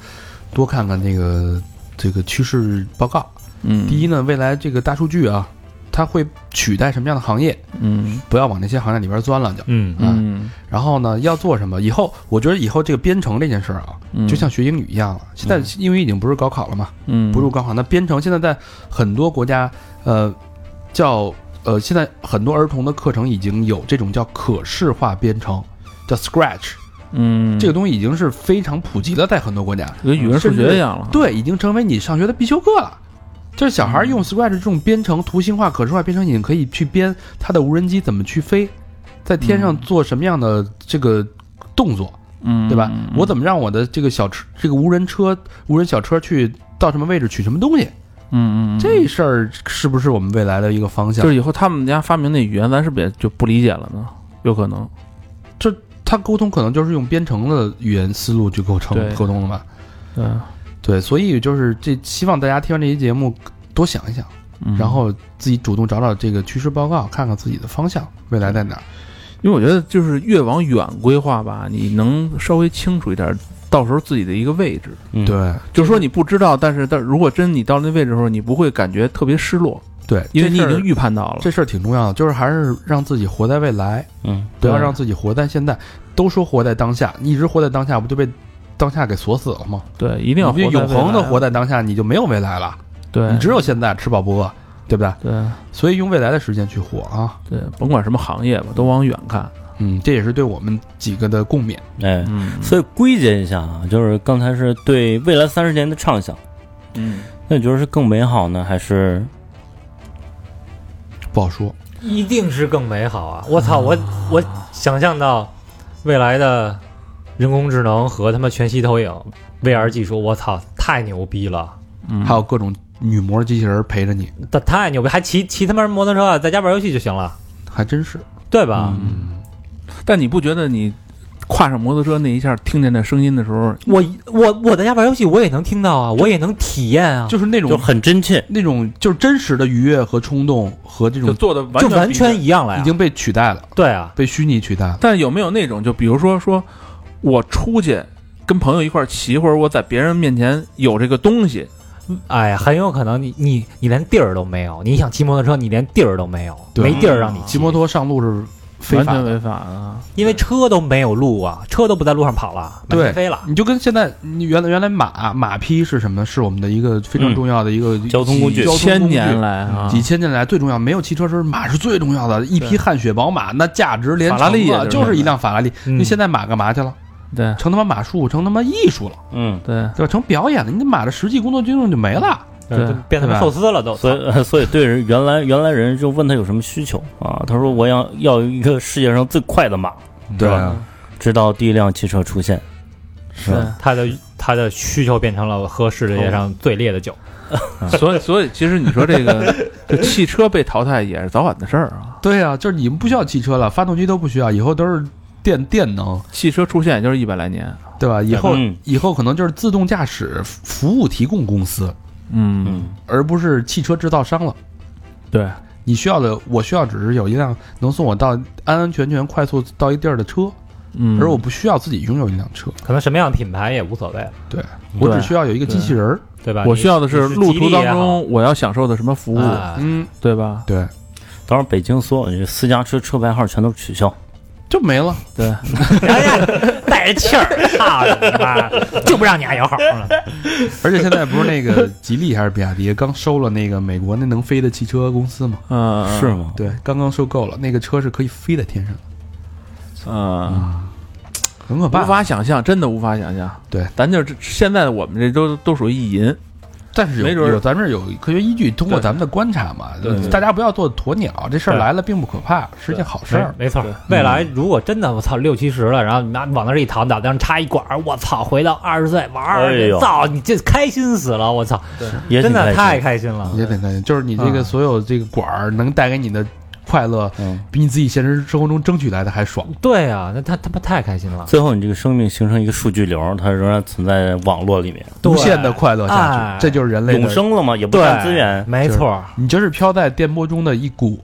Speaker 2: 多看看这个这个趋势报告。
Speaker 3: 嗯，
Speaker 2: 第一呢，未来这个大数据啊，它会取代什么样的行业？
Speaker 3: 嗯
Speaker 2: 不要往那些行业里边钻了就。
Speaker 4: 嗯
Speaker 3: 嗯
Speaker 2: 然后呢，要做什么？以后我觉得以后这个编程这件事儿啊，
Speaker 3: 嗯，
Speaker 2: 就像学英语一样了。现在英语已经不是高考了嘛，
Speaker 3: 嗯
Speaker 2: 不入高考。那编程现在在很多国家，呃，叫呃，现在很多儿童的课程已经有这种叫可视化编程，叫 Scratch，
Speaker 3: 嗯哦
Speaker 2: 这个东西已经是非常普及了，在很多国家，
Speaker 3: 跟语文数
Speaker 2: 甚
Speaker 3: 学
Speaker 2: 至
Speaker 3: 一样了，
Speaker 2: 对，已经成为你上学的必修课了。就是小
Speaker 3: 嗯
Speaker 2: 孩用 Scratch 这种编程、图形化、可视化编程，已经可以去编他的无人机怎么去飞，在天上
Speaker 3: 嗯
Speaker 2: 做什么样的这个动作，
Speaker 3: 嗯，
Speaker 2: 对吧？我怎么让我的这个小车、这个无人车、无人小车去到什么位置取什么东西？
Speaker 3: 嗯嗯嗯
Speaker 2: 这事儿是不是我们未来的一个方向？
Speaker 3: 就是以后他们家发明那语言，咱是不是也就不理解了呢？有可能，
Speaker 2: 它沟通可能就是用编程的语言思路去构成
Speaker 3: 对
Speaker 2: 沟通了吧？
Speaker 3: 对，
Speaker 2: 对，所以就是这，希望大家听完这期节目，多想一想，
Speaker 3: 嗯
Speaker 2: 然后自己主动找找这个趋势报告，看看自己的方向未来在哪儿。
Speaker 3: 因为我觉得就是越往远规划吧，你能稍微清楚一点，到时候自己的一个位置。
Speaker 7: 嗯
Speaker 2: 对
Speaker 3: 就是说你不知道，但是但如果真你到那位置的时候，你不会感觉特别失落，
Speaker 2: 对，
Speaker 3: 因为你已
Speaker 2: 这事
Speaker 3: 经
Speaker 2: 儿
Speaker 3: 预判到了。
Speaker 2: 这事儿挺重要的，就是还是让自己活在未来，
Speaker 7: 嗯，
Speaker 2: 不要
Speaker 3: 对
Speaker 2: 让自己活在现在。都说活在当下，你一直活在当下，不就被当下给锁死了吗？
Speaker 3: 对，一定要
Speaker 2: 你
Speaker 3: 活
Speaker 2: 就永恒的活
Speaker 3: 在
Speaker 2: 在当下，你就没有未来了，
Speaker 3: 未来啊。
Speaker 2: 你只
Speaker 3: 对，
Speaker 2: 有现在，吃饱不饿，对不对？
Speaker 3: 对
Speaker 2: 所以用未来的时间去活啊，
Speaker 3: 对，甭管什么行业吧，都往远看。
Speaker 2: 嗯，这也是对我们几个的共勉。
Speaker 7: 哎，
Speaker 3: 嗯，
Speaker 7: 所以归结一下啊，就是刚才是对未来三十年的畅想，
Speaker 3: 嗯，
Speaker 7: 那你觉得是更美好呢，还是
Speaker 2: 不好说，
Speaker 4: 一定是更美好啊！我操，我我想象到未来的人工智能和他妈全息投影 VR 技术，我操，太牛逼了！
Speaker 3: 嗯
Speaker 2: 还有各种女模机器人陪着你，
Speaker 4: 太太牛逼，还骑骑他妈摩托车，在家玩游戏就行了，
Speaker 2: 还真是。
Speaker 4: 对吧？
Speaker 2: 嗯，
Speaker 3: 但你不觉得你跨上摩托车那一下听见那声音的时
Speaker 2: 啊
Speaker 3: 候，
Speaker 4: 我我我在家玩游戏，我也能听到啊，我也能体验啊，
Speaker 2: 就是那
Speaker 3: 嗯
Speaker 7: 就
Speaker 2: 种
Speaker 7: 很真切？
Speaker 2: 那种就是真实的愉悦和冲动和这
Speaker 3: 就
Speaker 2: 种
Speaker 3: 做的完
Speaker 4: 就完全
Speaker 3: 一。
Speaker 4: 一样了
Speaker 2: 已
Speaker 4: 呀。
Speaker 2: 经被取代了，
Speaker 4: 对啊，
Speaker 2: 被虚拟取代了。
Speaker 3: 但有没有那种，就比如说说，我出去跟朋友一块儿骑，或者我在别人面前有这个东西，
Speaker 4: 哎呀，很有可能你你你连地儿都没有，你想骑摩托车，你连地儿都没有，
Speaker 2: 对
Speaker 4: 没地儿让
Speaker 3: 嗯
Speaker 4: 你
Speaker 2: 骑摩，托上路是非
Speaker 3: 完
Speaker 2: 法
Speaker 3: 全
Speaker 2: 的，
Speaker 3: 违法啊！
Speaker 4: 因为车都没有路啊，车都不在路上跑了，满
Speaker 2: 对
Speaker 4: 天飞了。
Speaker 2: 你就跟现在你原来原来马马匹是什么？是我们的一个非常
Speaker 7: 嗯
Speaker 2: 重要的一个
Speaker 7: 交通工具
Speaker 2: 交通
Speaker 3: 千
Speaker 2: 工具
Speaker 3: 年来啊，
Speaker 2: 几千年来最重要，没有汽车时候马是最重要的。一匹汗血宝马，那价值连
Speaker 3: 法拉利
Speaker 2: 城
Speaker 3: 啊
Speaker 2: 啊，
Speaker 3: 就是
Speaker 2: 就是一辆法拉利。
Speaker 4: 嗯
Speaker 2: 你现在马干嘛去了？
Speaker 3: 对
Speaker 2: 成他妈马术，成他妈艺术了，
Speaker 7: 嗯，
Speaker 3: 对嗯
Speaker 2: 对吧？成表演了，你的马的实际工作作用就没了。
Speaker 3: 对
Speaker 4: 就变成
Speaker 2: 对吧
Speaker 4: 寿司了都。
Speaker 7: 所以 所以对人原来原来人就问他有什么需求啊，他说我要要一个世界上最快的马，对吧直到第一辆汽车出现，是
Speaker 3: 嗯
Speaker 7: 吧？
Speaker 4: 他的他的需求变成了喝世界上最烈的酒。
Speaker 3: 所以所以其实你说这个，就汽车被淘汰也是早晚的事儿啊。
Speaker 2: 对呀、就是你们不需要汽车了，发动机都不需要，以后都是电电能，
Speaker 3: 汽车出现也就是一百来年，
Speaker 2: 对吧？以后、
Speaker 7: 嗯
Speaker 2: 以后可能就是自动驾驶服务提供公司，
Speaker 3: 嗯，
Speaker 7: 嗯，
Speaker 2: 而不是汽车制造商了。
Speaker 3: 对，
Speaker 2: 你需要的，我需要只是有一辆能送我到安安全全、快速到一地儿的车，
Speaker 3: 嗯，
Speaker 2: 而我不需要自己拥有一辆车，
Speaker 4: 可能什么样的品牌也无所谓了，
Speaker 2: 我
Speaker 3: 对
Speaker 2: 只需要有一个机器人儿。
Speaker 4: 对吧？
Speaker 3: 我
Speaker 4: 你
Speaker 3: 需要的是
Speaker 4: 你
Speaker 3: 路
Speaker 4: 吉
Speaker 3: 途
Speaker 4: 利
Speaker 3: 当
Speaker 4: 也好
Speaker 3: 中我要享受的什么服务，
Speaker 4: 啊，
Speaker 2: 嗯，
Speaker 3: 对吧？
Speaker 2: 对，
Speaker 7: 当时北京所有的私家车车牌号全都取消，
Speaker 2: 就没了。
Speaker 3: 对，
Speaker 4: 哎呀，带着气儿，操你妈，就不让你爱摇号了。
Speaker 2: 而且现在不是那个吉利还是比亚迪刚收了那个美国那能飞的汽车公司嘛？
Speaker 3: 嗯，
Speaker 7: 是，吗？
Speaker 2: 对，刚刚收购了，那个车是可以飞在天上的，
Speaker 3: 嗯，
Speaker 2: 很可
Speaker 3: 无
Speaker 2: 怕。
Speaker 3: 法想象，真的无法想象。
Speaker 2: 对，
Speaker 3: 咱就是现在的我们这都都属于意淫，
Speaker 2: 但是有
Speaker 3: 没准儿
Speaker 2: 有咱们这有科学依据，通过
Speaker 3: 对
Speaker 2: 咱们的观察嘛
Speaker 3: 对，
Speaker 2: 大家不要做鸵鸟，这事儿
Speaker 4: 对
Speaker 2: 来了并不可怕，是件好 事儿。
Speaker 4: 没错
Speaker 3: 对。嗯
Speaker 4: 未来如果真的我操六七十了，然后你妈往那儿一躺，脑袋上插一管儿，我操，回到二十岁玩
Speaker 7: 哎
Speaker 4: 儿，
Speaker 7: 呦
Speaker 4: 操，你这开心死了，我操，
Speaker 7: 也
Speaker 4: 真
Speaker 7: 挺
Speaker 4: 的
Speaker 7: 开
Speaker 4: 太
Speaker 7: 心，
Speaker 4: 开心
Speaker 7: 嗯
Speaker 4: 了。
Speaker 2: 也挺开心，就是你这
Speaker 4: 啊
Speaker 2: 个所有这个管儿能带给你的快乐，
Speaker 7: 嗯，
Speaker 2: 比你自己现实生活中争取来的还爽。
Speaker 4: 对啊，那他他妈太开心了，
Speaker 7: 最后你这个生命形成一个数据流，它仍然存在网络里面，
Speaker 4: 对
Speaker 2: 无限的快乐下
Speaker 4: 哎
Speaker 2: 去，这就是人类的
Speaker 7: 永。生了吗？也不
Speaker 4: 对
Speaker 7: 占资源，
Speaker 4: 没错，
Speaker 2: 你就是飘在电波中的一股，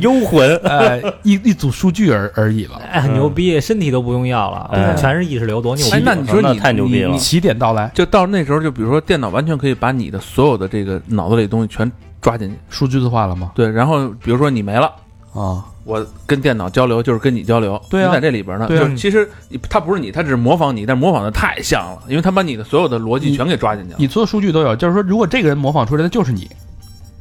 Speaker 7: 幽魂。
Speaker 2: 呃，一一组数据而而已了。
Speaker 4: 哎，牛逼，身体都不用要了，
Speaker 7: 嗯哎
Speaker 4: 全是意识流，多牛逼！
Speaker 3: 哎，那你说
Speaker 7: 那
Speaker 3: 你
Speaker 7: 太牛逼
Speaker 3: 你
Speaker 7: 了
Speaker 3: 你
Speaker 2: 起点到来，
Speaker 3: 就到那时候，就比如说电脑完全可以把你的所有的这个脑子里的东西全抓进去，
Speaker 2: 数据化了吗？
Speaker 3: 对，然后比如说你没了。
Speaker 2: 啊，
Speaker 3: 我跟电脑交流就是跟你交流，
Speaker 2: 对啊
Speaker 3: 你在这里边呢。
Speaker 2: 对啊
Speaker 3: 就是其实你它不是你，它只是模仿你，但模仿的太像了，因为它把你的所有的逻辑全给抓进去了。
Speaker 2: 你所有数据都有，就是说，如果这个人模仿出来的就是你，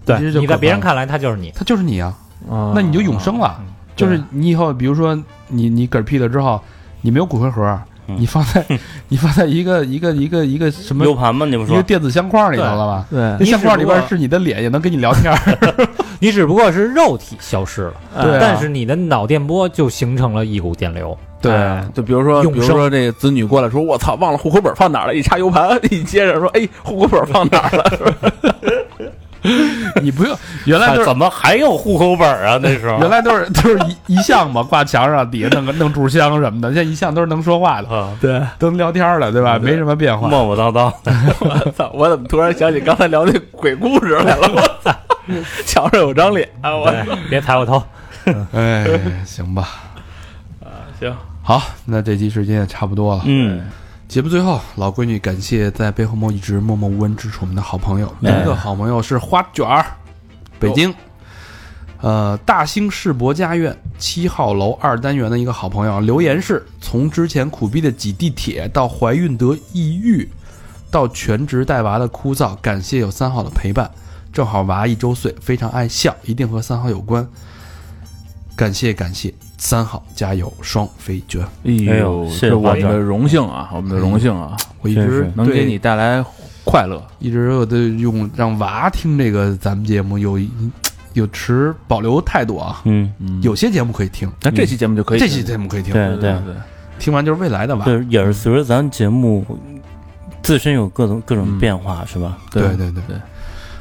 Speaker 2: 其
Speaker 4: 对，
Speaker 2: 实就
Speaker 4: 你在
Speaker 2: 可怕
Speaker 4: 别人
Speaker 2: 了
Speaker 4: 看来他就是你，
Speaker 2: 他就是你啊，
Speaker 3: 啊
Speaker 2: 那你就永生了。就是你以后，比如说你你嗝屁了之后，你没有骨灰盒，
Speaker 7: 嗯
Speaker 2: 你放在你放在一个一个一个一个什么
Speaker 7: U 盘吗？你不
Speaker 2: 一个
Speaker 7: 说
Speaker 2: 电子相框里头了吧？
Speaker 3: 对
Speaker 2: 那相框里边是你的脸，也能跟你聊天儿。
Speaker 4: 你只不过是肉体消失了，
Speaker 7: 哎
Speaker 2: 对啊
Speaker 4: 但是你的脑电波就形成了一股电流。
Speaker 2: 对
Speaker 3: 哎
Speaker 2: 啊，
Speaker 3: 就比如说，比
Speaker 4: 永
Speaker 3: 如
Speaker 4: 生
Speaker 3: 说这个子女过来说：“我操，忘了 户口本放哪儿了。”一查 U 盘，一接着说：“哎，户口本放哪儿了？”
Speaker 2: 你不用，原来
Speaker 7: 哎
Speaker 2: 都是
Speaker 7: 怎么还有户口本啊？那 时候
Speaker 2: 原来都是都是一一项嘛，挂墙上底下弄个弄炷香什么的，现在一项都是能说话的，
Speaker 7: 啊，
Speaker 3: 对，
Speaker 2: 都能聊天了，对吧？没什么变化。
Speaker 7: 磨磨叨叨，
Speaker 3: 操！我怎么突然想起刚才聊那鬼故事 来了？我操！墙上有张脸啊！我
Speaker 7: 别踩我头。
Speaker 2: 哎，行吧，
Speaker 3: 行，
Speaker 2: 好，那这期时间也差不多了。
Speaker 7: 嗯，
Speaker 2: 节目最后，老规矩，感谢在背后默一直默默无闻支持我们的好朋友。第
Speaker 7: 哎
Speaker 2: 一个好朋友是花卷儿，北京，呃，大兴世博家苑七号楼二单元的一个好朋友，留言是：从之前苦逼的挤地铁，到怀孕得抑郁，到全职带娃的枯燥，感谢有三好的陪伴。正好娃一周岁，非常爱笑，一定和三好有关。感谢感谢，三好加油，双飞卷。
Speaker 3: 哎
Speaker 7: 哎
Speaker 3: 呦
Speaker 7: 呦，
Speaker 3: 这
Speaker 7: 谢谢
Speaker 3: 是我
Speaker 7: 花
Speaker 3: 们
Speaker 7: 卷
Speaker 3: 的荣幸啊，我们的荣幸啊，
Speaker 2: 我一
Speaker 7: 真
Speaker 2: 直
Speaker 7: 是
Speaker 3: 能
Speaker 2: 对
Speaker 3: 给你带来快乐。
Speaker 2: 一直我都用让娃听这个咱们节目有有持保留态度啊，
Speaker 7: 嗯，
Speaker 3: 嗯，
Speaker 2: 有些节目可以听，
Speaker 3: 那这期节目就可以，
Speaker 2: 这期节目可以听，
Speaker 7: 对
Speaker 3: 对对，
Speaker 2: 听完就是未来的娃。
Speaker 7: 对，也是随着咱节目自身有各种各种变化，是吧？
Speaker 2: 对
Speaker 3: 对，
Speaker 2: 对对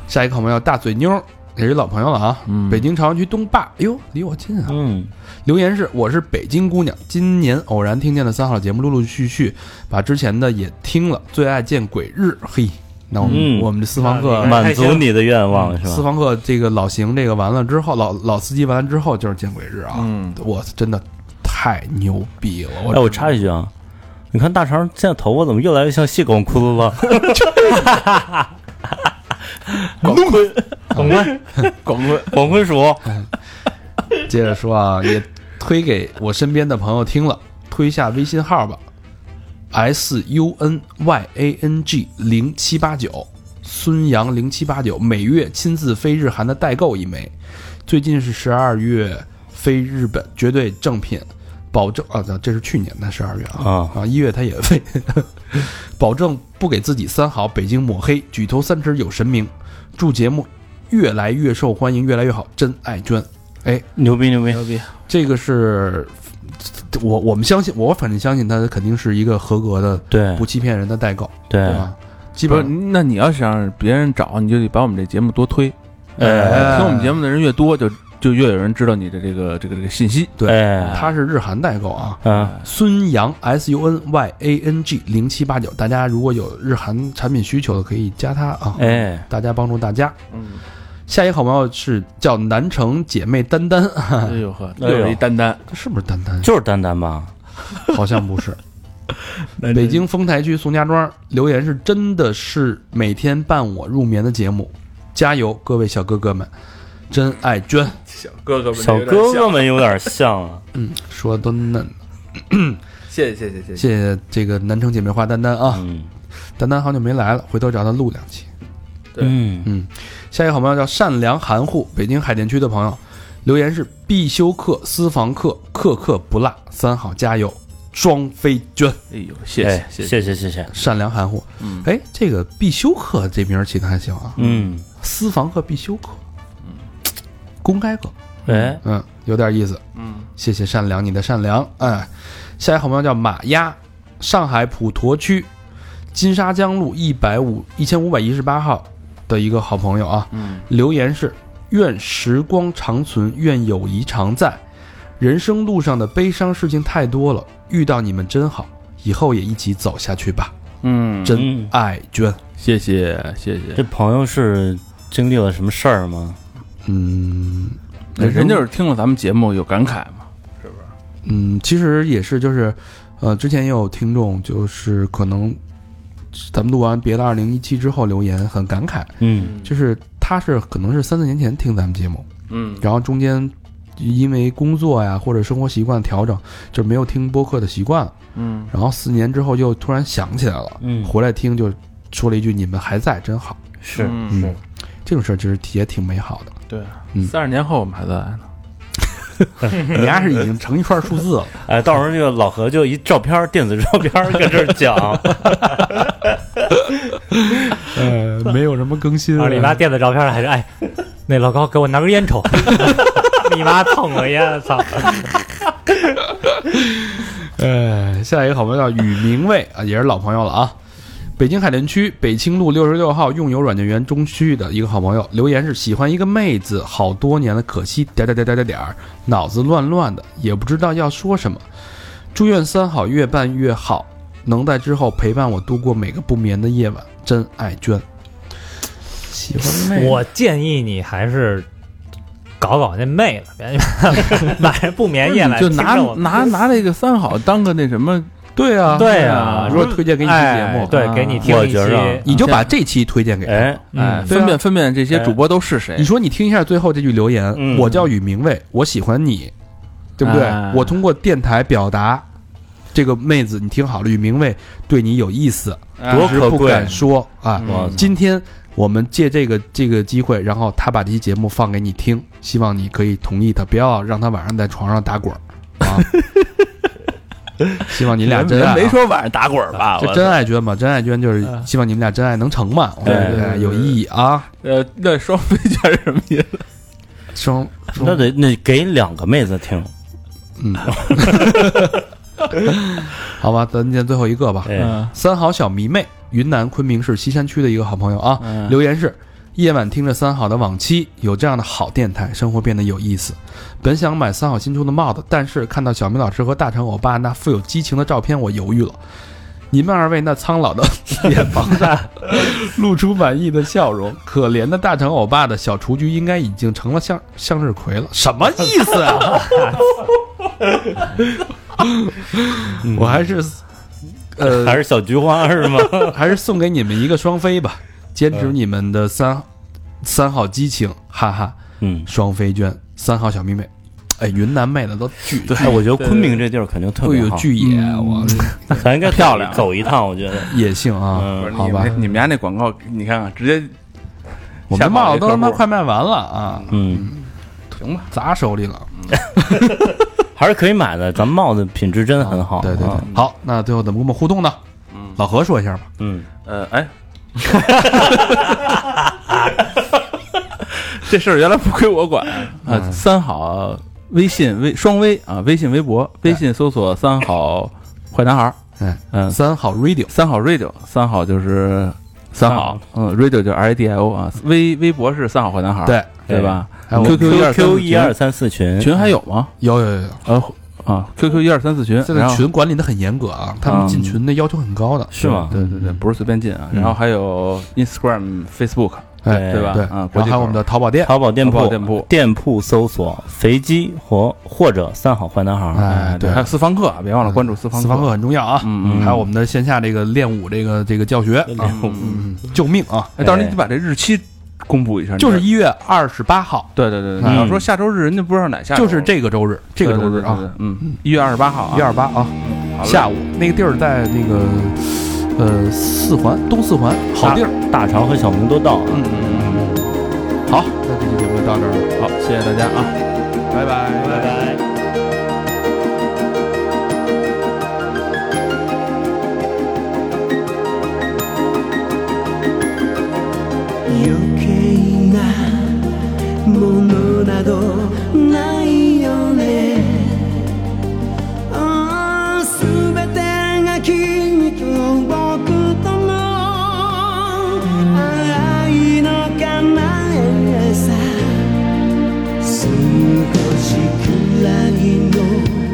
Speaker 2: 下一个好朋友大嘴妞儿也是一老朋友了啊，
Speaker 3: 嗯，
Speaker 2: 北京朝阳区东坝，哎呦，离我近啊。
Speaker 7: 嗯，
Speaker 2: 留言是：我是北京姑娘，今年偶然听见的三好节目，陆陆续续把之前的也听了，最爱见鬼日，嘿，那我们、
Speaker 7: 嗯
Speaker 2: 我们的私房
Speaker 5: 啊
Speaker 2: 课
Speaker 5: 你
Speaker 7: 满足你的愿望是
Speaker 2: 私
Speaker 7: 吧？
Speaker 2: 房课这个老邢这个完了之后，老老司机完了之后就是见鬼日啊！
Speaker 3: 嗯，
Speaker 2: 我真的太牛逼了！我
Speaker 7: 哎，我插一句啊，你看大肠现在头发怎么越来越像细管窟了？
Speaker 2: 滚滚！
Speaker 7: 广坤，
Speaker 3: 广坤，
Speaker 7: 广坤鼠，
Speaker 2: 接着说啊，也推给我身边的朋友听了，推一下微信号吧，s u n y a n g 零七八九，孙杨零七八九，每月亲自飞日韩的代购一枚，最近是十二月飞日本，绝对正品，保证啊，这是去年的十二月啊
Speaker 7: 啊
Speaker 2: 啊，一月他也飞， 保证不给自己三好，北京抹黑，举头三尺有神明，祝节目越来越受欢迎，越来越好，真爱娟。
Speaker 7: 牛逼牛逼！
Speaker 3: 牛逼，
Speaker 2: 这个是我我们相信，我反正相信他肯定是一个合格的
Speaker 7: 对
Speaker 2: 不欺骗人的代购，
Speaker 7: 对，
Speaker 2: 对吧？基
Speaker 3: 不是？
Speaker 2: 本上
Speaker 3: 那你要想让别人找，你就得把我们这节目多推，
Speaker 7: 哎
Speaker 2: 哎
Speaker 3: 听我们节目的人越多，就就越有人知道你的这个这个这个信息。
Speaker 2: 对
Speaker 7: 哎
Speaker 2: 他是日韩代购啊。
Speaker 7: 啊，
Speaker 2: 孙杨 S U N Y A N G 零七八九，大家如果有日韩产品需求的，可以加他啊。，
Speaker 7: 哎，
Speaker 2: 大家帮助大家。
Speaker 3: 嗯，
Speaker 2: 下一个好朋友是叫南城姐妹丹丹，
Speaker 3: 哎呦呵，又
Speaker 7: 哎呦
Speaker 3: 有一丹丹，
Speaker 2: 这是不是丹啊丹？
Speaker 7: 就是丹丹吧？
Speaker 2: 好像不是。北京丰台区宋家庄留言是真的是每天伴我入眠的节目，加油，各位小哥哥们，真爱娟，
Speaker 3: 小哥哥们
Speaker 7: 小哥哥们有点像 啊。
Speaker 2: 嗯，说的都嫩，
Speaker 3: 谢谢谢谢谢，
Speaker 2: 谢谢这个南城姐妹花丹丹啊，
Speaker 7: 嗯
Speaker 2: 丹丹好久没来了，回头找她录两期。
Speaker 3: 对
Speaker 7: 嗯，
Speaker 2: 嗯，下一个好朋友叫善良含糊，北京海淀区的朋友，留言是必修课、私房课，课课不落，三好加油，庄飞娟，
Speaker 3: 哎呦谢
Speaker 7: 哎
Speaker 3: 谢
Speaker 7: 谢
Speaker 3: 谢，
Speaker 7: 谢谢谢谢。
Speaker 2: 善良含糊，
Speaker 3: 嗯，
Speaker 2: 哎，这个必修课这名儿起的还行啊，
Speaker 7: 嗯，
Speaker 2: 私房课必修课，公开课，
Speaker 7: 哎，
Speaker 2: 嗯，有点意思，
Speaker 3: 嗯，
Speaker 2: 谢谢善良，你的善良，哎，下一个好朋友叫马丫，上海普陀区金沙江路一百五一千五百一十八号的一个好朋友啊，
Speaker 3: 嗯，
Speaker 2: 留言是：愿时光长存，愿友谊常在。人生路上的悲伤事情太多了，遇到你们真好，以后也一起走下去吧。
Speaker 3: 嗯，
Speaker 2: 真
Speaker 7: 嗯
Speaker 2: 爱娟，
Speaker 3: 谢谢谢谢
Speaker 7: 这，朋友是经历了什么事儿吗？
Speaker 2: 嗯，
Speaker 3: 人就是听了咱们节目有感慨嘛，
Speaker 2: 嗯，其实也是，就是，呃，之前也有听众，就是可能咱们录完《别的二零一七》之后留言，很感慨，
Speaker 7: 嗯
Speaker 2: 就是他是可能是三四年前听咱们节目，
Speaker 3: 嗯，
Speaker 2: 然后中间因为工作呀或者生活习惯调整，就没有听播客的习惯了，
Speaker 3: 嗯，
Speaker 2: 然后四年之后又突然想起来了，
Speaker 7: 嗯，
Speaker 2: 回来听就说了一句“你们还在，真好
Speaker 7: 是
Speaker 3: 嗯
Speaker 2: 是”，这种事儿其实也挺美好的。
Speaker 3: 对
Speaker 2: 嗯，
Speaker 3: 三十年后我们还在 呢，
Speaker 2: 你丫是已经成一串数字了，
Speaker 7: 哎，到时候这个老何就一照片儿，电子照片儿搁这儿讲，
Speaker 2: 呃，没有什么更新
Speaker 4: 啊然后你拿电子照片还是 哎，那老高给我拿根烟抽，你妈蹭我烟， 操！
Speaker 2: 呃，下一个好朋友叫宇明卫啊，也是老朋友了啊。北京海淀区北清路六十六号用友软件园中区的一个好朋友留言是：喜欢一个妹子好多年了，可惜点点点点点点儿，脑子乱乱的，也不知道要说什么。祝愿三好越办越好，能在之后陪伴我度过每个不眠的夜晚。真爱娟，喜欢妹子
Speaker 4: 我建议你还是搞搞那妹子，别 晚上不眠夜哎来
Speaker 3: 就拿
Speaker 4: 听着我们
Speaker 3: 拿拿那个三好当个那什么，
Speaker 2: 对啊
Speaker 4: 对
Speaker 2: 啊
Speaker 4: 啊，
Speaker 2: 如果推荐给你一期节目啊
Speaker 4: 哎对，给你听
Speaker 7: 我
Speaker 4: 一
Speaker 7: 觉着
Speaker 4: 期，
Speaker 2: 你就把这期推荐给他。
Speaker 7: 哎，
Speaker 3: 哎，
Speaker 4: 嗯，
Speaker 2: 对啊
Speaker 3: 分辨分辨这些主播都是谁
Speaker 2: 你，说你听一下最后这句留言，
Speaker 7: 嗯
Speaker 2: 我叫宇明卫，我喜欢你，对不对？
Speaker 3: 啊
Speaker 2: 我通过电台表达，这个妹子，你听好了，宇明卫对你有意思，
Speaker 3: 哎
Speaker 7: 多
Speaker 2: 只是
Speaker 7: 可
Speaker 2: 不
Speaker 7: 贵
Speaker 2: 敢说啊。
Speaker 7: 我
Speaker 2: 今天我们借这个这个机会，然后他把这期节目放给你听，希望你可以同意他，不要让他晚上在床上打滚儿啊。希望你俩真爱、啊，
Speaker 6: 人没说晚上打滚儿
Speaker 7: 啊
Speaker 6: 吧？
Speaker 2: 这
Speaker 6: 我
Speaker 2: 真爱捐吧，真爱捐就是希望你们俩真爱能成嘛，我觉得
Speaker 7: 对
Speaker 3: 对对
Speaker 2: 有意义啊。
Speaker 3: 呃，那双飞卷什么意思？
Speaker 2: 双
Speaker 7: 那得那给两个妹子听，
Speaker 2: 嗯， 好吧，咱念最后一个吧。
Speaker 7: 哎，
Speaker 3: 嗯
Speaker 2: 三好小迷妹，云南昆明市西山区的一个好朋友啊，
Speaker 3: 嗯
Speaker 2: 留言是：夜晚听着三好的往期，有这样的好电台，生活变得有意思。本想买三好新出的帽子，但是看到小明老师和大成欧巴那富有激情的照片，我犹豫了。你们二位那苍老的脸庞 上露出满意的笑容，可怜的大成欧巴的小雏菊应该已经成了向向日葵了，什么意思啊？ 我还是，呃，
Speaker 7: 还是小菊花是吗？
Speaker 2: 还是送给你们一个双飞 吧，坚持你们的三三号激情，哈哈，
Speaker 7: 嗯，
Speaker 2: 双飞娟，三号小迷妹，哎，云南妹子都巨
Speaker 7: 哎，我觉得昆明这地儿肯定特
Speaker 2: 都
Speaker 7: 别
Speaker 2: 有
Speaker 3: 嗯
Speaker 7: 好，
Speaker 2: 巨野，哎我
Speaker 7: 咱应该
Speaker 3: 漂亮
Speaker 7: 走一趟，我觉得。
Speaker 2: 野性啊
Speaker 7: 嗯，
Speaker 3: 不是
Speaker 2: 好
Speaker 3: 你
Speaker 2: 吧
Speaker 3: 们，你们家那广告，你看看，直接
Speaker 2: 我
Speaker 3: 嗯
Speaker 2: 们帽子都他妈
Speaker 3: 下不了这客户
Speaker 2: 快卖完了啊，
Speaker 7: 嗯，
Speaker 2: 行吧，砸手里了，
Speaker 7: 还是可以买的，咱们帽子品质真很好。
Speaker 2: 对对
Speaker 7: 啊
Speaker 3: 嗯
Speaker 2: 对，好，那最后怎么跟我们互动呢？老何说一下吧，
Speaker 7: 嗯，
Speaker 3: 呃，哎， 这事儿原来不归我管啊。三好微信微双微啊，微信微博，微信搜索“三好坏男孩儿
Speaker 2: 哎，”，
Speaker 3: 嗯，
Speaker 2: 三号 radio
Speaker 3: 三好 radio，三好就是三好，嗯，radio 就是 R A D I O 啊，微微博是三好坏男孩儿，
Speaker 2: 对
Speaker 3: 啊对吧
Speaker 2: 哎我
Speaker 3: ？QQ 一二
Speaker 7: QQ 一二三四群，
Speaker 3: 群还有吗？
Speaker 2: 有有有有，
Speaker 3: 呃啊，QQ 一二三四群，
Speaker 2: 现在
Speaker 3: 然后嗯
Speaker 2: 群管理的很严格啊，他们进群的要求很高的，
Speaker 7: 是吗？
Speaker 3: 对对对，不是随便进啊，
Speaker 2: 嗯
Speaker 3: 然后还有 Instagram、Facebook，
Speaker 2: 哎，
Speaker 3: 对吧？
Speaker 2: 对，
Speaker 3: 啊
Speaker 2: 然，后还有我们的淘宝店，
Speaker 7: 淘宝店
Speaker 3: 淘
Speaker 7: 铺
Speaker 3: 宝店铺
Speaker 7: 店铺搜索“肥鸡”或或者“三好坏男孩儿
Speaker 2: 哎，对
Speaker 3: 还，有私房课，啊别忘了关注私房
Speaker 2: 私房课很重要啊，
Speaker 3: 嗯
Speaker 7: 嗯
Speaker 2: 还有我们的线下这个练武这个这个教学啊，嗯救命啊！
Speaker 3: 哎，到时候你得把这日期公布一下，
Speaker 2: 就是
Speaker 3: 你
Speaker 2: 一月二十八号，
Speaker 3: 对对对，
Speaker 2: 嗯
Speaker 3: 你要说下周日，人家不知道哪下周，
Speaker 2: 就是这个周日，这个周日
Speaker 3: 对，对
Speaker 2: 啊，
Speaker 3: 对对嗯，一月二十八号啊，
Speaker 2: 一二八啊，
Speaker 3: 好嘞
Speaker 2: 下午那个地儿在那个呃四环东四环，好地儿。
Speaker 7: 大肠和小明都到了。
Speaker 2: 嗯嗯嗯嗯。好，那这期节目就到这儿了。
Speaker 3: 好，谢谢大家啊，拜拜拜拜。
Speaker 8: 余計なものなどないよねああ全てが君と僕との愛の構えさ少しくらい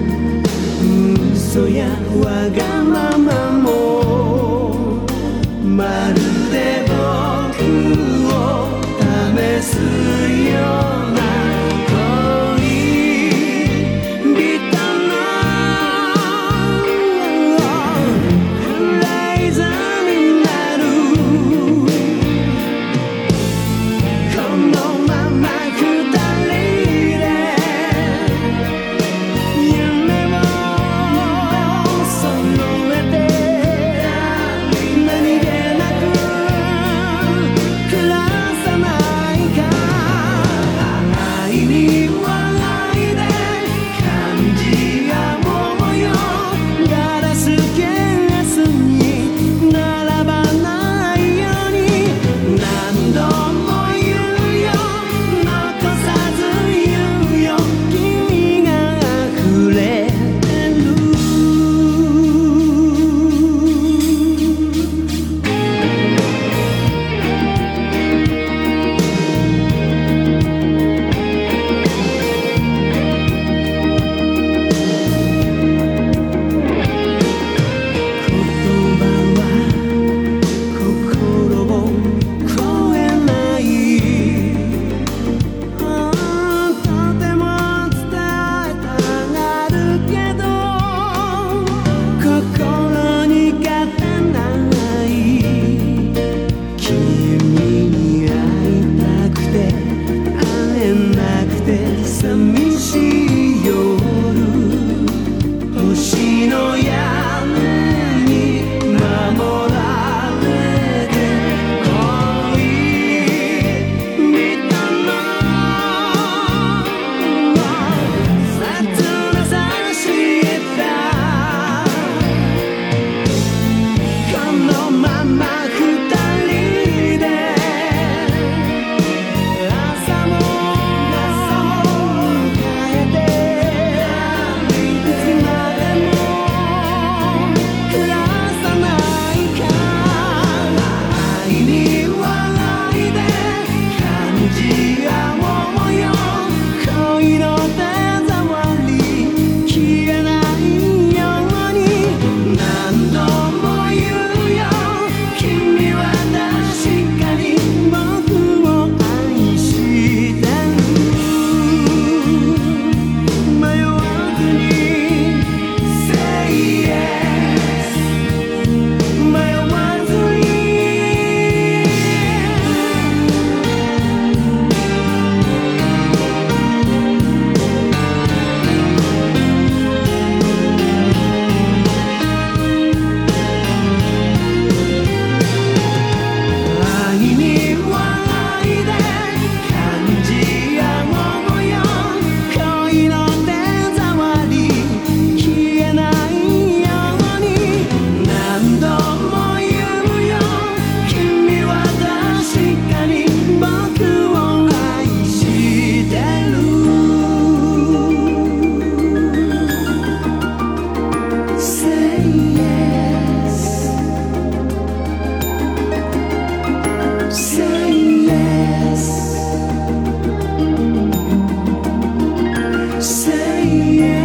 Speaker 8: say yeah.